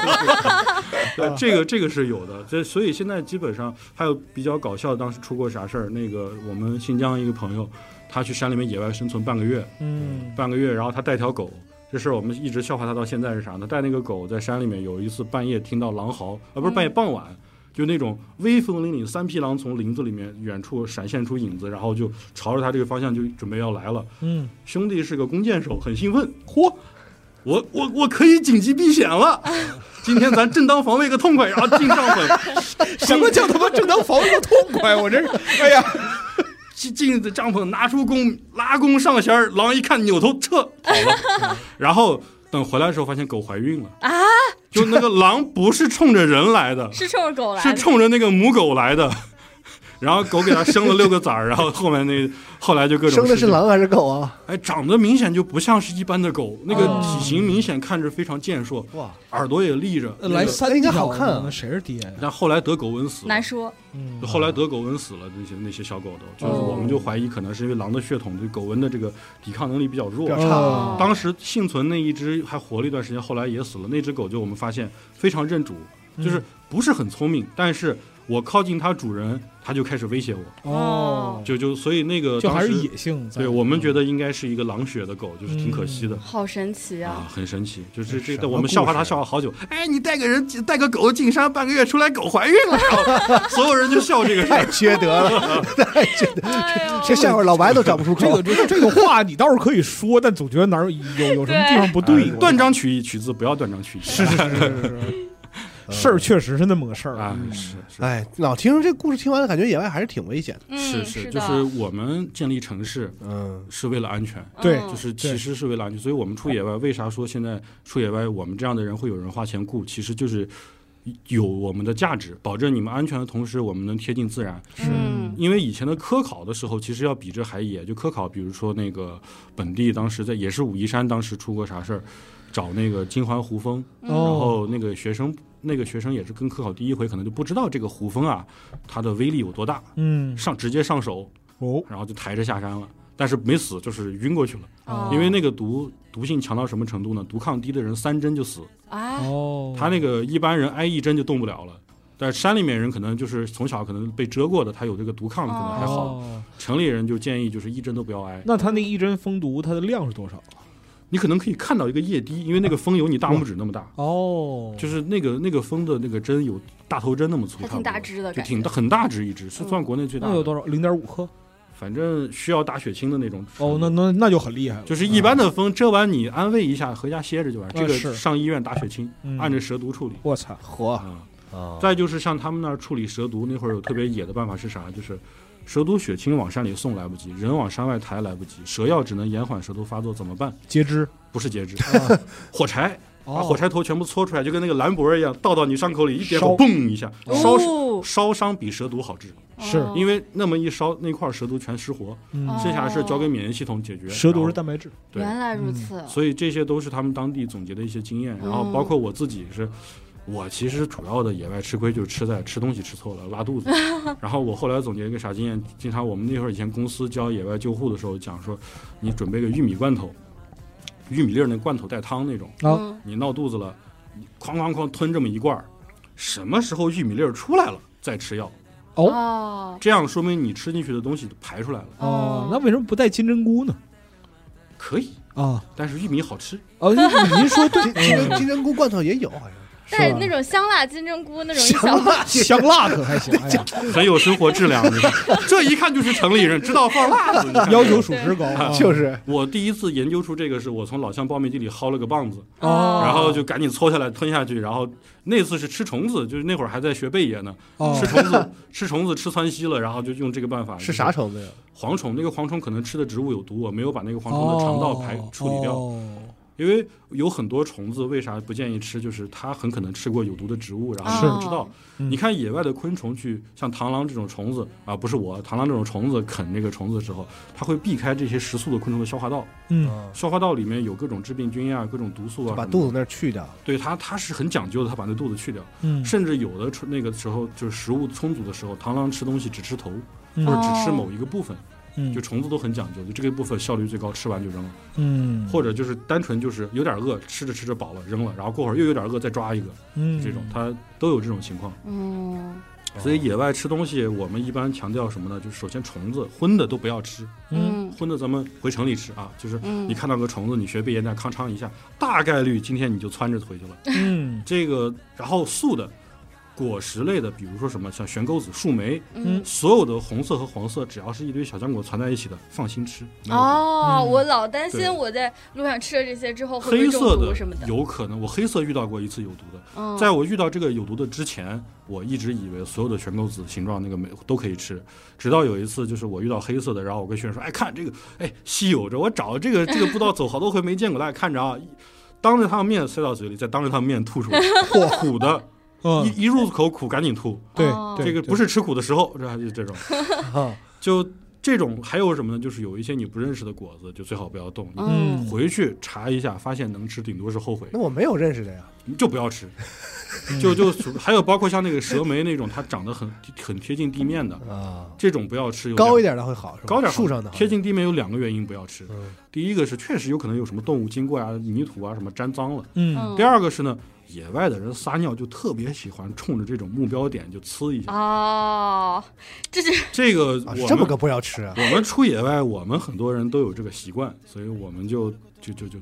Speaker 4: 对，呃
Speaker 5: 啊
Speaker 4: 这个这个是有的，这所以现在基本上还有比较搞笑，当时出过啥事儿？那个我们新疆一个朋友，他去山里面野外生存半个月，
Speaker 5: 嗯
Speaker 4: 半个月，然后他带条狗。这事儿我们一直笑话他到现在是啥呢？带那个狗在山里面，有一次半夜听到狼嚎，啊，不是
Speaker 3: 嗯
Speaker 4: 半夜傍晚，就那种威风凛凛，三匹狼从林子里面远处闪现出影子，然后就朝着他这个方向就准备要来了。
Speaker 5: 嗯，
Speaker 4: 兄弟是个弓箭手，很兴奋，嚯，我我我可以紧急避险 了，今天咱正当防卫个痛快，然后进帐篷，
Speaker 5: 什么叫他妈正当防卫的痛快？我这是，哎呀，
Speaker 4: 进进帐篷，拿出弓，拉弓上弦儿，狼一看扭头撤 跑了，然后等回来的时候发现狗怀孕了
Speaker 3: 啊，
Speaker 4: 就那个狼不是冲着人来的，
Speaker 3: 是冲着狗来
Speaker 4: 是
Speaker 3: 的，
Speaker 4: 冲着那个母狗来的。然后狗给它生了六个崽儿，然后后面那后来就各种
Speaker 6: 生的
Speaker 4: 事
Speaker 6: 是
Speaker 4: 情，
Speaker 6: 狼还是狗啊？
Speaker 4: 哎，长得明显就不像是一般的狗，那个
Speaker 3: 哦
Speaker 4: 体型明显看着非常健硕，
Speaker 2: 哇，
Speaker 4: 耳朵也立
Speaker 6: 呃
Speaker 4: 着。
Speaker 5: 来三
Speaker 2: 应该好看啊
Speaker 5: 条呢谁是爹呀？
Speaker 4: 但后来得狗瘟死了
Speaker 3: 难，说，
Speaker 5: 嗯
Speaker 4: 就后来得狗瘟死了，那些那些小狗都，就是
Speaker 3: 哦
Speaker 4: 我们就怀疑可能是因为狼的血统对狗瘟的这个抵抗能力比较弱
Speaker 2: 比较。差
Speaker 3: 啊
Speaker 5: 哦
Speaker 4: 嗯当时幸存那一只还活了一段时间，后来也死了。那只狗就我们发现非常认主，就是不是很聪明，但是我靠近它主人，它就开始威胁我，
Speaker 5: 哦，
Speaker 4: 就就所以那个
Speaker 5: 就嗯还是
Speaker 4: 当时
Speaker 5: 野性在。
Speaker 4: 对我们觉得应该是一个狼血的狗，就是挺可惜的。
Speaker 3: 好神奇
Speaker 4: 啊
Speaker 3: 啊！，
Speaker 4: 很神奇，就是这
Speaker 2: 什
Speaker 4: 这，
Speaker 2: 么
Speaker 4: 我们笑话他
Speaker 2: 故事
Speaker 4: 笑了好久。哎，你带个人带个狗进山半个月出来，狗怀孕了，然后 所有人就笑这个事
Speaker 2: 太
Speaker 4: 儿。
Speaker 2: 缺德了！
Speaker 4: 啊
Speaker 3: 哎呦
Speaker 6: 这笑话老白都找不出
Speaker 5: 这
Speaker 6: 口
Speaker 5: 个。这个这个话你倒是可以说，但总觉得哪儿有有什么地方不对
Speaker 4: 哎。断章取义，取字不要断章取义。是
Speaker 5: 是是是是，事儿确实是那么个事儿嗯
Speaker 4: 啊，是是
Speaker 2: 哎，
Speaker 6: 老听这故事听完了，感觉野外还是挺危险的。
Speaker 3: 嗯，
Speaker 4: 是，
Speaker 3: 的
Speaker 4: 就是我们建立城市
Speaker 2: 嗯，
Speaker 4: 是为了安全，
Speaker 5: 对
Speaker 3: 嗯
Speaker 4: 就是
Speaker 5: 对
Speaker 4: 其实是为了安全。所以我们出野外，为啥说现在出野外我们这样的人会有人花钱雇？其实就是有我们的价值，保证你们安全的同时，我们能贴近自然。
Speaker 3: 嗯
Speaker 4: 因为以前的科考的时候，其实要比这还野。就科考，比如说那个本地当时在也是武夷山，当时出过啥事儿，找那个金环胡蜂，
Speaker 5: 然
Speaker 4: 然后那个学生那个学生也是跟科考第一回，可能就不知道这个胡蜂啊，它的威力有多大，
Speaker 5: 嗯
Speaker 4: 上直接上手，
Speaker 5: 哦
Speaker 4: 然后就抬着下山了。但是没死，就是晕过去了，
Speaker 3: 哦
Speaker 4: 因为那个毒毒性强到什么程度呢？毒抗低的人三针就死，
Speaker 3: 啊，
Speaker 5: 哦，
Speaker 4: 他那个一般人挨一针就动不了了。但是山里面人可能就是从小可能被蛰过的，他有这个毒抗力可能还好。
Speaker 5: 哦，
Speaker 4: 城里人就建议就是一针都不要挨。
Speaker 5: 那他那一针蜂毒它的量是多少？啊
Speaker 4: 你可能可以看到一个液滴，因为那个风有你大拇指那么大，
Speaker 5: 哦
Speaker 4: 就是那个那个风的那个针有大头针那么粗，
Speaker 3: 还
Speaker 4: 差
Speaker 3: 挺
Speaker 4: 不多
Speaker 3: 大，只的
Speaker 4: 就
Speaker 3: 感
Speaker 4: 挺
Speaker 3: 觉，
Speaker 4: 大很大只一只，是算国内最大
Speaker 5: 嗯那有
Speaker 4: 的。
Speaker 5: 多少？零点五克。
Speaker 4: 反正需要打血清的那种。
Speaker 5: 哦，那那那就很厉害了。
Speaker 4: 就是一般的风蛰完你安慰一下，回家歇着就完。这
Speaker 5: 啊
Speaker 4: 个
Speaker 5: 是
Speaker 4: 上医院打血清，
Speaker 5: 嗯
Speaker 4: 按着蛇毒处理。
Speaker 5: 我操，
Speaker 2: 火
Speaker 4: 啊，
Speaker 2: 啊
Speaker 4: 再就是像他们那儿处理蛇毒那会儿有特别野的办法是啥？就是蛇毒血清往山里送来不及，人往山外抬来不及，蛇药只能延缓蛇毒发作，怎么办？
Speaker 5: 截肢
Speaker 4: 不是截肢，火柴，把火
Speaker 5: 啊哦，
Speaker 4: 柴头全部搓出来，就跟那个兰博一样，倒到你伤口里一点
Speaker 5: 烧
Speaker 4: 火，嘣一下，烧伤
Speaker 3: 哦，
Speaker 4: 烧伤比蛇毒好治，
Speaker 5: 是
Speaker 3: 哦
Speaker 4: 因为那么一烧，那块蛇毒全失活，
Speaker 5: 嗯
Speaker 3: 哦，
Speaker 4: 剩下是交给免疫系统解决。
Speaker 5: 蛇毒是
Speaker 4: 然后
Speaker 5: 蛋白质，
Speaker 4: 对
Speaker 3: 原来如此，
Speaker 4: 所以这些都是他们当地总结的一些经验，然后
Speaker 3: 嗯
Speaker 4: 包括我自己也是。我其实主要的野外吃亏就是吃在吃东西吃错了拉肚子， 然后我后来总结一个啥经验，经常我们那会儿以前公司教野外救护的时候讲说，你准备个玉米罐头，玉米粒儿那罐头带汤那种，
Speaker 5: 哦
Speaker 3: 嗯
Speaker 4: 你闹肚子了，你哐哐哐吞这么一罐儿，什么时候玉米粒儿出来了再 吃药，
Speaker 5: 哦
Speaker 3: 哦
Speaker 4: 这样说明你吃进去的东西排出来了，
Speaker 5: 哦，那为什么不带金针菇呢？
Speaker 4: 可以，
Speaker 5: 啊，
Speaker 4: 但是玉米好吃，
Speaker 5: 哦，您说对，
Speaker 6: 金 金针金针菇罐头也有，好像
Speaker 3: 但
Speaker 5: 是
Speaker 3: 是
Speaker 5: 吧
Speaker 3: 那种香辣金针菇那种一小罐儿，
Speaker 5: 香辣可还 行，哎呀
Speaker 4: 很有生活质量。你看，这一看就是城里人，知道放辣子。 你看
Speaker 5: 要求属实高啊，
Speaker 6: 哎 就是
Speaker 4: 我第一次研究出这个，是我从老乡苞米地里薅了个棒子，
Speaker 5: 哦
Speaker 4: 然后就赶紧搓下来吞下去。然后那次是吃虫子，就是那会儿还在学贝爷呢，
Speaker 5: 哦
Speaker 4: 吃虫子，吃虫子吃窜稀了，然后就用这个办法。
Speaker 6: 是啥？虫子呀？
Speaker 4: 蝗虫，那个蝗虫可能吃的植物有毒，我没有把那个蝗虫的肠道排处理掉，
Speaker 5: 哦
Speaker 4: 因为有很多虫子为啥不建议吃，就是它很可能吃过有毒的植物，然后
Speaker 6: 啊
Speaker 3: 是
Speaker 4: 你不知道。
Speaker 5: 嗯
Speaker 4: 你看野外的昆虫去，像螳螂这种虫子啊，不是我，螳螂这种虫子啃那个虫子的时候，它会避开这些食宿的昆虫的消化道，
Speaker 5: 嗯，
Speaker 6: 啊
Speaker 4: 消化道里面有各种致病菌啊，各种毒素啊什么
Speaker 6: 把
Speaker 4: 的，
Speaker 6: 肚子那儿去掉。
Speaker 4: 对它它是很讲究的，它把那肚子去掉，
Speaker 5: 嗯
Speaker 4: 甚至有的虫那个时候就是食物充足的时候，螳螂吃东西只吃头，
Speaker 5: 嗯
Speaker 4: 或者只吃
Speaker 3: 哦
Speaker 4: 某一个部分。
Speaker 5: 嗯
Speaker 4: 就虫子都很讲究，就这个部分效率最高，吃完就扔了，
Speaker 5: 嗯
Speaker 4: 或者就是单纯就是有点饿，吃着吃着饱了扔了，然后过会儿又有点饿再抓一个，
Speaker 5: 嗯
Speaker 4: 这种它都有这种情况。
Speaker 3: 嗯
Speaker 4: 所以野外吃东西，我们一般强调什么呢？就是首先虫子荤的都不要吃，
Speaker 5: 嗯
Speaker 3: 嗯
Speaker 4: 荤的咱们回城里吃啊。就是
Speaker 3: 嗯，
Speaker 4: 你看到个虫子，你学贝爷那样康昌一下，大概率今天你就窜着 回去了。
Speaker 5: 嗯
Speaker 4: 这个，然后素的。果实类的，比如说什么像悬钩子、树莓，
Speaker 3: 嗯
Speaker 4: 所有的红色和黄色，只要是一堆小浆果攒在一起的，放心吃。没有问题
Speaker 3: 哦，
Speaker 5: 嗯
Speaker 3: 我老担
Speaker 4: 对
Speaker 3: 心我在路上吃了这些之后会不
Speaker 4: 黑
Speaker 3: 会中
Speaker 4: 色
Speaker 3: 毒什么的。
Speaker 4: 有可能，我黑色遇到过一次有毒的。
Speaker 3: 嗯
Speaker 4: 在我遇到这个有毒的之前，我一直以为所有的全钩子形状那个没都可以吃，直到有一次就是我遇到黑色的，然后我跟学生说：“哎，看这个，哎，稀有着，我找这个这个步道走好多回没见过，大家看着啊。”当着他们面塞到嘴里，再当着他们面吐出来，苦的，
Speaker 5: 嗯，
Speaker 4: 一一入口苦，赶紧吐。
Speaker 5: 对
Speaker 3: 哦，
Speaker 5: 对嗯
Speaker 4: 这个不是吃苦的时候，这还就是这种， 就这种还有什么呢？就是有一些你不认识的果子，就最好不要动。你
Speaker 5: 嗯
Speaker 4: 回去查一下，发现能吃，顶多是后悔。
Speaker 6: 那我没有认识的呀，
Speaker 4: 你就不要吃，就就属还有包括像那个蛇莓那种，它长得很很贴近地面的
Speaker 6: 啊，
Speaker 4: 这种不要吃。有两
Speaker 6: 高一点的会好，是吧
Speaker 4: 高点儿
Speaker 6: 树上的好
Speaker 4: 贴近地面有两个原因不要吃
Speaker 6: 嗯，
Speaker 4: 第一个是确实有可能有什么动物经过啊，泥土啊什么沾脏了；
Speaker 5: 嗯
Speaker 4: 第二个是呢，野外的人撒尿就特别喜欢冲着这种目标点就呲
Speaker 3: 啊
Speaker 4: 一下。
Speaker 3: 哦，这是
Speaker 4: 这个
Speaker 6: 啊，
Speaker 4: 我
Speaker 6: 这么
Speaker 4: 们
Speaker 6: 个不要吃啊，
Speaker 4: 我们出野外，我们很多人都有这个习惯，所以我们就就 就就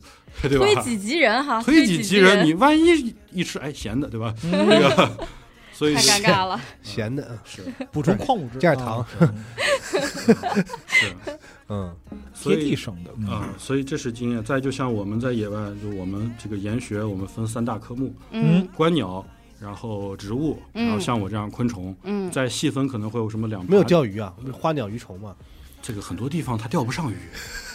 Speaker 4: 对吧？
Speaker 3: 推己及人哈，
Speaker 4: 推己
Speaker 3: 己
Speaker 4: 及
Speaker 3: 人，嗯
Speaker 4: 人，你万一一吃哎咸的，对吧？那个， 所以
Speaker 3: 太尴尬 了。
Speaker 6: 咸的，嗯
Speaker 4: 是
Speaker 5: 补充矿物质，
Speaker 6: 加点糖
Speaker 5: 啊，
Speaker 4: 是，
Speaker 6: 嗯，
Speaker 4: 所
Speaker 5: 贴地
Speaker 4: 以
Speaker 5: 生的
Speaker 4: 啊、所以这是经验。再就像我们在野外，就我们这个研学，我们分三大科目：
Speaker 3: 嗯
Speaker 4: 观鸟，然后植物，
Speaker 3: 嗯
Speaker 4: 然后像我这样昆虫。
Speaker 3: 嗯，
Speaker 4: 再细分可能会有什么两
Speaker 6: 没有
Speaker 4: 爬
Speaker 6: 钓鱼啊，花鸟鱼虫嘛，
Speaker 4: 这个很多地方它钓不上鱼，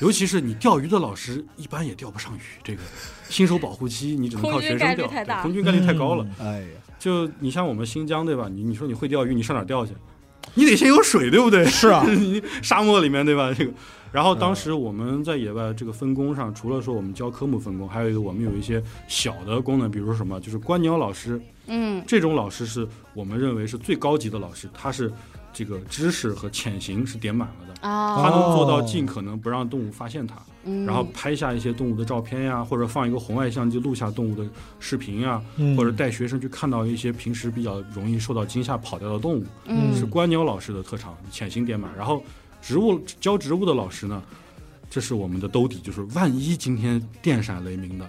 Speaker 4: 尤其是你钓鱼的老师一般也钓不上鱼。这个新手保护期，你只能靠
Speaker 3: 空军
Speaker 4: 学
Speaker 3: 概
Speaker 4: 生
Speaker 3: 率
Speaker 4: 钓，
Speaker 3: 太
Speaker 4: 对
Speaker 3: 大嗯
Speaker 4: 空军概率太高了。
Speaker 6: 哎呀，
Speaker 4: 就你像我们新疆对吧？你你说你会钓鱼，你上哪儿钓去？你得先有水，对不对？是啊， 你沙漠里面对吧？ 这个，然后当时我们在野外这个分工上，除了说我们教科目分工，还有一个我们有一些小的功能，比如说什么，就是观鸟老师
Speaker 3: 嗯
Speaker 4: 这种老师是我们认为是最高级的老师，他是这个知识和潜行是点满了的，他
Speaker 3: 啊，
Speaker 4: 能做到尽可能不让动物发现它。
Speaker 3: 嗯
Speaker 4: 然后拍下一些动物的照片呀，或者放一个红外相机录下动物的视频呀，
Speaker 5: 嗯
Speaker 4: 或者带学生去看到一些平时比较容易受到惊吓跑掉的动物，
Speaker 3: 嗯
Speaker 4: 是观鸟老师的特长，潜行点满。然后植物教植物的老师呢，这是我们的兜底，就是万一今天电闪雷鸣的，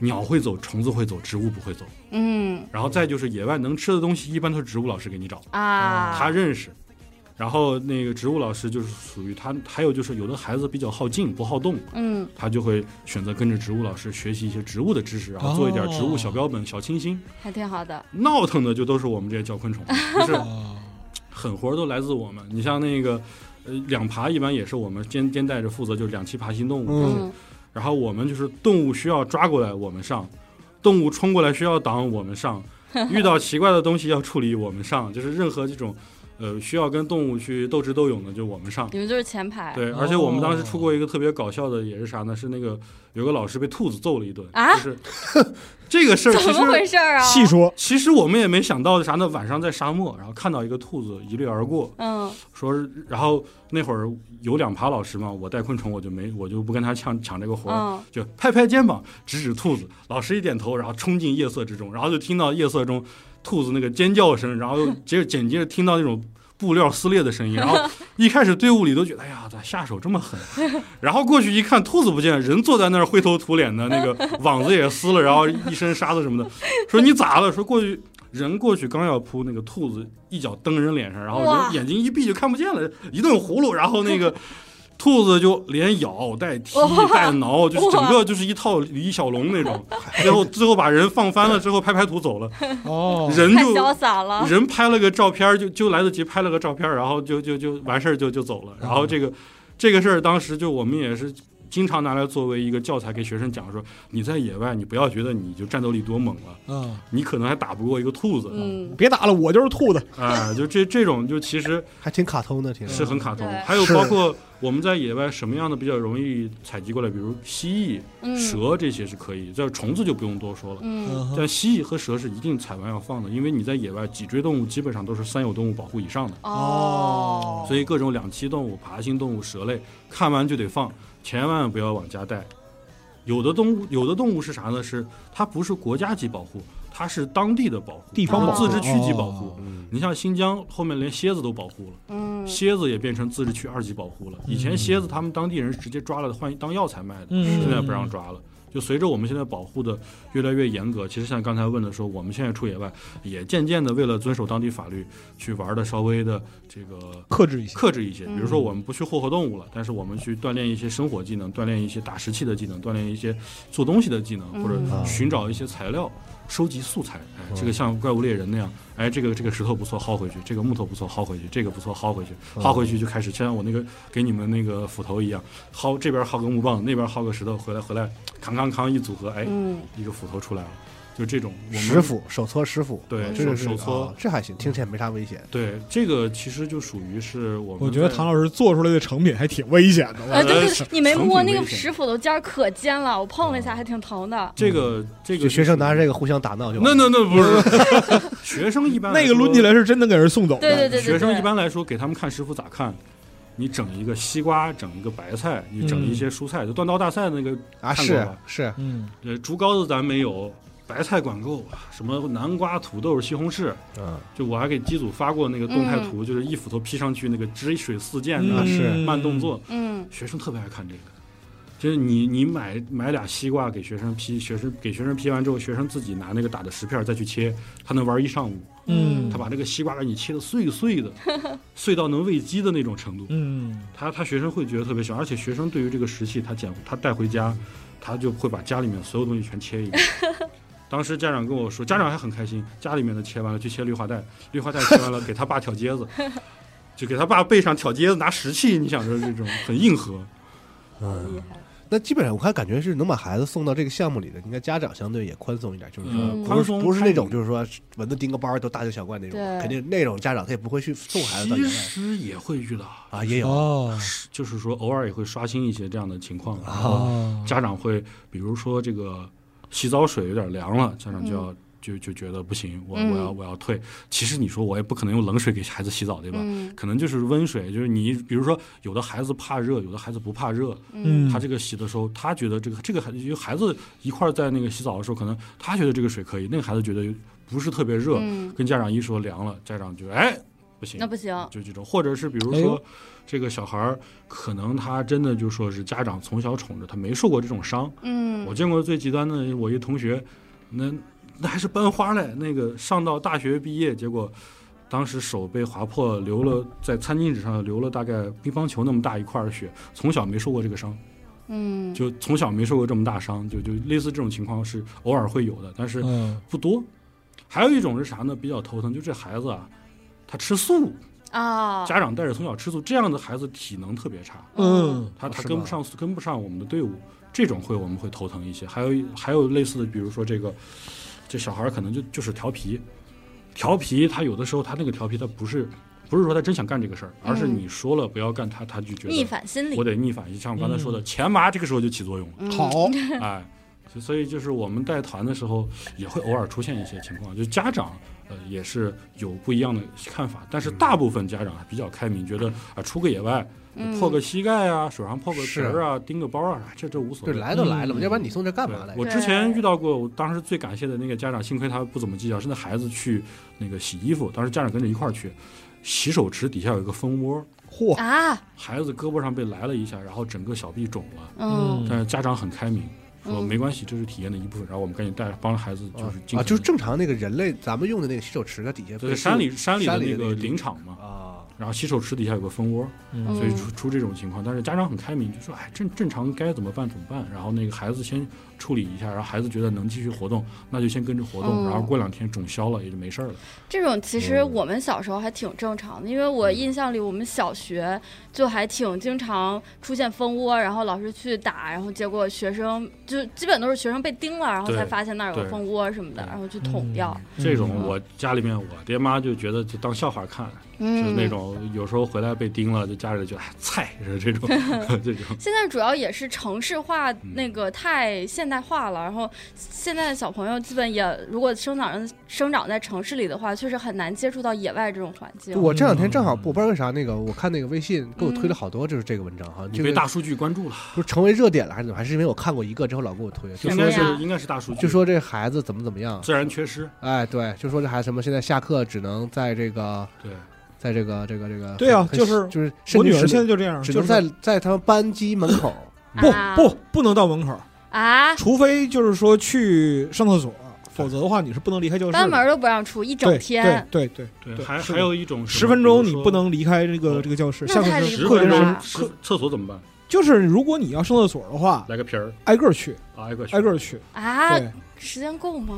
Speaker 4: 鸟会走，虫子会走，植物不会走。
Speaker 3: 嗯
Speaker 4: 然后再就是野外能吃的东西，一般都是植物老师给你找。
Speaker 3: 啊，
Speaker 4: 嗯他认识。然后那个植物老师就是属于他，还有就是有的孩子比较好静，不好动，
Speaker 3: 嗯
Speaker 4: 他就会选择跟着植物老师学习一些植物的知识，然后做一点植物小标本、小清新。
Speaker 3: 还挺好的，
Speaker 4: 闹腾的就都是我们这些教 昆虫，就是
Speaker 5: 啊
Speaker 4: 狠活儿都来自我们。你像那个，呃，两爬一般也是我们兼兼带着负责，就是两栖爬行动物。
Speaker 6: 嗯
Speaker 3: 嗯
Speaker 4: 然后我们就是动物需要抓过来，我们上；动物冲过来需要挡，我们上；遇到奇怪的东西要处理，我们上。就是任何这种呃需要跟动物去斗智斗勇的，就我们上。
Speaker 3: 你们就是前排
Speaker 4: 对，而且我们当时出过一个特别搞笑的，也是啥呢？是那个有个老师被兔子揍了一顿，
Speaker 3: 啊
Speaker 4: 就是这个事儿，
Speaker 3: 怎
Speaker 4: 其
Speaker 3: 么回
Speaker 4: 实
Speaker 3: 事儿啊？
Speaker 5: 细说，
Speaker 4: 其实我们也没想到啥呢。晚上在沙漠，然后看到一个兔子一掠而过，
Speaker 3: 嗯，
Speaker 4: 说是，然后那会儿有两耙老师嘛，我带昆虫，我就没我就不跟他 抢抢这个活儿，
Speaker 3: 嗯
Speaker 4: 就拍拍肩膀，指指兔子，老师一点头，然后冲进夜色之中，然后就听到夜色中兔子那个尖叫声，然后又接着紧接着听到那种布料撕裂的声音，然后一开始队伍里都觉得哎呀，咋下手这么狠？然后过去一看，兔子不见了，人坐在那儿灰头土脸的，那个网子也撕了，然后一身沙子什么的，说你咋了？说过去。人过去刚要扑那个兔子，一脚蹬人脸上，然后
Speaker 3: 哇
Speaker 4: 人眼睛一闭就看不见了，一顿葫芦，然后那个兔子就连咬带踢
Speaker 3: 哇
Speaker 4: 带挠，就是整
Speaker 3: 哇
Speaker 4: 个就是一套李小龙那种，最后最后把人放翻了之后拍拍图走了，
Speaker 5: 哦，
Speaker 4: 人
Speaker 3: 太
Speaker 4: 就
Speaker 3: 潇洒了。
Speaker 4: 人拍了个照片儿，就就来得及拍了个照片儿，然后就就就完事儿就就走了。然后这个这个事儿，当时就我们也是经常拿来作为一个教材给学生讲说，你在野外你不要觉得你就战斗力多猛了，
Speaker 5: 嗯，
Speaker 4: 你可能还打不过一个兔子，
Speaker 3: 嗯，
Speaker 5: 别打了，我就是兔子。
Speaker 4: 啊、就这这种就其实
Speaker 6: 还挺卡通的，挺
Speaker 4: 是很卡通
Speaker 3: 对。
Speaker 4: 还有
Speaker 6: 是
Speaker 4: 包括我们在野外什么样的比较容易采集过来，比如蜥蜴。
Speaker 3: 嗯，
Speaker 4: 蛇这些是可以，这虫子就不用多说了。
Speaker 3: 嗯，
Speaker 5: 哼
Speaker 4: 但蜥蜴和蛇是一定采完要放的，因为你在野外脊椎动物基本上都是三有动物保护以上的，
Speaker 3: 哦，
Speaker 4: 所以各种两栖动物、爬行动物、蛇类看完就得放，千万不要往家带。有的动物，有的动物是啥呢？是它不是国家级保护，它是当地的保护，
Speaker 5: 地方
Speaker 3: 保护
Speaker 4: 自治区级保护
Speaker 5: 哦。
Speaker 4: 你像新疆后面连蝎子都保护了，
Speaker 3: 嗯，
Speaker 4: 蝎子也变成自治区二级保护了。以前蝎子他们当地人直接抓了换当药材卖的，
Speaker 5: 嗯
Speaker 4: 现在不让抓了。就随着我们现在保护的越来越严格，其实像刚才问的说，我们现在出野外也渐渐的为了遵守当地法律，去玩的稍微的这个
Speaker 5: 嗯克制一些。
Speaker 4: 克制一些。比如说
Speaker 3: 嗯
Speaker 4: 我们不去霍霍动物了，但是我们去锻炼一些生活技能，锻炼一些打石器的技能，锻炼一些做东西的技能，
Speaker 3: 嗯
Speaker 4: 或者寻找一些材料。收集素材，哎，这个像怪物猎人那样，哎，这个这个石头不错，薅回去；这个木头不错，薅回去；这个不错，薅回去。薅回去就开始像我那个给你们那个斧头一样，薅这边薅个木棒，那边薅个石头，回来回来，扛扛扛一组合，哎，
Speaker 3: 嗯，
Speaker 4: 一个斧头出来了，就这种。我们
Speaker 6: 石斧手搓石斧，
Speaker 4: 对
Speaker 6: 这个
Speaker 4: 手手
Speaker 6: 是
Speaker 4: 搓
Speaker 6: 啊这还行，听起来没啥危险。
Speaker 4: 对这个其实就属于是我们在。
Speaker 5: 我觉得唐老师做出来的成品还挺危险的。
Speaker 3: 哎，对对对，你没摸
Speaker 4: 成品
Speaker 3: 那个
Speaker 4: 危险
Speaker 3: 石斧头尖儿可尖了，我碰了一
Speaker 4: 哦
Speaker 3: 下，还挺疼的。
Speaker 4: 这个这个
Speaker 6: 就学生拿着这
Speaker 4: 个，
Speaker 6: 个互相打闹就
Speaker 4: 那那那不是 学生一般来
Speaker 5: 那个
Speaker 4: 说
Speaker 5: 抡起来是真的给人送走的。嗯
Speaker 3: 对对对对，
Speaker 4: 学生
Speaker 3: 对
Speaker 4: 一般来说给他们看师傅咋看。你整一个西瓜，整一个白菜，你整一些蔬菜，就断刀大赛那个，
Speaker 6: 啊
Speaker 4: 看
Speaker 6: 是
Speaker 4: 过吧
Speaker 6: 是
Speaker 5: 嗯，
Speaker 4: 呃，竹篙子咱没有，白菜管够，啊什么南瓜、土豆、西红柿，
Speaker 6: 嗯
Speaker 4: 就我还给机组发过那个动态
Speaker 3: 嗯
Speaker 4: 图，就是一斧头劈上去那个汁水四溅的、
Speaker 5: 嗯
Speaker 6: 是
Speaker 4: 啊慢动作，
Speaker 3: 嗯
Speaker 4: 学生特别爱看这个。就是你你买买俩西瓜给学生劈，学生给学生劈完之后，学生自己拿那个打的石片儿再去切，他能玩一上午，
Speaker 5: 嗯
Speaker 4: 他把这个西瓜给你切的碎碎的，碎到能喂鸡的那种程度。
Speaker 5: 嗯，
Speaker 4: 他他学生会觉得特别喜欢，而且学生对于这个石器，他捡他带回家，他就会把家里面所有东西全切一遍。当时家长跟我说，家长还很开心，家里面的切完了去切绿化带，绿化带切完了给他爸挑疖子，就给他爸背上挑疖子拿石器，你想着这种很硬核。
Speaker 6: 嗯，
Speaker 3: 厉害，
Speaker 6: 那基本上我看感觉是能把孩子送到这个项目里的，应该家长相对也宽松一点，就是说
Speaker 4: 嗯
Speaker 6: 不
Speaker 4: 宽
Speaker 6: 是
Speaker 4: 松
Speaker 6: 不是
Speaker 4: 看
Speaker 6: 那
Speaker 4: 你
Speaker 6: 种就是说蚊子叮个包都大惊小怪那种
Speaker 3: 对，
Speaker 6: 肯定那种家长他也不会去送孩子到野
Speaker 4: 其
Speaker 6: 外
Speaker 4: 实也会遇到，
Speaker 6: 啊，也有
Speaker 5: 哦
Speaker 4: 就是说偶尔也会刷新一些这样的情况，然后
Speaker 5: 哦，
Speaker 4: 家长会比如说这个洗澡水有点凉了，家长就要。就就觉得不行，我我要
Speaker 3: 嗯
Speaker 4: 我要退。其实你说我也不可能用冷水给孩子洗澡，对吧？
Speaker 3: 嗯
Speaker 4: 可能就是温水，就是你比如说，有的孩子怕热，有的孩子不怕热，
Speaker 5: 嗯
Speaker 4: 他这个洗的时候，他觉得这个这个孩子，因为孩子一块儿在那个洗澡的时候，可能他觉得这个水可以，那个孩子觉得不是特别热，
Speaker 3: 嗯，
Speaker 4: 跟家长一说凉了，家长就哎不行
Speaker 3: 那，不行，
Speaker 4: 就这种，或者是比如
Speaker 5: 哎
Speaker 4: 说
Speaker 5: 呦
Speaker 4: 这个小孩儿，可能他真的就说是家长从小宠着他，没受过这种伤。
Speaker 3: 嗯，
Speaker 4: 我见过最极端的，我一同学，那那还是班花嘞，那个上到大学毕业，结果当时手被划破，流了在餐巾纸上流了大概乒乓球那么大一块儿的血，从小没受过这个伤，
Speaker 3: 嗯
Speaker 4: 就从小没受过这么大伤，就就类似这种情况是偶尔会有的，但是
Speaker 5: 嗯
Speaker 4: 不多。还有一种是啥呢？比较头疼，就这孩子啊，他吃素，
Speaker 3: 啊，
Speaker 4: 家长带着从小吃素，这样的孩子体能特别差，
Speaker 5: 嗯
Speaker 4: 他
Speaker 2: 哦
Speaker 4: 他
Speaker 2: 是
Speaker 4: 跟
Speaker 2: 吗
Speaker 4: 不上跟不上我们的队伍，这种会我们会头疼一些。还有一还有类似的，比如说这个这小孩儿可能就就是调皮，调皮他有的时候他那个调皮他不是不是说他真想干这个事儿，而是
Speaker 3: 嗯
Speaker 4: 你说了不要干他，他就觉
Speaker 3: 逆
Speaker 4: 得
Speaker 3: 反嗯心理
Speaker 4: 我，得逆反。就像我刚才说的，钱麻这个时候就起作用了，
Speaker 6: 好，
Speaker 4: 哎，所所以就是我们带团的时候也会偶尔出现一些情况，就家长。呃，也是有不一样的看法，但是大部分家长还比较开明，觉得啊、出个野外呃
Speaker 3: 嗯
Speaker 4: 破个膝盖啊，手上破个皮
Speaker 2: 是
Speaker 4: 儿啊，钉个包啊，这这无所
Speaker 2: 就
Speaker 4: 谓。
Speaker 2: 是来都来了嘛，
Speaker 4: 嗯
Speaker 2: 要不然你送这干
Speaker 4: 对
Speaker 2: 嘛来？
Speaker 4: 我
Speaker 3: 对
Speaker 4: 之前遇到过，我当时最感谢的那个家长，幸亏他不怎么计较，是那孩子去那个洗衣服，当时家长跟着一块儿去，洗手池底下有一个蜂窝，
Speaker 5: 嚯，
Speaker 3: 啊，
Speaker 4: 孩子胳膊上被来了一下，然后整个小臂肿了，
Speaker 3: 嗯，
Speaker 4: 但是家长很开明，说
Speaker 3: 嗯
Speaker 4: 没关系，这是体验的一部分，然后我们赶紧带帮孩子就是尽
Speaker 2: 啊，
Speaker 4: 可
Speaker 2: 就是
Speaker 4: 能
Speaker 2: 正常那个人类咱们用的那个洗手池在底下，
Speaker 4: 对山里山里的
Speaker 2: 山里
Speaker 4: 那
Speaker 2: 的
Speaker 4: 个
Speaker 2: 那个
Speaker 4: 林场嘛，
Speaker 2: 啊，
Speaker 4: 然后洗手池底下有个蜂窝，
Speaker 5: 嗯
Speaker 4: 所以出出这种情况，但是家长很开明，就说哎，正正常该怎么办怎么办，然后那个孩子先处理一下，然后孩子觉得能继续活动，那就先跟着活
Speaker 3: 嗯
Speaker 4: 动，然后过两天肿消了也就没事儿了。
Speaker 3: 这种其实
Speaker 4: 嗯
Speaker 3: 我们小时候还挺正常的，因为我印象里我们小学就还挺经常出现蜂窝，然后老师去打，然后结果学生就基本都是学生被叮了，然后
Speaker 4: 对
Speaker 3: 才发现那儿有个
Speaker 4: 对
Speaker 3: 蜂窝什么的，
Speaker 4: 对
Speaker 3: 然后去捅掉。
Speaker 4: 这种我家里面我爹妈就觉得就当笑话看，就是
Speaker 3: 嗯，
Speaker 4: 那种有时候回来被叮了，就家里人就哎菜是这种这种。
Speaker 3: 现在主要也是城市化那个太现代化了，然后现在的小朋友基本也如果生长生长在城市里的话，确实很难接触到野外这种环境。
Speaker 2: 我这两天
Speaker 5: 嗯
Speaker 2: 正好我不知道为啥那个，我看那个微信给我推了好多就是这个文章哈，
Speaker 4: 你
Speaker 2: 这
Speaker 4: 被
Speaker 2: 个
Speaker 4: 大数据关注了，
Speaker 2: 不是成为热点了还是怎么？还是因为我看过一个之后老给我推，就
Speaker 4: 应
Speaker 2: 说
Speaker 4: 该
Speaker 3: 是
Speaker 4: 是应该是大数据，
Speaker 2: 就说这孩子怎么怎么样，
Speaker 4: 自然缺失，
Speaker 2: 哎，对，就说这孩子什么现在下课只能在这个
Speaker 4: 对，
Speaker 2: 在这个这个这个，
Speaker 5: 对啊
Speaker 2: 很
Speaker 5: 就是
Speaker 2: 就是
Speaker 5: 我女儿
Speaker 2: 甚至
Speaker 5: 现在就这样，
Speaker 2: 只
Speaker 5: 就
Speaker 2: 能
Speaker 5: 是
Speaker 2: 在在他们班级门口，
Speaker 5: 不
Speaker 3: 啊
Speaker 5: 不不能到门口，
Speaker 3: 啊，
Speaker 5: 除非就是说去上厕所，否则的话你是不能离开教室的。
Speaker 3: 班门都不让出，一整
Speaker 5: 对
Speaker 3: 天。
Speaker 5: 对对
Speaker 4: 对，
Speaker 5: 对
Speaker 4: 还
Speaker 5: 是
Speaker 4: 还有一种什么
Speaker 5: 十分钟
Speaker 4: 比
Speaker 5: 你
Speaker 4: 如说哦
Speaker 5: 不能离开这个这个教室，
Speaker 3: 那
Speaker 5: 下
Speaker 3: 太
Speaker 5: 课
Speaker 3: 离
Speaker 5: 时
Speaker 4: 十
Speaker 5: 课
Speaker 3: 谱
Speaker 5: 间
Speaker 4: 分
Speaker 3: 了
Speaker 5: 时
Speaker 4: 钟厕厕所怎么办？
Speaker 5: 就是如果你要上厕所的话，
Speaker 4: 来个皮儿
Speaker 5: 挨个儿去，
Speaker 4: 啊，挨个去
Speaker 5: 挨个儿去，
Speaker 3: 啊，
Speaker 5: 对
Speaker 3: 时间够吗？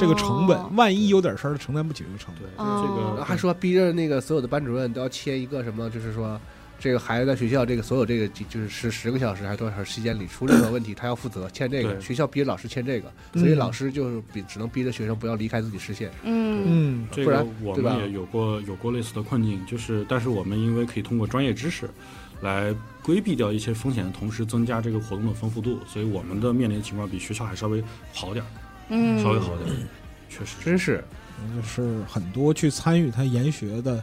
Speaker 5: 这个成
Speaker 3: 哦
Speaker 5: 本，万一有点事儿承担不起这个成
Speaker 4: 对
Speaker 5: 本。
Speaker 3: 哦
Speaker 4: 这
Speaker 2: 然后
Speaker 4: 个
Speaker 2: 还说逼着那个所有的班主任都要切一个什么，就是说这个孩子在学校这个所有这个几就是十十个小时还是多少小时时间里出任何问题，他要负责签这个，
Speaker 4: 对
Speaker 2: 学校逼着老师签这个，所以
Speaker 5: 嗯
Speaker 2: 老师就是逼只能逼着学生不要离开自己视线，
Speaker 3: 嗯
Speaker 5: 嗯
Speaker 4: 这
Speaker 2: 不
Speaker 4: 个
Speaker 2: 然
Speaker 4: 我
Speaker 2: 对吧
Speaker 4: 们也有过有过类似的困境，就是但是我们因为可以通过专业知识来规避掉一些风险的同时，增加这个活动的丰富度，所以我们的面临的情况比学校还稍微好点儿，
Speaker 3: 嗯，
Speaker 4: 稍微好点儿，确实是，
Speaker 2: 真是
Speaker 5: 就是很多去参与他研学的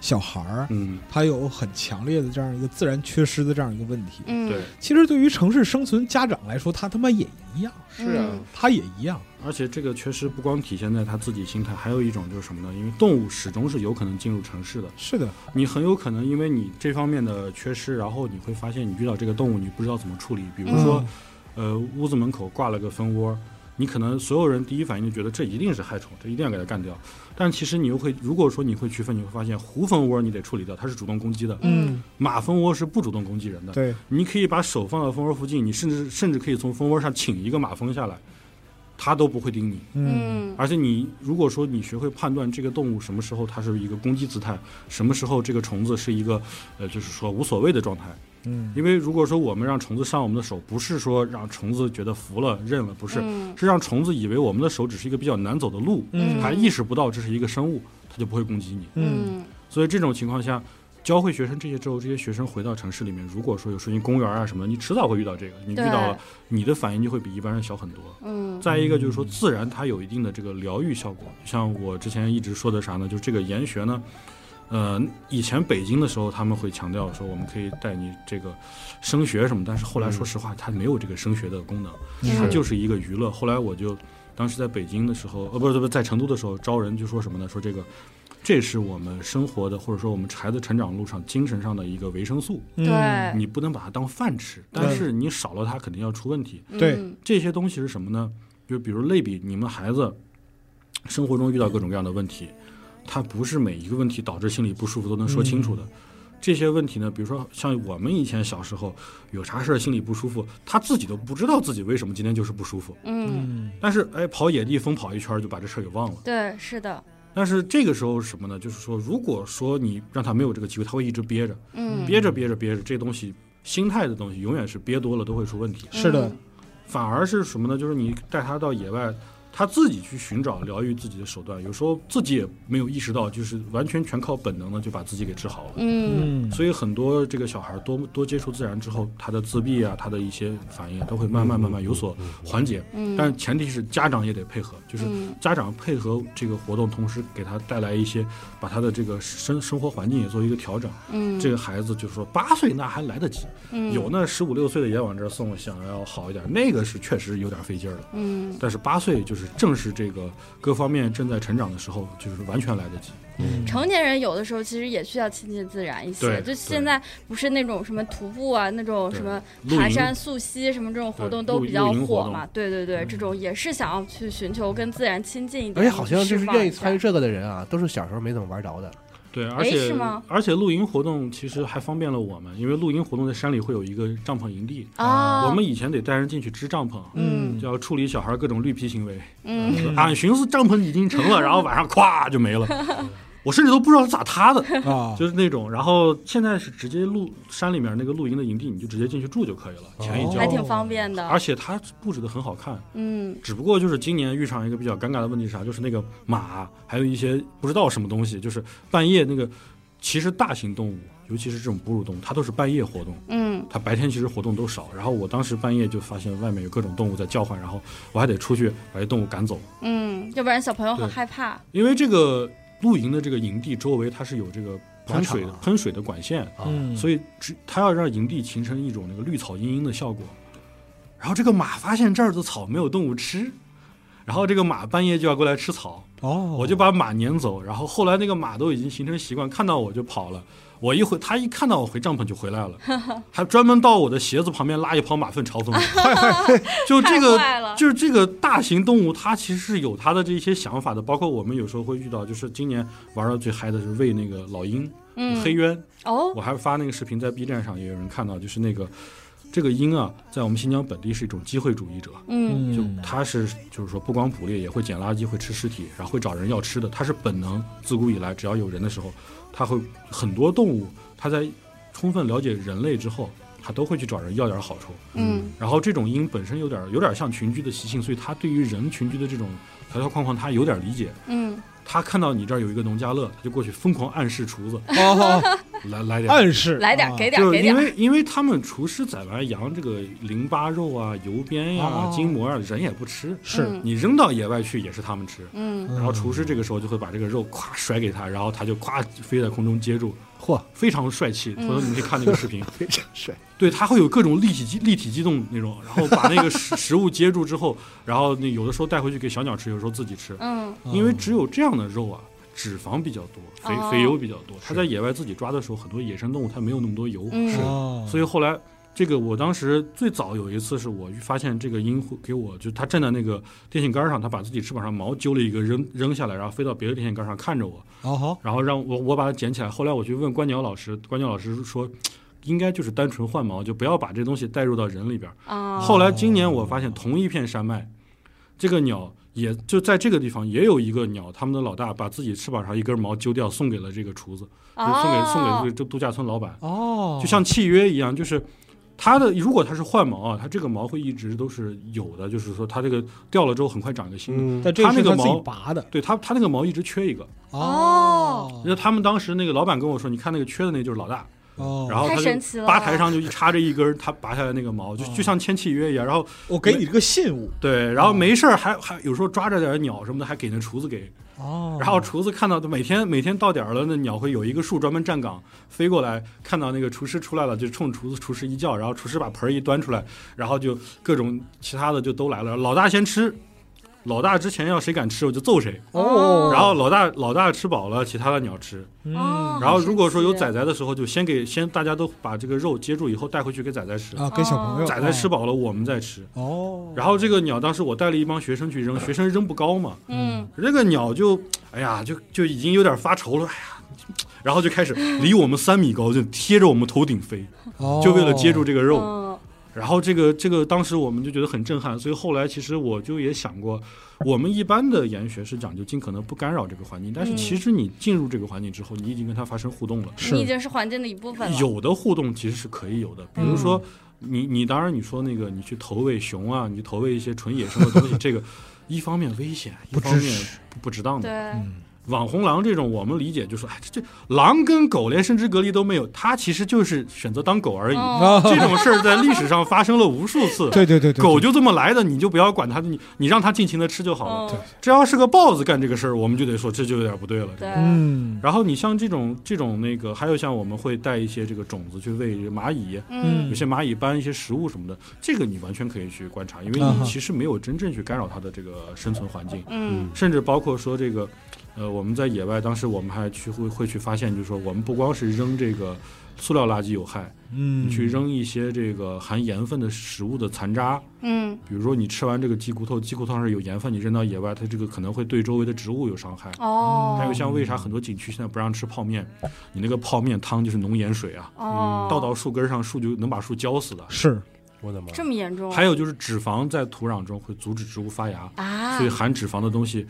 Speaker 5: 小孩儿，
Speaker 4: 嗯，
Speaker 5: 他有很强烈的这样一个自然缺失的这样一个问题。
Speaker 3: 嗯，
Speaker 4: 对，
Speaker 5: 其实对于城市生存家长来说，他他妈也一样，
Speaker 2: 是啊，
Speaker 3: 嗯
Speaker 5: 他也一样。
Speaker 4: 而且这个确实不光体现在他自己心态，还有一种就是什么呢？因为动物始终是有可能进入城市的，
Speaker 5: 是的，
Speaker 4: 你很有可能因为你这方面的缺失，然后你会发现你遇到这个动物你不知道怎么处理，比如说。
Speaker 5: 嗯
Speaker 4: 呃，屋子门口挂了个蜂窝，你可能所有人第一反应就觉得这一定是害虫，这一定要给它干掉。但其实你又会，如果说你会区分，你会发现胡蜂窝你得处理掉，它是主动攻击的；
Speaker 5: 嗯，
Speaker 4: 马蜂窝是不主动攻击人的。
Speaker 5: 对，
Speaker 4: 你可以把手放到蜂窝附近，你甚至甚至可以从蜂窝上请一个马蜂下来，它都不会叮你。
Speaker 3: 嗯
Speaker 4: 而且你如果说你学会判断这个动物什么时候它是一个攻击姿态，什么时候这个虫子是一个呃，就是说无所谓的状态。
Speaker 5: 嗯，
Speaker 4: 因为如果说我们让虫子上我们的手，不是说让虫子觉得服了、认了，不是，
Speaker 3: 嗯
Speaker 4: 是让虫子以为我们的手只是一个比较难走的路，
Speaker 5: 嗯
Speaker 4: 它意识不到这是一个生物，它就不会攻击你。
Speaker 5: 嗯，
Speaker 3: 嗯
Speaker 4: 所以这种情况下，教会学生这些之后，这些学生回到城市里面，如果说有时候你公园啊什么的，你迟早会遇到这个，你遇
Speaker 3: 对
Speaker 4: 到了，你的反应就会比一般人小很多。
Speaker 3: 嗯
Speaker 4: 再一个就是说，自然它有一定的这个疗愈效果。像我之前一直说的啥呢？就是这个研学呢，呃，以前北京的时候他们会强调说我们可以带你这个升学什么，但是后来说实话，它没有这个升学的功能，它
Speaker 3: 嗯
Speaker 4: 就是一个娱乐。后来我就当时在北京的时候，呃，不是不是在成都的时候招人就说什么呢？说这个。这是我们生活的，或者说我们孩子成长路上精神上的一个维生素，
Speaker 5: 嗯
Speaker 3: 对
Speaker 4: 你不能把它当饭吃，但是你少了它肯定要出问题。
Speaker 3: 嗯
Speaker 5: 对
Speaker 4: 这些东西是什么呢？就比如类比你们孩子生活中遇到各种各样的问题，他不是每一个问题导致心里不舒服都能说清楚的。这些问题呢，比如说像我们以前小时候有啥事儿心里不舒服，他自己都不知道自己为什么今天就是不舒服，
Speaker 3: 嗯
Speaker 5: 嗯
Speaker 4: 但是哎跑野地疯跑一圈儿就把这事儿给忘了。
Speaker 3: 对是的
Speaker 4: 但是这个时候是什么呢？就是说，如果说你让他没有这个机会，他会一直憋着，
Speaker 3: 嗯，
Speaker 4: 憋着憋着憋着，这东西心态的东西永远是憋多了都会出问题。
Speaker 5: 是的
Speaker 3: 嗯，
Speaker 4: 反而是什么呢？就是你带他到野外，他自己去寻找疗愈自己的手段，有时候自己也没有意识到，就是完全全靠本能的就把自己给治好了。
Speaker 3: 嗯，
Speaker 5: 嗯，
Speaker 4: 所以很多这个小孩多多接触自然之后，他的自闭啊，他的一些反应啊，都会慢慢慢慢有所缓解。
Speaker 3: 嗯
Speaker 4: 但前提是家长也得配合，就是
Speaker 3: 嗯
Speaker 4: 家长配合这个活动，同时给他带来一些，把他的这个生生活环境也做一个调整。
Speaker 3: 嗯，
Speaker 4: 这个孩子就是说八岁那还来得及，
Speaker 3: 嗯
Speaker 4: 有那十五六岁的也往这儿送，想要好一点，那个是确实有点费劲儿了。
Speaker 3: 嗯
Speaker 4: 但是八岁就是正是这个各方面正在成长的时候，就是完全来得及。
Speaker 3: 成年人有的时候其实也需要亲近自然一些，
Speaker 4: 对
Speaker 3: 就
Speaker 4: 对
Speaker 3: 现在不是那种什么徒步啊，那种什么爬
Speaker 4: 对露营
Speaker 3: 山、溯溪什么这种活动
Speaker 4: 对
Speaker 3: 都
Speaker 4: 露
Speaker 3: 比较
Speaker 4: 露营活
Speaker 3: 火
Speaker 4: 动嗯
Speaker 3: 嘛。对对对，这种也是想要去寻求跟自然亲近一
Speaker 2: 而
Speaker 3: 点，
Speaker 2: 且好像
Speaker 3: 去
Speaker 2: 就
Speaker 3: 释
Speaker 2: 是
Speaker 3: 放
Speaker 2: 愿
Speaker 3: 一
Speaker 2: 意
Speaker 3: 下
Speaker 2: 参与这个的人啊，都是小时候没怎么玩着的。
Speaker 4: 对，而
Speaker 3: 诶
Speaker 4: 且
Speaker 3: 是吗
Speaker 4: 而且露营活动其实还方便了我们，因为露营活动在山里会有一个帐篷营地，
Speaker 3: 啊，
Speaker 4: 我们以前得带人进去支帐篷，
Speaker 3: 嗯
Speaker 4: 就要处理小孩各种绿皮行为。
Speaker 3: 嗯
Speaker 5: 嗯
Speaker 4: 俺寻思帐篷已经成了，然后晚上咵就没 了，我甚至都不知道是咋塌的，
Speaker 3: 嗯
Speaker 5: 啊，
Speaker 4: 就是那种。然后现在是直接露山里面那个露营的营地，你就直接进去住就可以了，钱一交
Speaker 3: 还。挺方便
Speaker 4: 而
Speaker 3: 的，
Speaker 4: 且它布置的很好看，
Speaker 3: 嗯
Speaker 4: 只不过就是今年遇上一个比较尴尬的问题是啥，就是那个马，还有一些不知道什么东西，就是半夜那个，其实大型动物，尤其是这种哺乳动物，它都是半夜活动，
Speaker 3: 嗯
Speaker 4: 它白天其实活动都少。然后我当时半夜就发现外面有各种动物在叫唤，然后我还得出去把这动物赶走，
Speaker 3: 嗯，要不然小朋友很
Speaker 4: 对
Speaker 3: 害怕，
Speaker 4: 因为这个露营的这个营地周围它是有这个喷水的
Speaker 2: 广场啊
Speaker 4: 喷水的管线，啊
Speaker 5: 嗯，
Speaker 4: 所以只它要让营地形成一种那个绿草茵茵的效果。然后这个马发现这儿的草没有动物吃，然后这个马半夜就要过来吃草，
Speaker 5: 哦，
Speaker 4: 我就把马撵走。然后后来那个马都已经形成习惯，看到我就跑了。我一回，它一看到我回帐篷就回来 了，还专门到我的鞋子旁边拉一泡马粪嘲讽我。 就这个
Speaker 3: 太坏了，
Speaker 4: 就是这个大型动物，它其实是有它的这些想法的。包括我们有时候会遇到，就是今年玩的最嗨的是喂那个老鹰、
Speaker 3: 嗯
Speaker 4: 黑鸢，
Speaker 3: 哦
Speaker 4: 我还发那个视频在 B 站上也有人看到，就是那个这个鹰啊，在我们新疆本地是一种机会主义者，
Speaker 3: 嗯
Speaker 5: 嗯
Speaker 4: 就它是就是说不光捕猎，也会捡垃圾，会吃尸体，然后会找人要吃的，它是本能，自古以来只要有人的时候，它会很多动物，它在充分了解人类之后，它都会去找人要点好处。
Speaker 3: 嗯
Speaker 4: 然后这种鹰本身有点有点像群居的习性，所以它对于人群居的这种条条框框，它有点理解。
Speaker 3: 嗯
Speaker 4: 它看到你这儿有一个农家乐，它就过去疯狂暗示厨子
Speaker 5: 哦，
Speaker 4: 来来点
Speaker 5: 暗示
Speaker 3: 嗯来点儿
Speaker 5: 啊
Speaker 3: 给点儿
Speaker 4: 就
Speaker 3: 给
Speaker 4: 是因
Speaker 3: 点儿，
Speaker 4: 为因为他们厨师宰完羊这个淋巴肉啊、油边呀、
Speaker 5: 哦
Speaker 4: 筋膜啊，人也不吃，
Speaker 5: 是，
Speaker 3: 嗯
Speaker 4: 你扔到野外去也是他们吃。
Speaker 3: 嗯
Speaker 5: 然
Speaker 4: 然后厨师这个时候就会把这个肉咵甩给他，然后他就咵飞在空中接住，
Speaker 2: 嚯，
Speaker 4: 非常帅气。
Speaker 3: 嗯
Speaker 4: 回头你们去看那个视频，
Speaker 6: 非常帅。
Speaker 4: 对他会有各种立体机立体机动那种，然后把那个食 食物接住之后，然后那有的时候带回去给小鸟吃，有时候自己吃，
Speaker 3: 嗯
Speaker 4: 因为只有这样的肉啊，脂肪比较多，肥
Speaker 3: 哦
Speaker 4: 肥油比较多。它在野外自己抓的时候，很多野生动物它没有那么多油，
Speaker 3: 嗯
Speaker 5: 哦，
Speaker 4: 所以后来，这个我当时最早有一次是我发现这个鹰会给我，就它站在那个电线杆上，它把自己翅膀上毛揪了一个扔扔下来，然后飞到别的电线杆上看着我，
Speaker 5: 哦好，
Speaker 4: 然后让我我把它捡起来。后来我去问观鸟老师，观鸟老师说。应该就是单纯换毛，就不要把这东西带入到人里边儿。
Speaker 3: 啊，
Speaker 4: 后来今年我发现，同一片山脉，这个鸟也就在这个地方也有一个鸟，他们的老大把自己翅膀上一根毛揪掉，送给了这个厨子，就
Speaker 3: 哦
Speaker 4: 送给送给这个度度假村老板。
Speaker 5: 哦，
Speaker 4: 就像契约一样，就是它的如果它是换毛啊，它这个毛会一直都是有的，就是说它这个掉了之后很快长个新的。
Speaker 2: 嗯，
Speaker 5: 但这个
Speaker 4: 他
Speaker 5: 是
Speaker 4: 那个
Speaker 5: 自己
Speaker 4: 毛
Speaker 5: 拔的
Speaker 4: 对它，它那个毛一直缺一个。
Speaker 5: 哦
Speaker 4: 因为他们当时那个老板跟我说，你看那个缺的那就是老大，
Speaker 5: 哦，
Speaker 4: 然后
Speaker 3: 太
Speaker 4: 他
Speaker 3: 神
Speaker 4: 就
Speaker 3: 奇了，
Speaker 4: 吧台上就一插着一根儿他拔下来那个毛，就就像签契约一样。然后
Speaker 5: 我给你这个信物
Speaker 4: 对，然后没事儿还还有时候抓着点鸟什么的，还给那厨子给。
Speaker 5: 哦
Speaker 4: 然后厨子看到每天每天到点儿了，那鸟会有一个树专门站岗，飞过来看到那个厨师出来了，就冲厨子厨师一叫，然后厨师把盆儿一端出来，然后就各种其他的就都来了。老大先吃，老大之前要谁敢吃我就揍谁。
Speaker 5: 哦，
Speaker 4: 然后老大老大吃饱了，其他的鸟吃。
Speaker 5: 嗯
Speaker 3: 哦
Speaker 4: 然后如果说有
Speaker 3: 好神
Speaker 4: 崽
Speaker 3: 奇
Speaker 4: 崽的时候，就先给先大家都把这个肉接住以后带回去给崽崽吃，
Speaker 5: 啊，给小
Speaker 3: 哦
Speaker 5: 朋友
Speaker 4: 崽崽吃饱了我们再吃。
Speaker 5: 哦，
Speaker 4: 然后这个鸟当时我带了一帮学生去扔，学生扔不高嘛，
Speaker 3: 嗯
Speaker 4: 这个鸟就，哎呀，就就已经有点发愁了，哎呀，然后就开始离我们三米高，就贴着我们头顶飞，
Speaker 5: 哦
Speaker 4: 就为了接住这个肉。
Speaker 3: 嗯
Speaker 4: 然后这个这个当时我们就觉得很震撼，所以后来其实我就也想过，我们一般的研学是讲究尽可能不干扰这个环境，但是
Speaker 3: 嗯
Speaker 4: 其实你进入这个环境之后，你已经跟它发生互动了。
Speaker 5: 是
Speaker 3: 你已经是环境的一部分了。
Speaker 4: 有的互动其实是可以有的，比如说
Speaker 5: 嗯
Speaker 4: 你你当然你说那个你去投喂熊啊，你去投喂一些纯野生的东西，这 个一方面危险，一
Speaker 5: 不
Speaker 4: 方
Speaker 5: 支
Speaker 4: 面
Speaker 5: 持
Speaker 4: 不不值当的。
Speaker 3: 对，
Speaker 4: 网红狼这种，我们理解就是，哎，这这狼跟狗连生殖隔离都没有，它其实就是选择当狗而已。
Speaker 3: 嗯
Speaker 5: 啊，
Speaker 4: 这种事儿在历史上发生了无数
Speaker 3: 哦
Speaker 4: 次。
Speaker 5: 对对对对，
Speaker 4: 狗就这么来的，你就不要管它，你你让它尽情的吃就好了。
Speaker 3: 嗯
Speaker 5: 对
Speaker 4: 这要是个豹子干这个事儿，我们就得说这就有点不对了。
Speaker 3: 对，
Speaker 5: 嗯
Speaker 4: 然后你像这种这种那个，还有像我们会带一些这个种子去喂蚂蚁，
Speaker 3: 嗯
Speaker 4: 有些蚂蚁搬一些食物什么的，这个你完全可以去观察，因为
Speaker 5: 啊
Speaker 4: 你
Speaker 5: 哈
Speaker 4: 其实没有真正去干扰它的这个生存环境，
Speaker 3: 嗯
Speaker 4: 甚至包括说这个，呃，我们在野外，当时我们还去会会去发现，就是说我们不光是扔这个塑料垃圾有害，
Speaker 5: 嗯
Speaker 4: 你去扔一些这个含盐分的食物的残渣，
Speaker 3: 嗯，
Speaker 4: 比如说你吃完这个鸡骨头，鸡骨头上是有盐分，你扔到野外，它这个可能会对周围的植物有伤害。
Speaker 3: 哦，
Speaker 4: 嗯还有像为啥很多景区现在不让吃泡面，你那个泡面汤就是浓盐水啊，
Speaker 3: 哦，
Speaker 4: 倒到树根上，树就能把树浇死的。
Speaker 5: 是
Speaker 2: 我的妈！
Speaker 3: 这么严重，
Speaker 4: 还有就是脂肪在土壤中会阻止植物发芽，
Speaker 3: 啊
Speaker 4: 所以，含脂肪的东西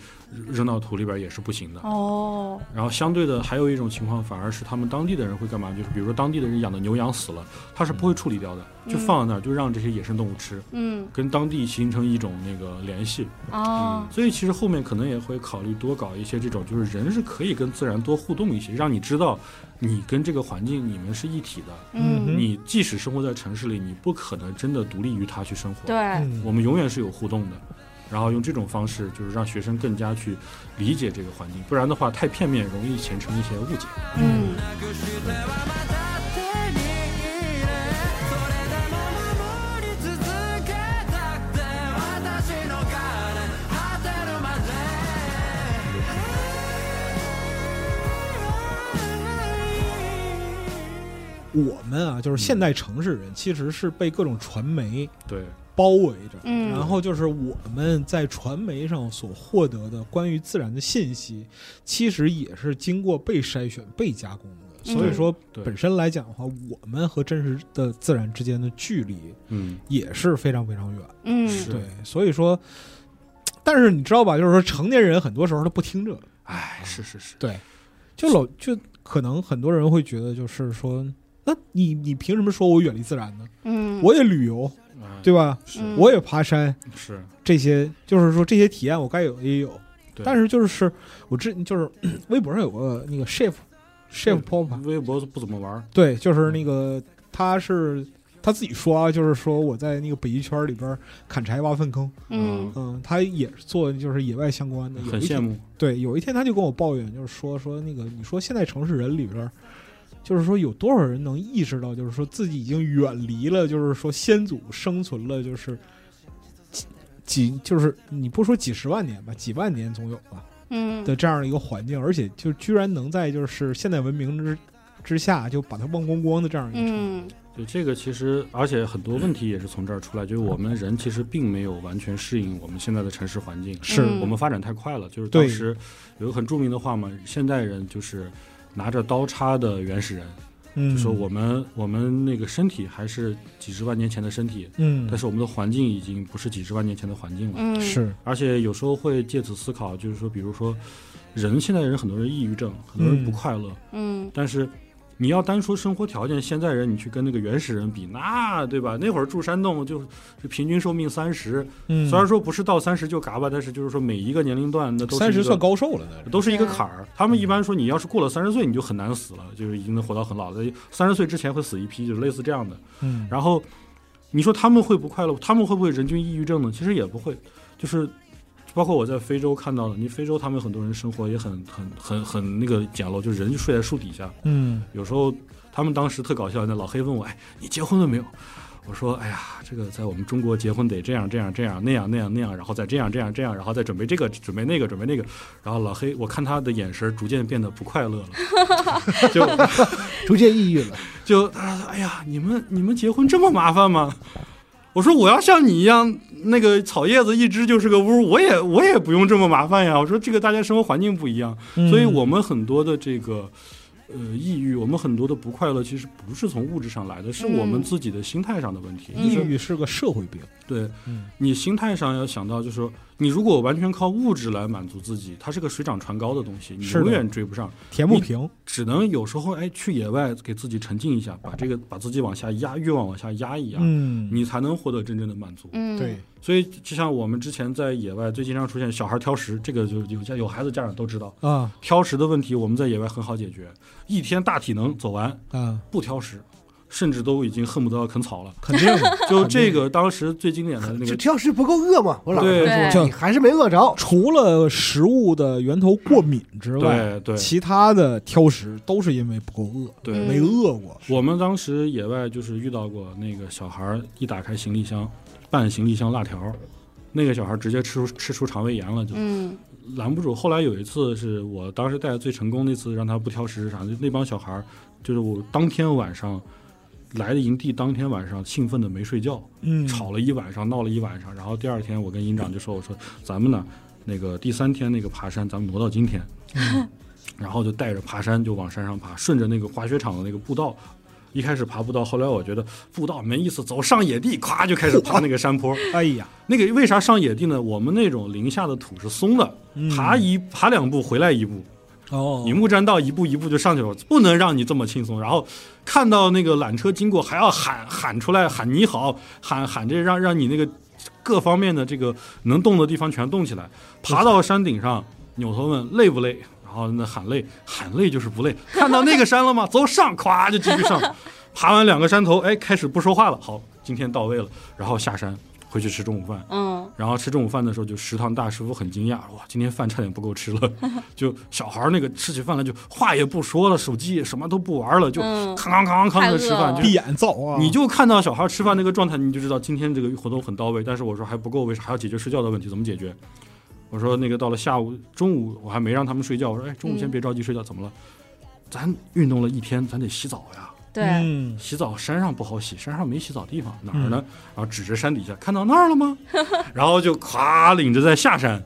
Speaker 4: 扔到土里边也是不行的。
Speaker 3: 哦，
Speaker 4: 然后相对的还有一种情况，反而是他们当地的人会干嘛？就是比如说当地的人养的牛羊死了，他是不会处理掉的，就放在那儿，就让这些野生动物吃，
Speaker 3: 嗯，
Speaker 4: 跟当地形成一种那个联系。
Speaker 3: 哦，
Speaker 4: 所以其实后面可能也会考虑多搞一些这种，就是人是可以跟自然多互动一些，让你知道你跟这个环境你们是一体的。
Speaker 5: 嗯
Speaker 3: 嗯，
Speaker 4: 你即使生活在城市里，你不可能真的独立于它去生活。
Speaker 3: 对，，
Speaker 5: 嗯
Speaker 4: 我们永远是有互动的。然后用这种方式，就是让学生更加去理解这个环境，不然的话太片面，容易形成一些误解。
Speaker 3: 嗯，
Speaker 5: 我们啊，就
Speaker 4: 嗯
Speaker 5: 是现代城市人，其实是被各种传媒
Speaker 4: 对，
Speaker 5: 包围着，
Speaker 3: 嗯
Speaker 5: 然后就是我们在传媒上所获得的关于自然的信息，其实也是经过被筛选、被加工的。
Speaker 3: 嗯
Speaker 5: 所以说，
Speaker 4: 对
Speaker 5: 本身来讲的话，我们和真实的自然之间的距离
Speaker 4: 嗯，
Speaker 5: 也是非常非常远。
Speaker 3: 嗯，
Speaker 4: 是
Speaker 5: 对，所以说，但是你知道吧？就是说，成年人很多时候他不听这个，
Speaker 4: 哎，是是是，
Speaker 5: 就老就可能很多人会觉得，就是说，那你你凭什么说我远离自然呢？
Speaker 3: 嗯，
Speaker 5: 我也旅游，
Speaker 4: 哎
Speaker 5: 对吧？
Speaker 4: 是
Speaker 3: 嗯
Speaker 5: 我也爬山，
Speaker 4: 是，
Speaker 5: 这些就是说这些体验我该有的也有，
Speaker 4: 对
Speaker 5: 但是就是我之就是微博上有个那个 chef chef Pop，
Speaker 4: 微博不怎么玩儿，
Speaker 5: 对，就是那个他是他自己说啊，就是说我在那个北极圈里边砍柴挖粪坑，
Speaker 3: 嗯，
Speaker 4: 啊
Speaker 5: 嗯，他也是做就是野外相关的，有
Speaker 4: 很
Speaker 5: 一
Speaker 4: 羡
Speaker 5: 天
Speaker 4: 慕。
Speaker 5: 对，有一天他就跟我抱怨，就是说说那个，你说现在城市人里边儿，就是说有多少人能意识到，就是说自己已经远离了，就是说先祖生存了，就是几几，就是你不说几十万年吧，几万年总有吧
Speaker 3: 嗯，
Speaker 5: 的这样的一个环境，而且就居然能在就是现代文明之之下就把它忘光光的这样一个城市，
Speaker 3: 嗯，
Speaker 4: 对这个其实，而且很多问题也是从这儿出来，就是我们人其实并没有完全适应我们现在的城市环境，
Speaker 5: 是
Speaker 3: 嗯
Speaker 4: 我们发展太快了。就是当
Speaker 5: 对
Speaker 4: 时有个很著名的话嘛，现代人就是拿着刀叉的原始人，
Speaker 5: 嗯，
Speaker 4: 就说我们我们那个身体还是几十万年前的身体，
Speaker 5: 嗯，
Speaker 4: 但是我们的环境已经不是几十万年前的环境了。
Speaker 3: 嗯，
Speaker 5: 是
Speaker 4: 而且有时候会借此思考，就是说，比如说，人现在人很多人抑郁症，很多人不
Speaker 5: 嗯
Speaker 4: 快乐，
Speaker 3: 嗯，
Speaker 4: 但是你要单说生活条件，现在人你去跟那个原始人比，那对吧？那会儿住山洞就是平均寿命三十、
Speaker 5: 嗯，
Speaker 4: 虽然说不是到三十就嘎巴，但是就是说每一个年龄段那都是
Speaker 5: 三
Speaker 4: 一
Speaker 5: 十
Speaker 4: 个
Speaker 5: 算高啊寿了，那是
Speaker 4: 都是一个坎儿。他们一般说你要是过了三十岁，你就很难死了，就是已经能活到很老的。三十岁之前会死一批，就是类似这样的。
Speaker 5: 嗯，
Speaker 4: 然后你说他们会不快乐？他们会不会人均抑郁症呢？其实也不会，就是。包括我在非洲看到的，你非洲他们很多人生活也很很很很那个简陋，就是人就睡在树底下，
Speaker 5: 嗯
Speaker 4: 有时候他们当时特搞笑，那老黑问我：“哎，你结婚了没有？”我说：“哎呀，这个在我们中国结婚得这样这样这样那样那样那样，然后再这样这样这样，然后再准备这个准备那个准备那个。”然后老黑，我看他的眼神逐渐变得不快乐了，就
Speaker 2: 逐渐抑郁了，
Speaker 4: 就他说：“哎呀，你们你们结婚这么麻烦吗？”我说：“我要像你一样，那个草叶子一支就是个屋，我也我
Speaker 5: 嗯
Speaker 4: 也不用这么麻烦呀。”我说：“这个大家生活环境不一样，所以我们很多的这个呃抑郁，我们很多的不快乐其实不是从物质上来的，是我们
Speaker 3: 嗯
Speaker 4: 自己的心态上的问题。
Speaker 3: 嗯
Speaker 5: 抑郁是个社会病，
Speaker 4: 对
Speaker 5: 嗯
Speaker 4: 你心态上要想到，就是说，你如果完全靠物质来满足自己，它是个水涨船高的东西，你
Speaker 5: 是的
Speaker 4: 永远追不上。
Speaker 5: 填不平，
Speaker 4: 只能有时候哎去野外给自己沉浸一下，把这个把自己往下压，越往往下压一压，
Speaker 5: 嗯，
Speaker 4: 你才能获得真正的满足。
Speaker 3: 嗯，
Speaker 5: 对，
Speaker 4: 所以就像我们之前在野外最经常出现小孩挑食，这个就有家有孩子家长都知道，
Speaker 3: 嗯
Speaker 5: 啊
Speaker 4: 挑食的问题我们在野外很好解决，一天大体能走完，
Speaker 5: 啊，
Speaker 4: 不挑食，甚至都已经恨不得要啃草了。
Speaker 5: 肯定的
Speaker 4: 就这个当时最经典的那
Speaker 6: 这
Speaker 4: 个，
Speaker 6: 挑食不够饿吗？我老
Speaker 4: 对
Speaker 3: 对
Speaker 6: 说你还是没饿着。
Speaker 5: 除了食物的源头过敏之外，
Speaker 4: 对对
Speaker 5: 其他的挑食都是因为不够饿，
Speaker 4: 对，
Speaker 3: 嗯
Speaker 5: 没饿过。
Speaker 4: 我们当时野外就是遇到过那个小孩儿一打开行李箱，半行李箱辣条，那个小孩儿直接吃出吃出肠胃炎了，就
Speaker 3: 嗯
Speaker 4: 拦不住。后来有一次是我当时带的最成功那次，让他不挑食是啥？就那帮小孩儿，就是我当天晚上来的营地，当天晚上兴奋的没睡觉，
Speaker 5: 嗯，
Speaker 4: 吵了一晚上，闹了一晚上。然后第二天我跟营长就说：“我说咱们呢，那个第三天那个爬山，咱们挪到今天。 然后就带着爬山就往山上爬，顺着那个滑雪场的那个步道。一开始爬步道，后来我觉得步道没意思，走上野地，咵就开始爬那个山坡。
Speaker 5: 哎呀，
Speaker 4: 那个为啥上野地呢？我们那种林下的土是松的，爬一爬两步回来一步，
Speaker 5: 哦
Speaker 4: 你，木栈道一步一步就上去了，不能让你这么轻松。然后看到那个缆车经过，还要喊喊出来，喊你好，喊喊这让让你那个各方面的这个能动的地方全动起来。爬到山顶上，扭头问累不累，然后那喊累，喊累就是不累。看到那个山了吗？走上，咵就继续上。爬完两个山头，哎，开始不说话了，好，今天到位了，然后下山回去吃中午饭。
Speaker 3: 嗯
Speaker 4: 然后吃中午饭的时候，就食堂大师傅很惊讶，哇，今天饭差点不够吃了。 就小孩儿那个吃起饭来就话也不说了，手机也什么都不玩了，就
Speaker 3: 嗯
Speaker 4: 康康康康的吃
Speaker 3: 太饿
Speaker 4: 饭。
Speaker 3: 了
Speaker 4: 就
Speaker 5: 闭眼造啊，
Speaker 4: 你就看到小孩吃饭那个状态，你就知道今天这个活动很到位。但是我说还不够，为啥还要解决睡觉的问题？怎么解决？我说那个到了下午、中午，我还没让他们睡觉。我说哎，中午先
Speaker 3: 嗯
Speaker 4: 别着急睡觉，怎么了？咱运动了一天，咱得洗澡呀。
Speaker 3: 对，
Speaker 5: 嗯，
Speaker 4: 洗澡山上不好洗，山上没洗澡地方，
Speaker 6: 嗯
Speaker 4: 哪儿呢？然后指着山底下，看到那儿 了吗？然后就咵领着在下山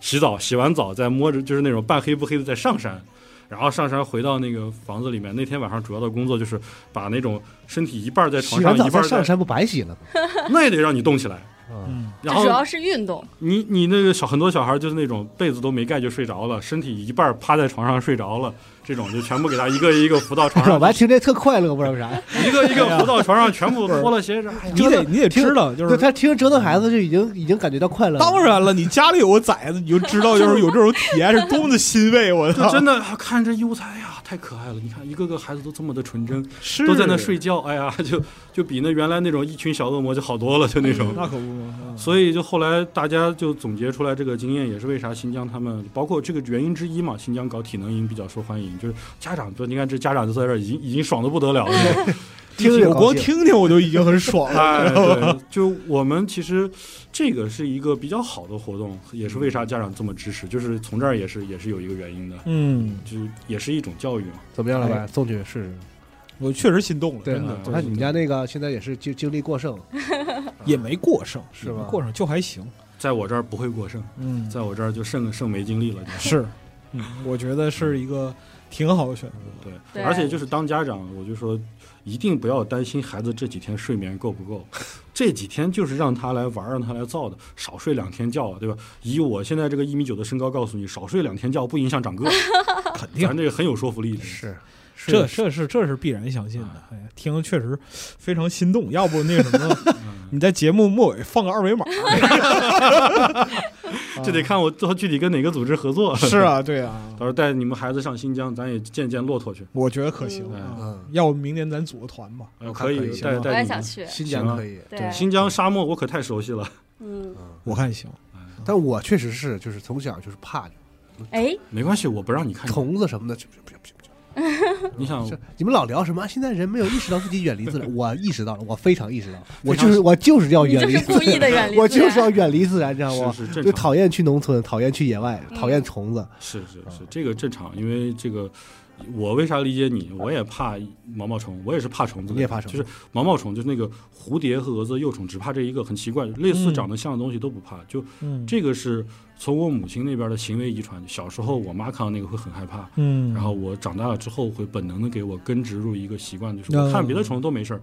Speaker 4: 洗澡，洗完澡再摸着，就是那种半黑不黑的在上山。然后上山回到那个房子里面，那天晚上主要的工作就是把那种身体一半在床
Speaker 6: 洗
Speaker 4: 上，
Speaker 6: 完澡
Speaker 4: 一半
Speaker 6: 再
Speaker 4: 在
Speaker 6: 上山不白洗了吗？
Speaker 4: 那也得让你动起来。
Speaker 6: 啊，
Speaker 5: 嗯
Speaker 3: 这
Speaker 4: 然后
Speaker 3: 主要是运动，
Speaker 4: 你你那个小很多小孩就是那种被子都没盖就睡着了，身体一半趴在床上睡着了，这种就全部给他一个一个扶到床
Speaker 6: 老
Speaker 4: 上，
Speaker 6: 白听这特快乐，不知道为 啥。
Speaker 4: 一个一个扶到 床上，全部脱了鞋，哎呀
Speaker 5: 你得你得知道，就
Speaker 6: 对
Speaker 5: 是
Speaker 6: 他听折腾孩子就已经已经感觉到快乐了。
Speaker 5: 当然了，你家里有个崽子，你就知道就是有这种体 验是多么的欣慰。我
Speaker 4: 就
Speaker 5: 操，
Speaker 4: 真的啊看着这优才哎呀，太可爱了！你看一个个孩子都这么的纯真，
Speaker 5: 是
Speaker 4: 都在那睡，觉，哎呀，就就比那原来那种一群小恶魔就好多了，就那种。
Speaker 5: 那可不嘛。
Speaker 4: 所以就后来大家就总结出来这个经验，也是为啥新疆他们包括这个原因之一嘛，新疆搞体能营比较受欢迎，就是家长就你看这家长就在这儿已经已经爽的不得了了。
Speaker 6: 听着也
Speaker 5: 我
Speaker 6: 高
Speaker 5: 光
Speaker 6: 兴
Speaker 5: 听听我就已经很爽了。
Speaker 4: 哎，对，就我们其实这个是一个比较好的活动，也是为啥家长这么支持，就是从这儿也是也是有一个原因的，
Speaker 5: 嗯，
Speaker 4: 就是也是一种教育嘛。
Speaker 2: 怎么样，老白送去试试？
Speaker 5: 我确实心动了，
Speaker 2: 对
Speaker 5: 真的
Speaker 2: 啊，我看你们家那个现在也是精精力过剩，
Speaker 5: 也没过剩，
Speaker 2: 是吧
Speaker 5: 也没过剩就还行。
Speaker 4: 在我这儿不会过剩，
Speaker 5: 嗯，，
Speaker 4: 在我这儿就剩剩没精力了。就是
Speaker 5: 嗯，我觉得是一个挺好的选择。
Speaker 3: 对
Speaker 4: 对，而且就是当家长，我就说一定不要担心孩子这几天睡眠够不够， 这几天就是让他来玩儿，让他来造的，少睡两天觉，啊对吧？以我现在这个一米九的身高，告诉你，少睡两天觉不影响长 个，
Speaker 5: 肯定
Speaker 4: 咱这个很有说服力的。
Speaker 2: 是
Speaker 5: 这这是这是必然相信的。哎呀，听确实非常心动，要不那什 么，嗯你在节目末尾放个二维码。
Speaker 4: 这得看我最后具体跟哪个组织合作。
Speaker 5: 是，啊，对啊
Speaker 4: 到，时候带你们孩子上新疆，咱也见见骆驼去。
Speaker 5: 我觉得可行
Speaker 4: 嗯
Speaker 5: 啊
Speaker 6: 嗯。
Speaker 5: 要不明年咱组个团吧？
Speaker 4: 呃
Speaker 2: 我看可
Speaker 4: 可
Speaker 2: 以
Speaker 4: 以，
Speaker 2: 行
Speaker 4: 带
Speaker 2: 吗
Speaker 3: 我
Speaker 4: 带
Speaker 3: 也
Speaker 4: 你
Speaker 3: 想
Speaker 4: 们。
Speaker 3: 去，
Speaker 2: 新
Speaker 4: 行
Speaker 2: 疆
Speaker 4: 啊
Speaker 2: 可以，
Speaker 3: 对，
Speaker 4: 新疆沙漠我可太熟悉了，
Speaker 3: 嗯，
Speaker 5: 我看行。
Speaker 6: 但我确实是，就是从小就是怕
Speaker 4: 嗯
Speaker 3: 哎，
Speaker 4: 没关系，我不让你看见。
Speaker 6: 虫子什么的，就就就就
Speaker 4: 你想
Speaker 6: 是你们老聊什么？现在人没有意识到自己远离自然，我意识到了，我非常意识到了，我就是我就是要
Speaker 3: 你
Speaker 6: 远
Speaker 3: 就
Speaker 6: 离
Speaker 3: 是
Speaker 6: 自
Speaker 3: 故意的远离
Speaker 6: 然，我
Speaker 3: 自
Speaker 6: 就是
Speaker 3: 然
Speaker 6: 要远离自然，知道
Speaker 4: 是
Speaker 6: 吗？
Speaker 4: 是正
Speaker 6: 就
Speaker 4: 常，
Speaker 6: 讨厌去农村，讨厌去野外，讨厌虫子。
Speaker 4: 是是是，这个正常，因为这个我为啥理解你？我也怕毛毛虫，我也是怕虫子的。
Speaker 6: 你也怕虫
Speaker 4: 就是毛毛虫，就是那个蝴蝶和蛾子、幼虫，只怕这一个，很奇怪。类似长得像的东西都不怕，就
Speaker 5: 嗯，
Speaker 4: 这个是从我母亲那边的行为遗传。小时候我妈看到那个会很害怕，
Speaker 5: 嗯，
Speaker 4: 然后我长大了之后会本能的给我根植入一个习惯，就是
Speaker 5: 嗯
Speaker 4: 我看别的虫都没事儿，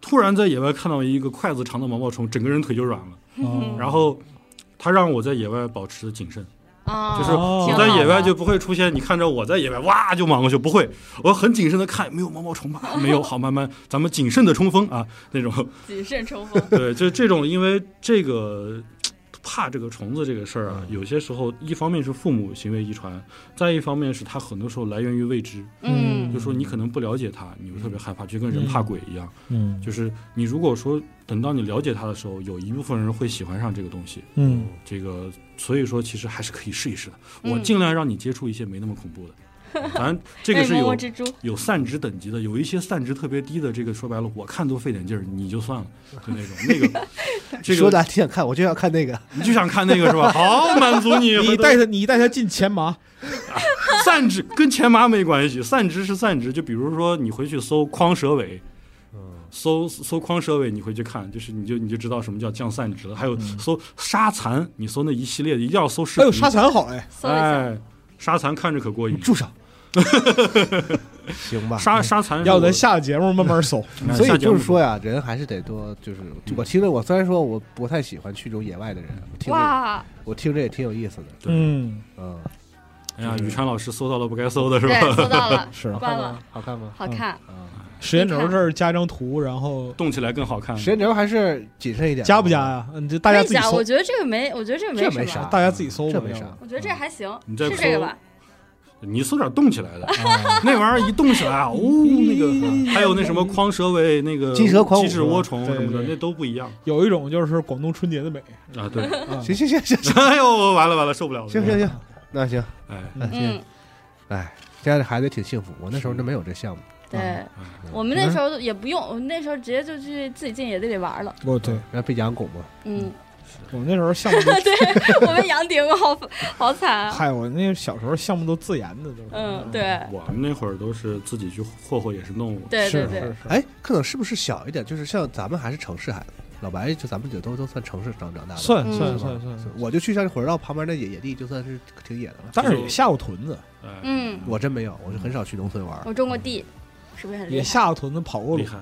Speaker 4: 突然在野外看到一个筷子长的毛毛虫，整个人腿就软了。
Speaker 5: 哦
Speaker 4: 然后它让我在野外保持谨慎，
Speaker 3: 啊，
Speaker 4: 就是
Speaker 5: 哦
Speaker 4: 我在野外就不会出现，你看着我在野外哇就忙过去，不会，我很谨慎的看，没有毛毛虫吧？ 没有，好，慢慢，咱们谨慎的冲锋啊，那种，
Speaker 3: 谨慎抽 风。
Speaker 4: 对，就这种，因为这个。怕这个虫子这个事儿啊，有些时候一方面是父母行为遗传，再一方面是它很多时候来源于未知，
Speaker 5: 嗯
Speaker 3: 嗯
Speaker 4: 就说你可能不了解它，你会特别害怕，就跟人怕鬼一样。
Speaker 5: 嗯
Speaker 4: 就是你如果说等到你了解它的时候，有一部分人会喜欢上这个东西，
Speaker 5: 嗯
Speaker 4: 这个所以说其实还是可以试一试的。
Speaker 3: 嗯
Speaker 4: 我尽量让你接触一些没那么恐怖的，咱这个
Speaker 3: 哎
Speaker 4: 是
Speaker 3: 摸摸
Speaker 4: 有
Speaker 3: 蜘蛛，
Speaker 4: 有散值等级的，有一些散值特别低的，这个说白了我看都费点劲儿，你就算了，就那种那个，这
Speaker 6: 说
Speaker 4: 个
Speaker 6: 的挺想看，我就想看那个。
Speaker 4: 你就想看那个是吧？好，满足你。
Speaker 5: 你
Speaker 4: 回头
Speaker 5: 带他，你带他进前麻，
Speaker 4: 散值跟钱麻没关系，散值是散值，就比如说你回去搜匡蛇尾。搜搜匡蛇尾，你回去看，就是你就你就知道什么叫降散值了。还有搜沙蚕，你搜那一系列的，一定要搜视
Speaker 5: 哎呦，
Speaker 4: 频
Speaker 5: 沙蚕好哎，
Speaker 3: 搜一下，
Speaker 4: 哎，沙蚕看着可过瘾。
Speaker 6: 住手，行吧。
Speaker 4: 沙沙蚕是
Speaker 5: 啊要
Speaker 4: 我
Speaker 5: 咱下个节目慢慢 搜。
Speaker 4: 嗯
Speaker 6: 所
Speaker 4: 下
Speaker 6: 以
Speaker 4: 节目
Speaker 6: 就是说呀，人还是得多，就是我听着，我虽然说我不太喜欢去这种野外的人，我听着
Speaker 3: 哇，
Speaker 6: 我听着也挺有意思的，
Speaker 4: 对
Speaker 5: 嗯，
Speaker 6: 嗯，
Speaker 4: 哎呀，雨川老师搜到了不该搜的是
Speaker 3: 对，
Speaker 4: 吧？
Speaker 3: 搜到了，
Speaker 5: 是
Speaker 3: 关了，
Speaker 6: 嗯好看吗？
Speaker 3: 好看，
Speaker 6: 啊，
Speaker 5: 时间轴这儿加一张图，然后
Speaker 4: 动起来更好看。
Speaker 6: 时间轴还是谨慎一点，
Speaker 5: 加不加？呀？嗯，这大家
Speaker 3: 可以
Speaker 5: 自己
Speaker 3: 加，我
Speaker 5: 搜，
Speaker 3: 觉得这个没，我觉得这个
Speaker 6: 这
Speaker 3: 什
Speaker 6: 没
Speaker 3: 么，
Speaker 6: 啥，
Speaker 5: 大家自己搜吧，
Speaker 6: 这没
Speaker 5: 要
Speaker 6: 啥
Speaker 5: 不。
Speaker 3: 我觉得这还行，
Speaker 4: 你再
Speaker 3: 是这个
Speaker 4: 搜
Speaker 3: 吧？
Speaker 4: 你搜点动起来的， 那玩意儿一动起来啊，哦，那个还有那什么匡蛇尾、那个
Speaker 6: 鸡蛇狂舞
Speaker 4: 鸡翅窝虫什么
Speaker 5: 对
Speaker 4: 的，
Speaker 5: 对
Speaker 4: 那都不一样
Speaker 5: 有一种就是广东春节的美，
Speaker 4: 啊。对，
Speaker 5: 啊
Speaker 6: 行行行行
Speaker 4: 哎呦，完了完了，受不了了。
Speaker 6: 行行行，那行，
Speaker 4: 哎，
Speaker 6: 那行，
Speaker 3: 嗯，
Speaker 6: 哎，现在的孩子挺幸福，我那时候就没有这项目，
Speaker 3: 对
Speaker 4: 嗯，
Speaker 3: 我们那时候也不用，我们那时候直接就去自己进野地里玩了。
Speaker 5: 我对
Speaker 6: 然后被养拱嘛，
Speaker 3: 嗯，
Speaker 5: 嗯我那时候项目 都，
Speaker 3: 我们杨鼎好好惨啊。
Speaker 5: 嗨，我那小时候项目都自研的，都是。
Speaker 3: 嗯，对，
Speaker 4: 我们那会儿都是自己去霍霍野生动物。
Speaker 3: 对对
Speaker 5: 是
Speaker 3: 对
Speaker 5: 是，是，
Speaker 6: 哎，可能是不是小一点，就是像咱们还是城市孩子，老白就咱们就都都算城市长长大的，
Speaker 5: 算
Speaker 3: 嗯
Speaker 5: 算
Speaker 6: 是吧
Speaker 5: 算算，算
Speaker 6: 我就去像火车道旁边那野野地，就算是挺野的了。
Speaker 5: 但是也下过屯子，
Speaker 4: 哎，
Speaker 3: 嗯，
Speaker 6: 我真没有，我就很少去农村玩。
Speaker 3: 我种过地，是不是很厉
Speaker 5: 也
Speaker 3: 害？
Speaker 5: 下过屯子，跑过
Speaker 4: 厉
Speaker 5: 路。
Speaker 4: 害。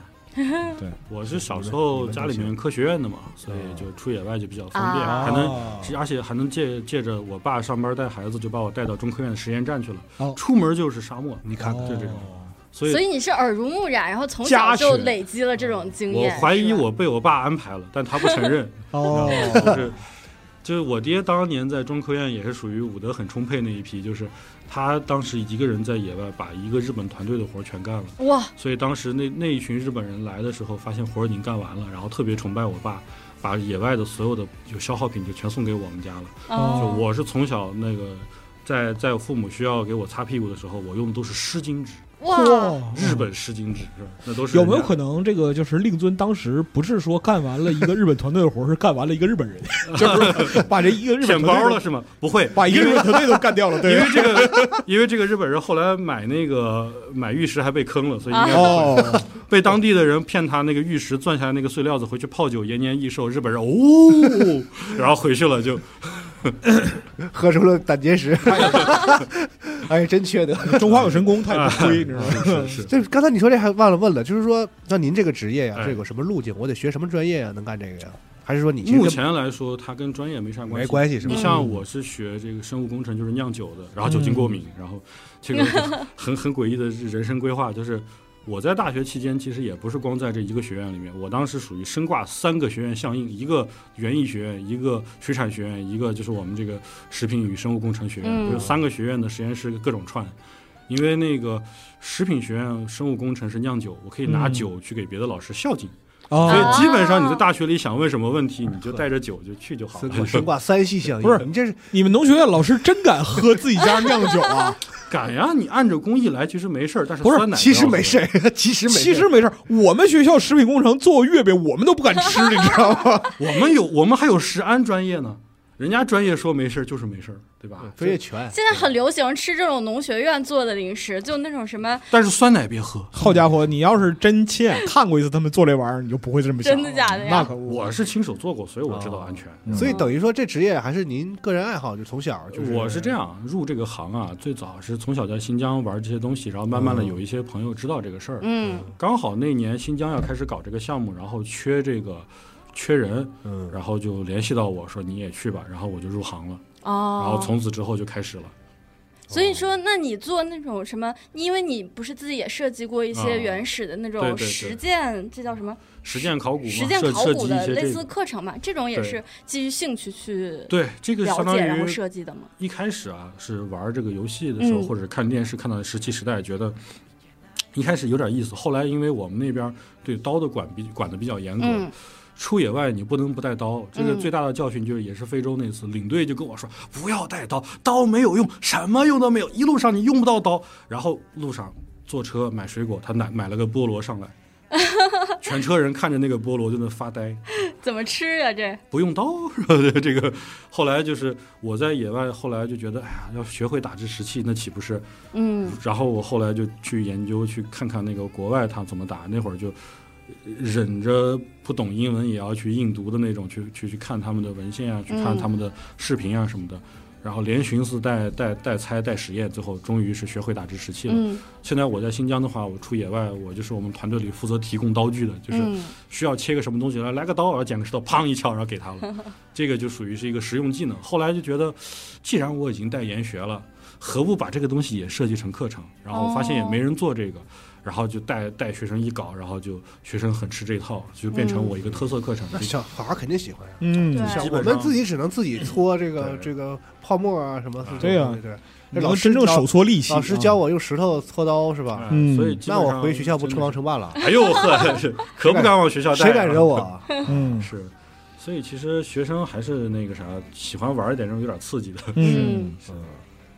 Speaker 5: 对，
Speaker 4: 我是小时候家里面科学院的嘛，所以就出野外就比较方便，
Speaker 3: 啊
Speaker 4: 还能
Speaker 5: 哦
Speaker 4: 而且还能借借着我爸上班带孩子，就把我带到中科院的实验站去了。
Speaker 5: 哦
Speaker 4: 出门就是沙漠，
Speaker 6: 你看看
Speaker 4: 就这种。
Speaker 5: 哦
Speaker 4: 所以
Speaker 3: 所以你是耳濡目染，然后从小
Speaker 5: 家学
Speaker 3: 就累积了这种经
Speaker 4: 我
Speaker 3: 验。
Speaker 4: 怀疑
Speaker 3: 是吧
Speaker 4: 我被我爸安排了，但他不承认。
Speaker 5: 哦，
Speaker 4: 就是就是我爹当年在中科院也是属于武德很充沛那一批，就是他当时一个人在野外把一个日本团队的活儿全干了。
Speaker 3: 哇，
Speaker 4: 所以当时那那一群日本人来的时候，发现活儿已经干完了，然后特别崇拜我爸，把野外的所有的有消耗品就全送给我们家了。
Speaker 5: 哦
Speaker 4: 就
Speaker 3: 哦
Speaker 4: 我是从小那个。在在我父母需要给我擦屁股的时候，我用的都是湿巾纸，
Speaker 3: 哇，
Speaker 4: 日本湿巾纸是吧？那都是
Speaker 5: 哦有没有
Speaker 4: 人家
Speaker 5: 可能这个就是令尊当时不是说干完了一个日本团队的活儿，是干完了一个日本人， 就是把这一个日本
Speaker 4: 舔
Speaker 5: 团
Speaker 4: 包
Speaker 5: 队
Speaker 4: 了
Speaker 5: 都
Speaker 4: 是吗？不会，
Speaker 5: 把一个日本团队都干掉了，
Speaker 4: 因
Speaker 5: 对
Speaker 4: 为这个，因为这个日本人后来买那个买玉石还被坑了，所以应该不会
Speaker 5: 哦，
Speaker 4: 被当地的人骗他那个玉石钻下来那个碎料子回去泡酒延年益寿，日本人哦，然后回去了就
Speaker 6: 喝出了胆 结石， 哎，真缺德。
Speaker 5: 中华有神功，他也不亏，你知道吗？
Speaker 4: 啊 是是
Speaker 6: 这刚才你说这还忘了问了，就是说，那您这个职业呀，
Speaker 4: 哎
Speaker 6: 这有什么路径？我得学什么专业
Speaker 2: 啊
Speaker 6: 呀，能干这个呀？还是说你其实
Speaker 4: 目前来说，它跟专业没啥关系，
Speaker 6: 没关系是吧
Speaker 4: 你像我是学这个生物工程，就是酿酒的，然后酒精过敏，
Speaker 6: 嗯
Speaker 4: 然后这个很很诡异的人生规划，就是我在大学期间其实也不是光在这一个学院里面，我当时属于身挂三个学院相应，一个园艺学院，一个水产学院，一个就是我们这个食品与生物工程学院，
Speaker 3: 嗯
Speaker 4: 就是三个学院的实验室各种串。因为那个食品学院生物工程是酿酒，我可以拿
Speaker 5: 嗯
Speaker 4: 酒去给别的老师孝敬，
Speaker 3: 啊
Speaker 4: 所
Speaker 5: 哦
Speaker 4: 以基本上你在大学里想问什么问题，你就带着酒就去就好
Speaker 6: 身
Speaker 4: 了。
Speaker 6: 挂身挂三系相应？
Speaker 5: 不是
Speaker 6: 你这是
Speaker 5: 你们农学院老师真敢喝自己家酿酒 啊？
Speaker 4: 敢呀，你按照工艺来其实没事儿，但是
Speaker 5: 不是
Speaker 4: 酸奶
Speaker 6: 其实
Speaker 4: 要喝
Speaker 6: 没事， 儿，其实没事儿
Speaker 5: 其实没事儿，我们学校食品工程做月饼，我们都不敢吃， 你知道吗？
Speaker 4: 我们有我们还有食安专业呢，人家专业说没事儿就是没事儿，对吧？
Speaker 2: 非得全。
Speaker 3: 现在很流行吃这种农学院做的零食，就那种什么，
Speaker 4: 但是酸奶别喝。
Speaker 5: 好家伙，你要是真亲眼看过一次他们做这玩意儿，你就不会这么想了。
Speaker 3: 真的假的呀
Speaker 5: 那可不
Speaker 4: 我是亲手做过，所以我知道安全。
Speaker 2: 所以等于说这职业还是您个人爱好，就从小就是
Speaker 4: 我是这样入这个行啊，最早是从小在新疆玩这些东西，然后慢慢的有一些朋友知道这个事儿，
Speaker 3: 嗯，
Speaker 4: 刚好那年新疆要开始搞这个项目，然后缺这个缺人，
Speaker 2: 嗯
Speaker 4: 然后就联系到我说你也去吧，然后我就入行了，然后
Speaker 3: 哦，
Speaker 4: 从此之后就开始了。
Speaker 3: 所以说，那你做那种什么，你因为你不是自己也设计过一
Speaker 4: 啊
Speaker 3: 些原始的那
Speaker 4: 对
Speaker 3: 种
Speaker 4: 对对
Speaker 3: 实践，这叫什么？
Speaker 4: 实践考古嘛，
Speaker 3: 实践
Speaker 4: 涉
Speaker 3: 考
Speaker 4: 涉
Speaker 3: 古
Speaker 4: 及
Speaker 3: 的
Speaker 4: 一些
Speaker 3: 类
Speaker 4: 这
Speaker 3: 似
Speaker 4: 个。
Speaker 3: 课程嘛，这种也
Speaker 4: 对
Speaker 3: 是基于兴趣去
Speaker 4: 对，这个
Speaker 3: 了
Speaker 4: 相当
Speaker 3: 解然后
Speaker 4: 于
Speaker 3: 设计的嘛。
Speaker 4: 一开始啊，是玩这个游戏的时候，
Speaker 3: 嗯
Speaker 4: 或者看电视看到《石器时代》，觉得嗯一开始有点意思。后来因为我们那边对刀的管比管的比较严格，
Speaker 3: 嗯，
Speaker 4: 出野外你不能不带刀。这个
Speaker 3: 嗯
Speaker 4: 最大的教训就是，也是非洲那次，领队就跟我说不要带刀，刀没有用，什么用都没有，一路上你用不到刀。然后路上坐车买水果，他买买了个菠萝上来，全车人看着那个菠萝就在那发呆。
Speaker 3: 怎么吃呀、这
Speaker 4: 不用刀是吧？ 这个后来就是我在野外，后来就觉得，哎呀，要学会打制石器，那岂不是？
Speaker 3: 嗯
Speaker 4: 然后我后来就去研究，去看看那个国外他怎么打。那会儿就忍着不懂英文也要去印读的那种，去去去看他们的文献啊，去看
Speaker 3: 嗯
Speaker 4: 他们的视频啊什么的。然后连寻思带带带猜带实验，最后终于是学会打制石器了。
Speaker 3: 嗯
Speaker 4: 现在我在新疆的话，我出野外，我就是我们团队里负责提供刀具的，就是
Speaker 3: 嗯
Speaker 4: 需要切个什么东西，来来个刀，然后捡个石头，砰一敲，然后给他了。这个就属于是一个实用技能。后来就觉得，既然我已经带研学了，何不把这个东西也设计成课程？然后发现也没人做这个，然后就带带学生一搞，然后就学生很吃这套，就变成我一个特色课程。
Speaker 2: 那小孩儿肯定喜欢呀。
Speaker 5: 嗯，
Speaker 3: 对
Speaker 2: 像
Speaker 4: 基
Speaker 2: 我
Speaker 4: 本上
Speaker 2: 们自己只能自己搓这个
Speaker 4: 对
Speaker 2: 这个泡沫啊什么
Speaker 4: 啊，
Speaker 5: 对啊
Speaker 2: 呀，对。
Speaker 5: 你
Speaker 2: 老
Speaker 5: 能
Speaker 2: 师
Speaker 5: 真正
Speaker 2: 教
Speaker 5: 手搓啊利息。
Speaker 2: 老师教我用石头搓刀是吧？
Speaker 5: 嗯
Speaker 4: 哎所以啊基本
Speaker 2: 那
Speaker 4: 上
Speaker 2: 我回学校不称王
Speaker 4: 真的
Speaker 2: 称霸了？
Speaker 4: 是？哎呦呵，是可不敢往学校带、啊，
Speaker 2: 谁敢惹我？啊？
Speaker 5: 啊，嗯
Speaker 4: 是，所以其实学生还是那个啥，喜欢玩一点这种有点刺激的。
Speaker 5: 嗯，
Speaker 2: 嗯，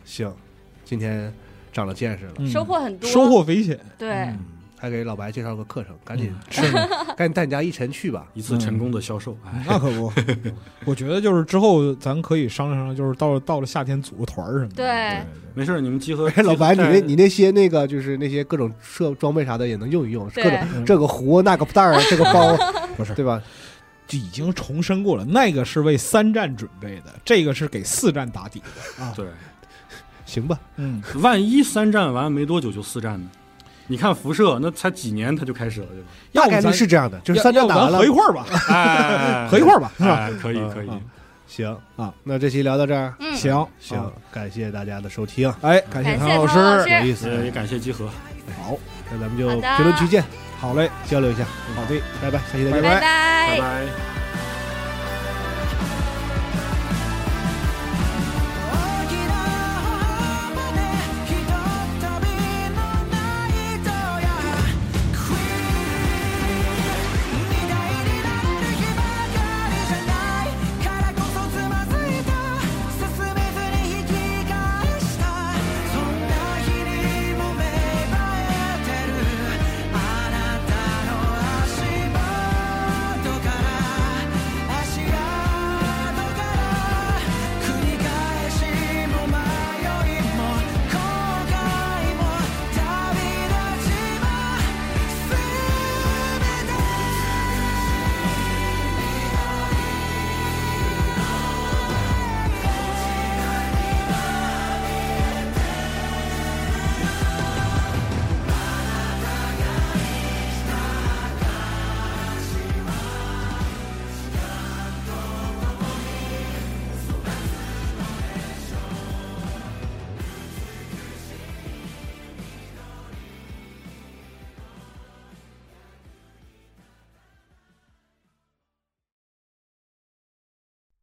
Speaker 2: 行，今天长了见识了，
Speaker 5: 嗯
Speaker 3: 收获很多，
Speaker 5: 收获匪浅。
Speaker 3: 对，
Speaker 2: 还给老白介绍个课程，赶紧
Speaker 5: 嗯是的，
Speaker 2: 赶紧带你家一晨去吧。
Speaker 4: 一次成功的销售，哎，
Speaker 5: 那可不， 我觉得就是之后咱可以商量商量，就是到到了夏天组个团儿什么的。
Speaker 3: 对，
Speaker 4: 没事儿，你们集合。
Speaker 2: 哎，老白，
Speaker 4: 集
Speaker 2: 你
Speaker 4: 合
Speaker 2: 那
Speaker 4: 带
Speaker 2: 你那些那个就是那些各种设装备啥的也能用一用，各
Speaker 3: 对
Speaker 2: 种这个壶那个袋儿这个包，
Speaker 5: 嗯 不是
Speaker 2: 对吧？
Speaker 5: 就已经重申过了，那个是为三战准备的，这个是给四战打底的。
Speaker 4: 对，
Speaker 2: 行吧，
Speaker 5: 嗯，
Speaker 4: 万一三战完没多久就四战呢？你看辐射，那才几年他就开始了，对吧？
Speaker 5: 要
Speaker 2: 大
Speaker 5: 不
Speaker 2: 概率
Speaker 5: 咱
Speaker 2: 是这样的，就是
Speaker 5: 要
Speaker 2: 三战
Speaker 5: 要不
Speaker 2: 打完
Speaker 5: 咱
Speaker 2: 了
Speaker 5: 合一块儿吧，
Speaker 4: 哎，
Speaker 5: 合一块儿吧，是 吧？
Speaker 4: 哎，可以可以
Speaker 2: 啊
Speaker 5: 嗯，
Speaker 2: 行
Speaker 5: 啊。
Speaker 2: 那这期聊到这儿，
Speaker 3: 嗯，
Speaker 5: 行
Speaker 2: 行
Speaker 5: 啊，
Speaker 2: 感谢大家的收听，
Speaker 5: 哎，感
Speaker 3: 感谢
Speaker 5: 唐
Speaker 3: 唐
Speaker 5: 老
Speaker 3: 老
Speaker 5: 师，
Speaker 3: 师
Speaker 2: 有意思。
Speaker 4: 呃，
Speaker 5: 哎
Speaker 4: 也感谢集合。
Speaker 5: 好，
Speaker 2: 那咱们就
Speaker 3: 好的
Speaker 2: 评论区见，
Speaker 5: 好嘞，
Speaker 2: 交流一下。
Speaker 5: 好的，
Speaker 2: 拜拜，下期再见。
Speaker 3: 拜
Speaker 5: 拜
Speaker 4: 拜拜。
Speaker 7: 「大きな葉っぱでひとたびのナイトや」「クイーン」「みたいになる日ばかりじゃない」「からこそつまずいた」「進めずに引き返した」「そんな日にも芽生えてる」「あなたの足元から足跡から」繰り返しも迷いも後悔も旅立ちも全て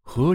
Speaker 8: 核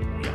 Speaker 8: 模样。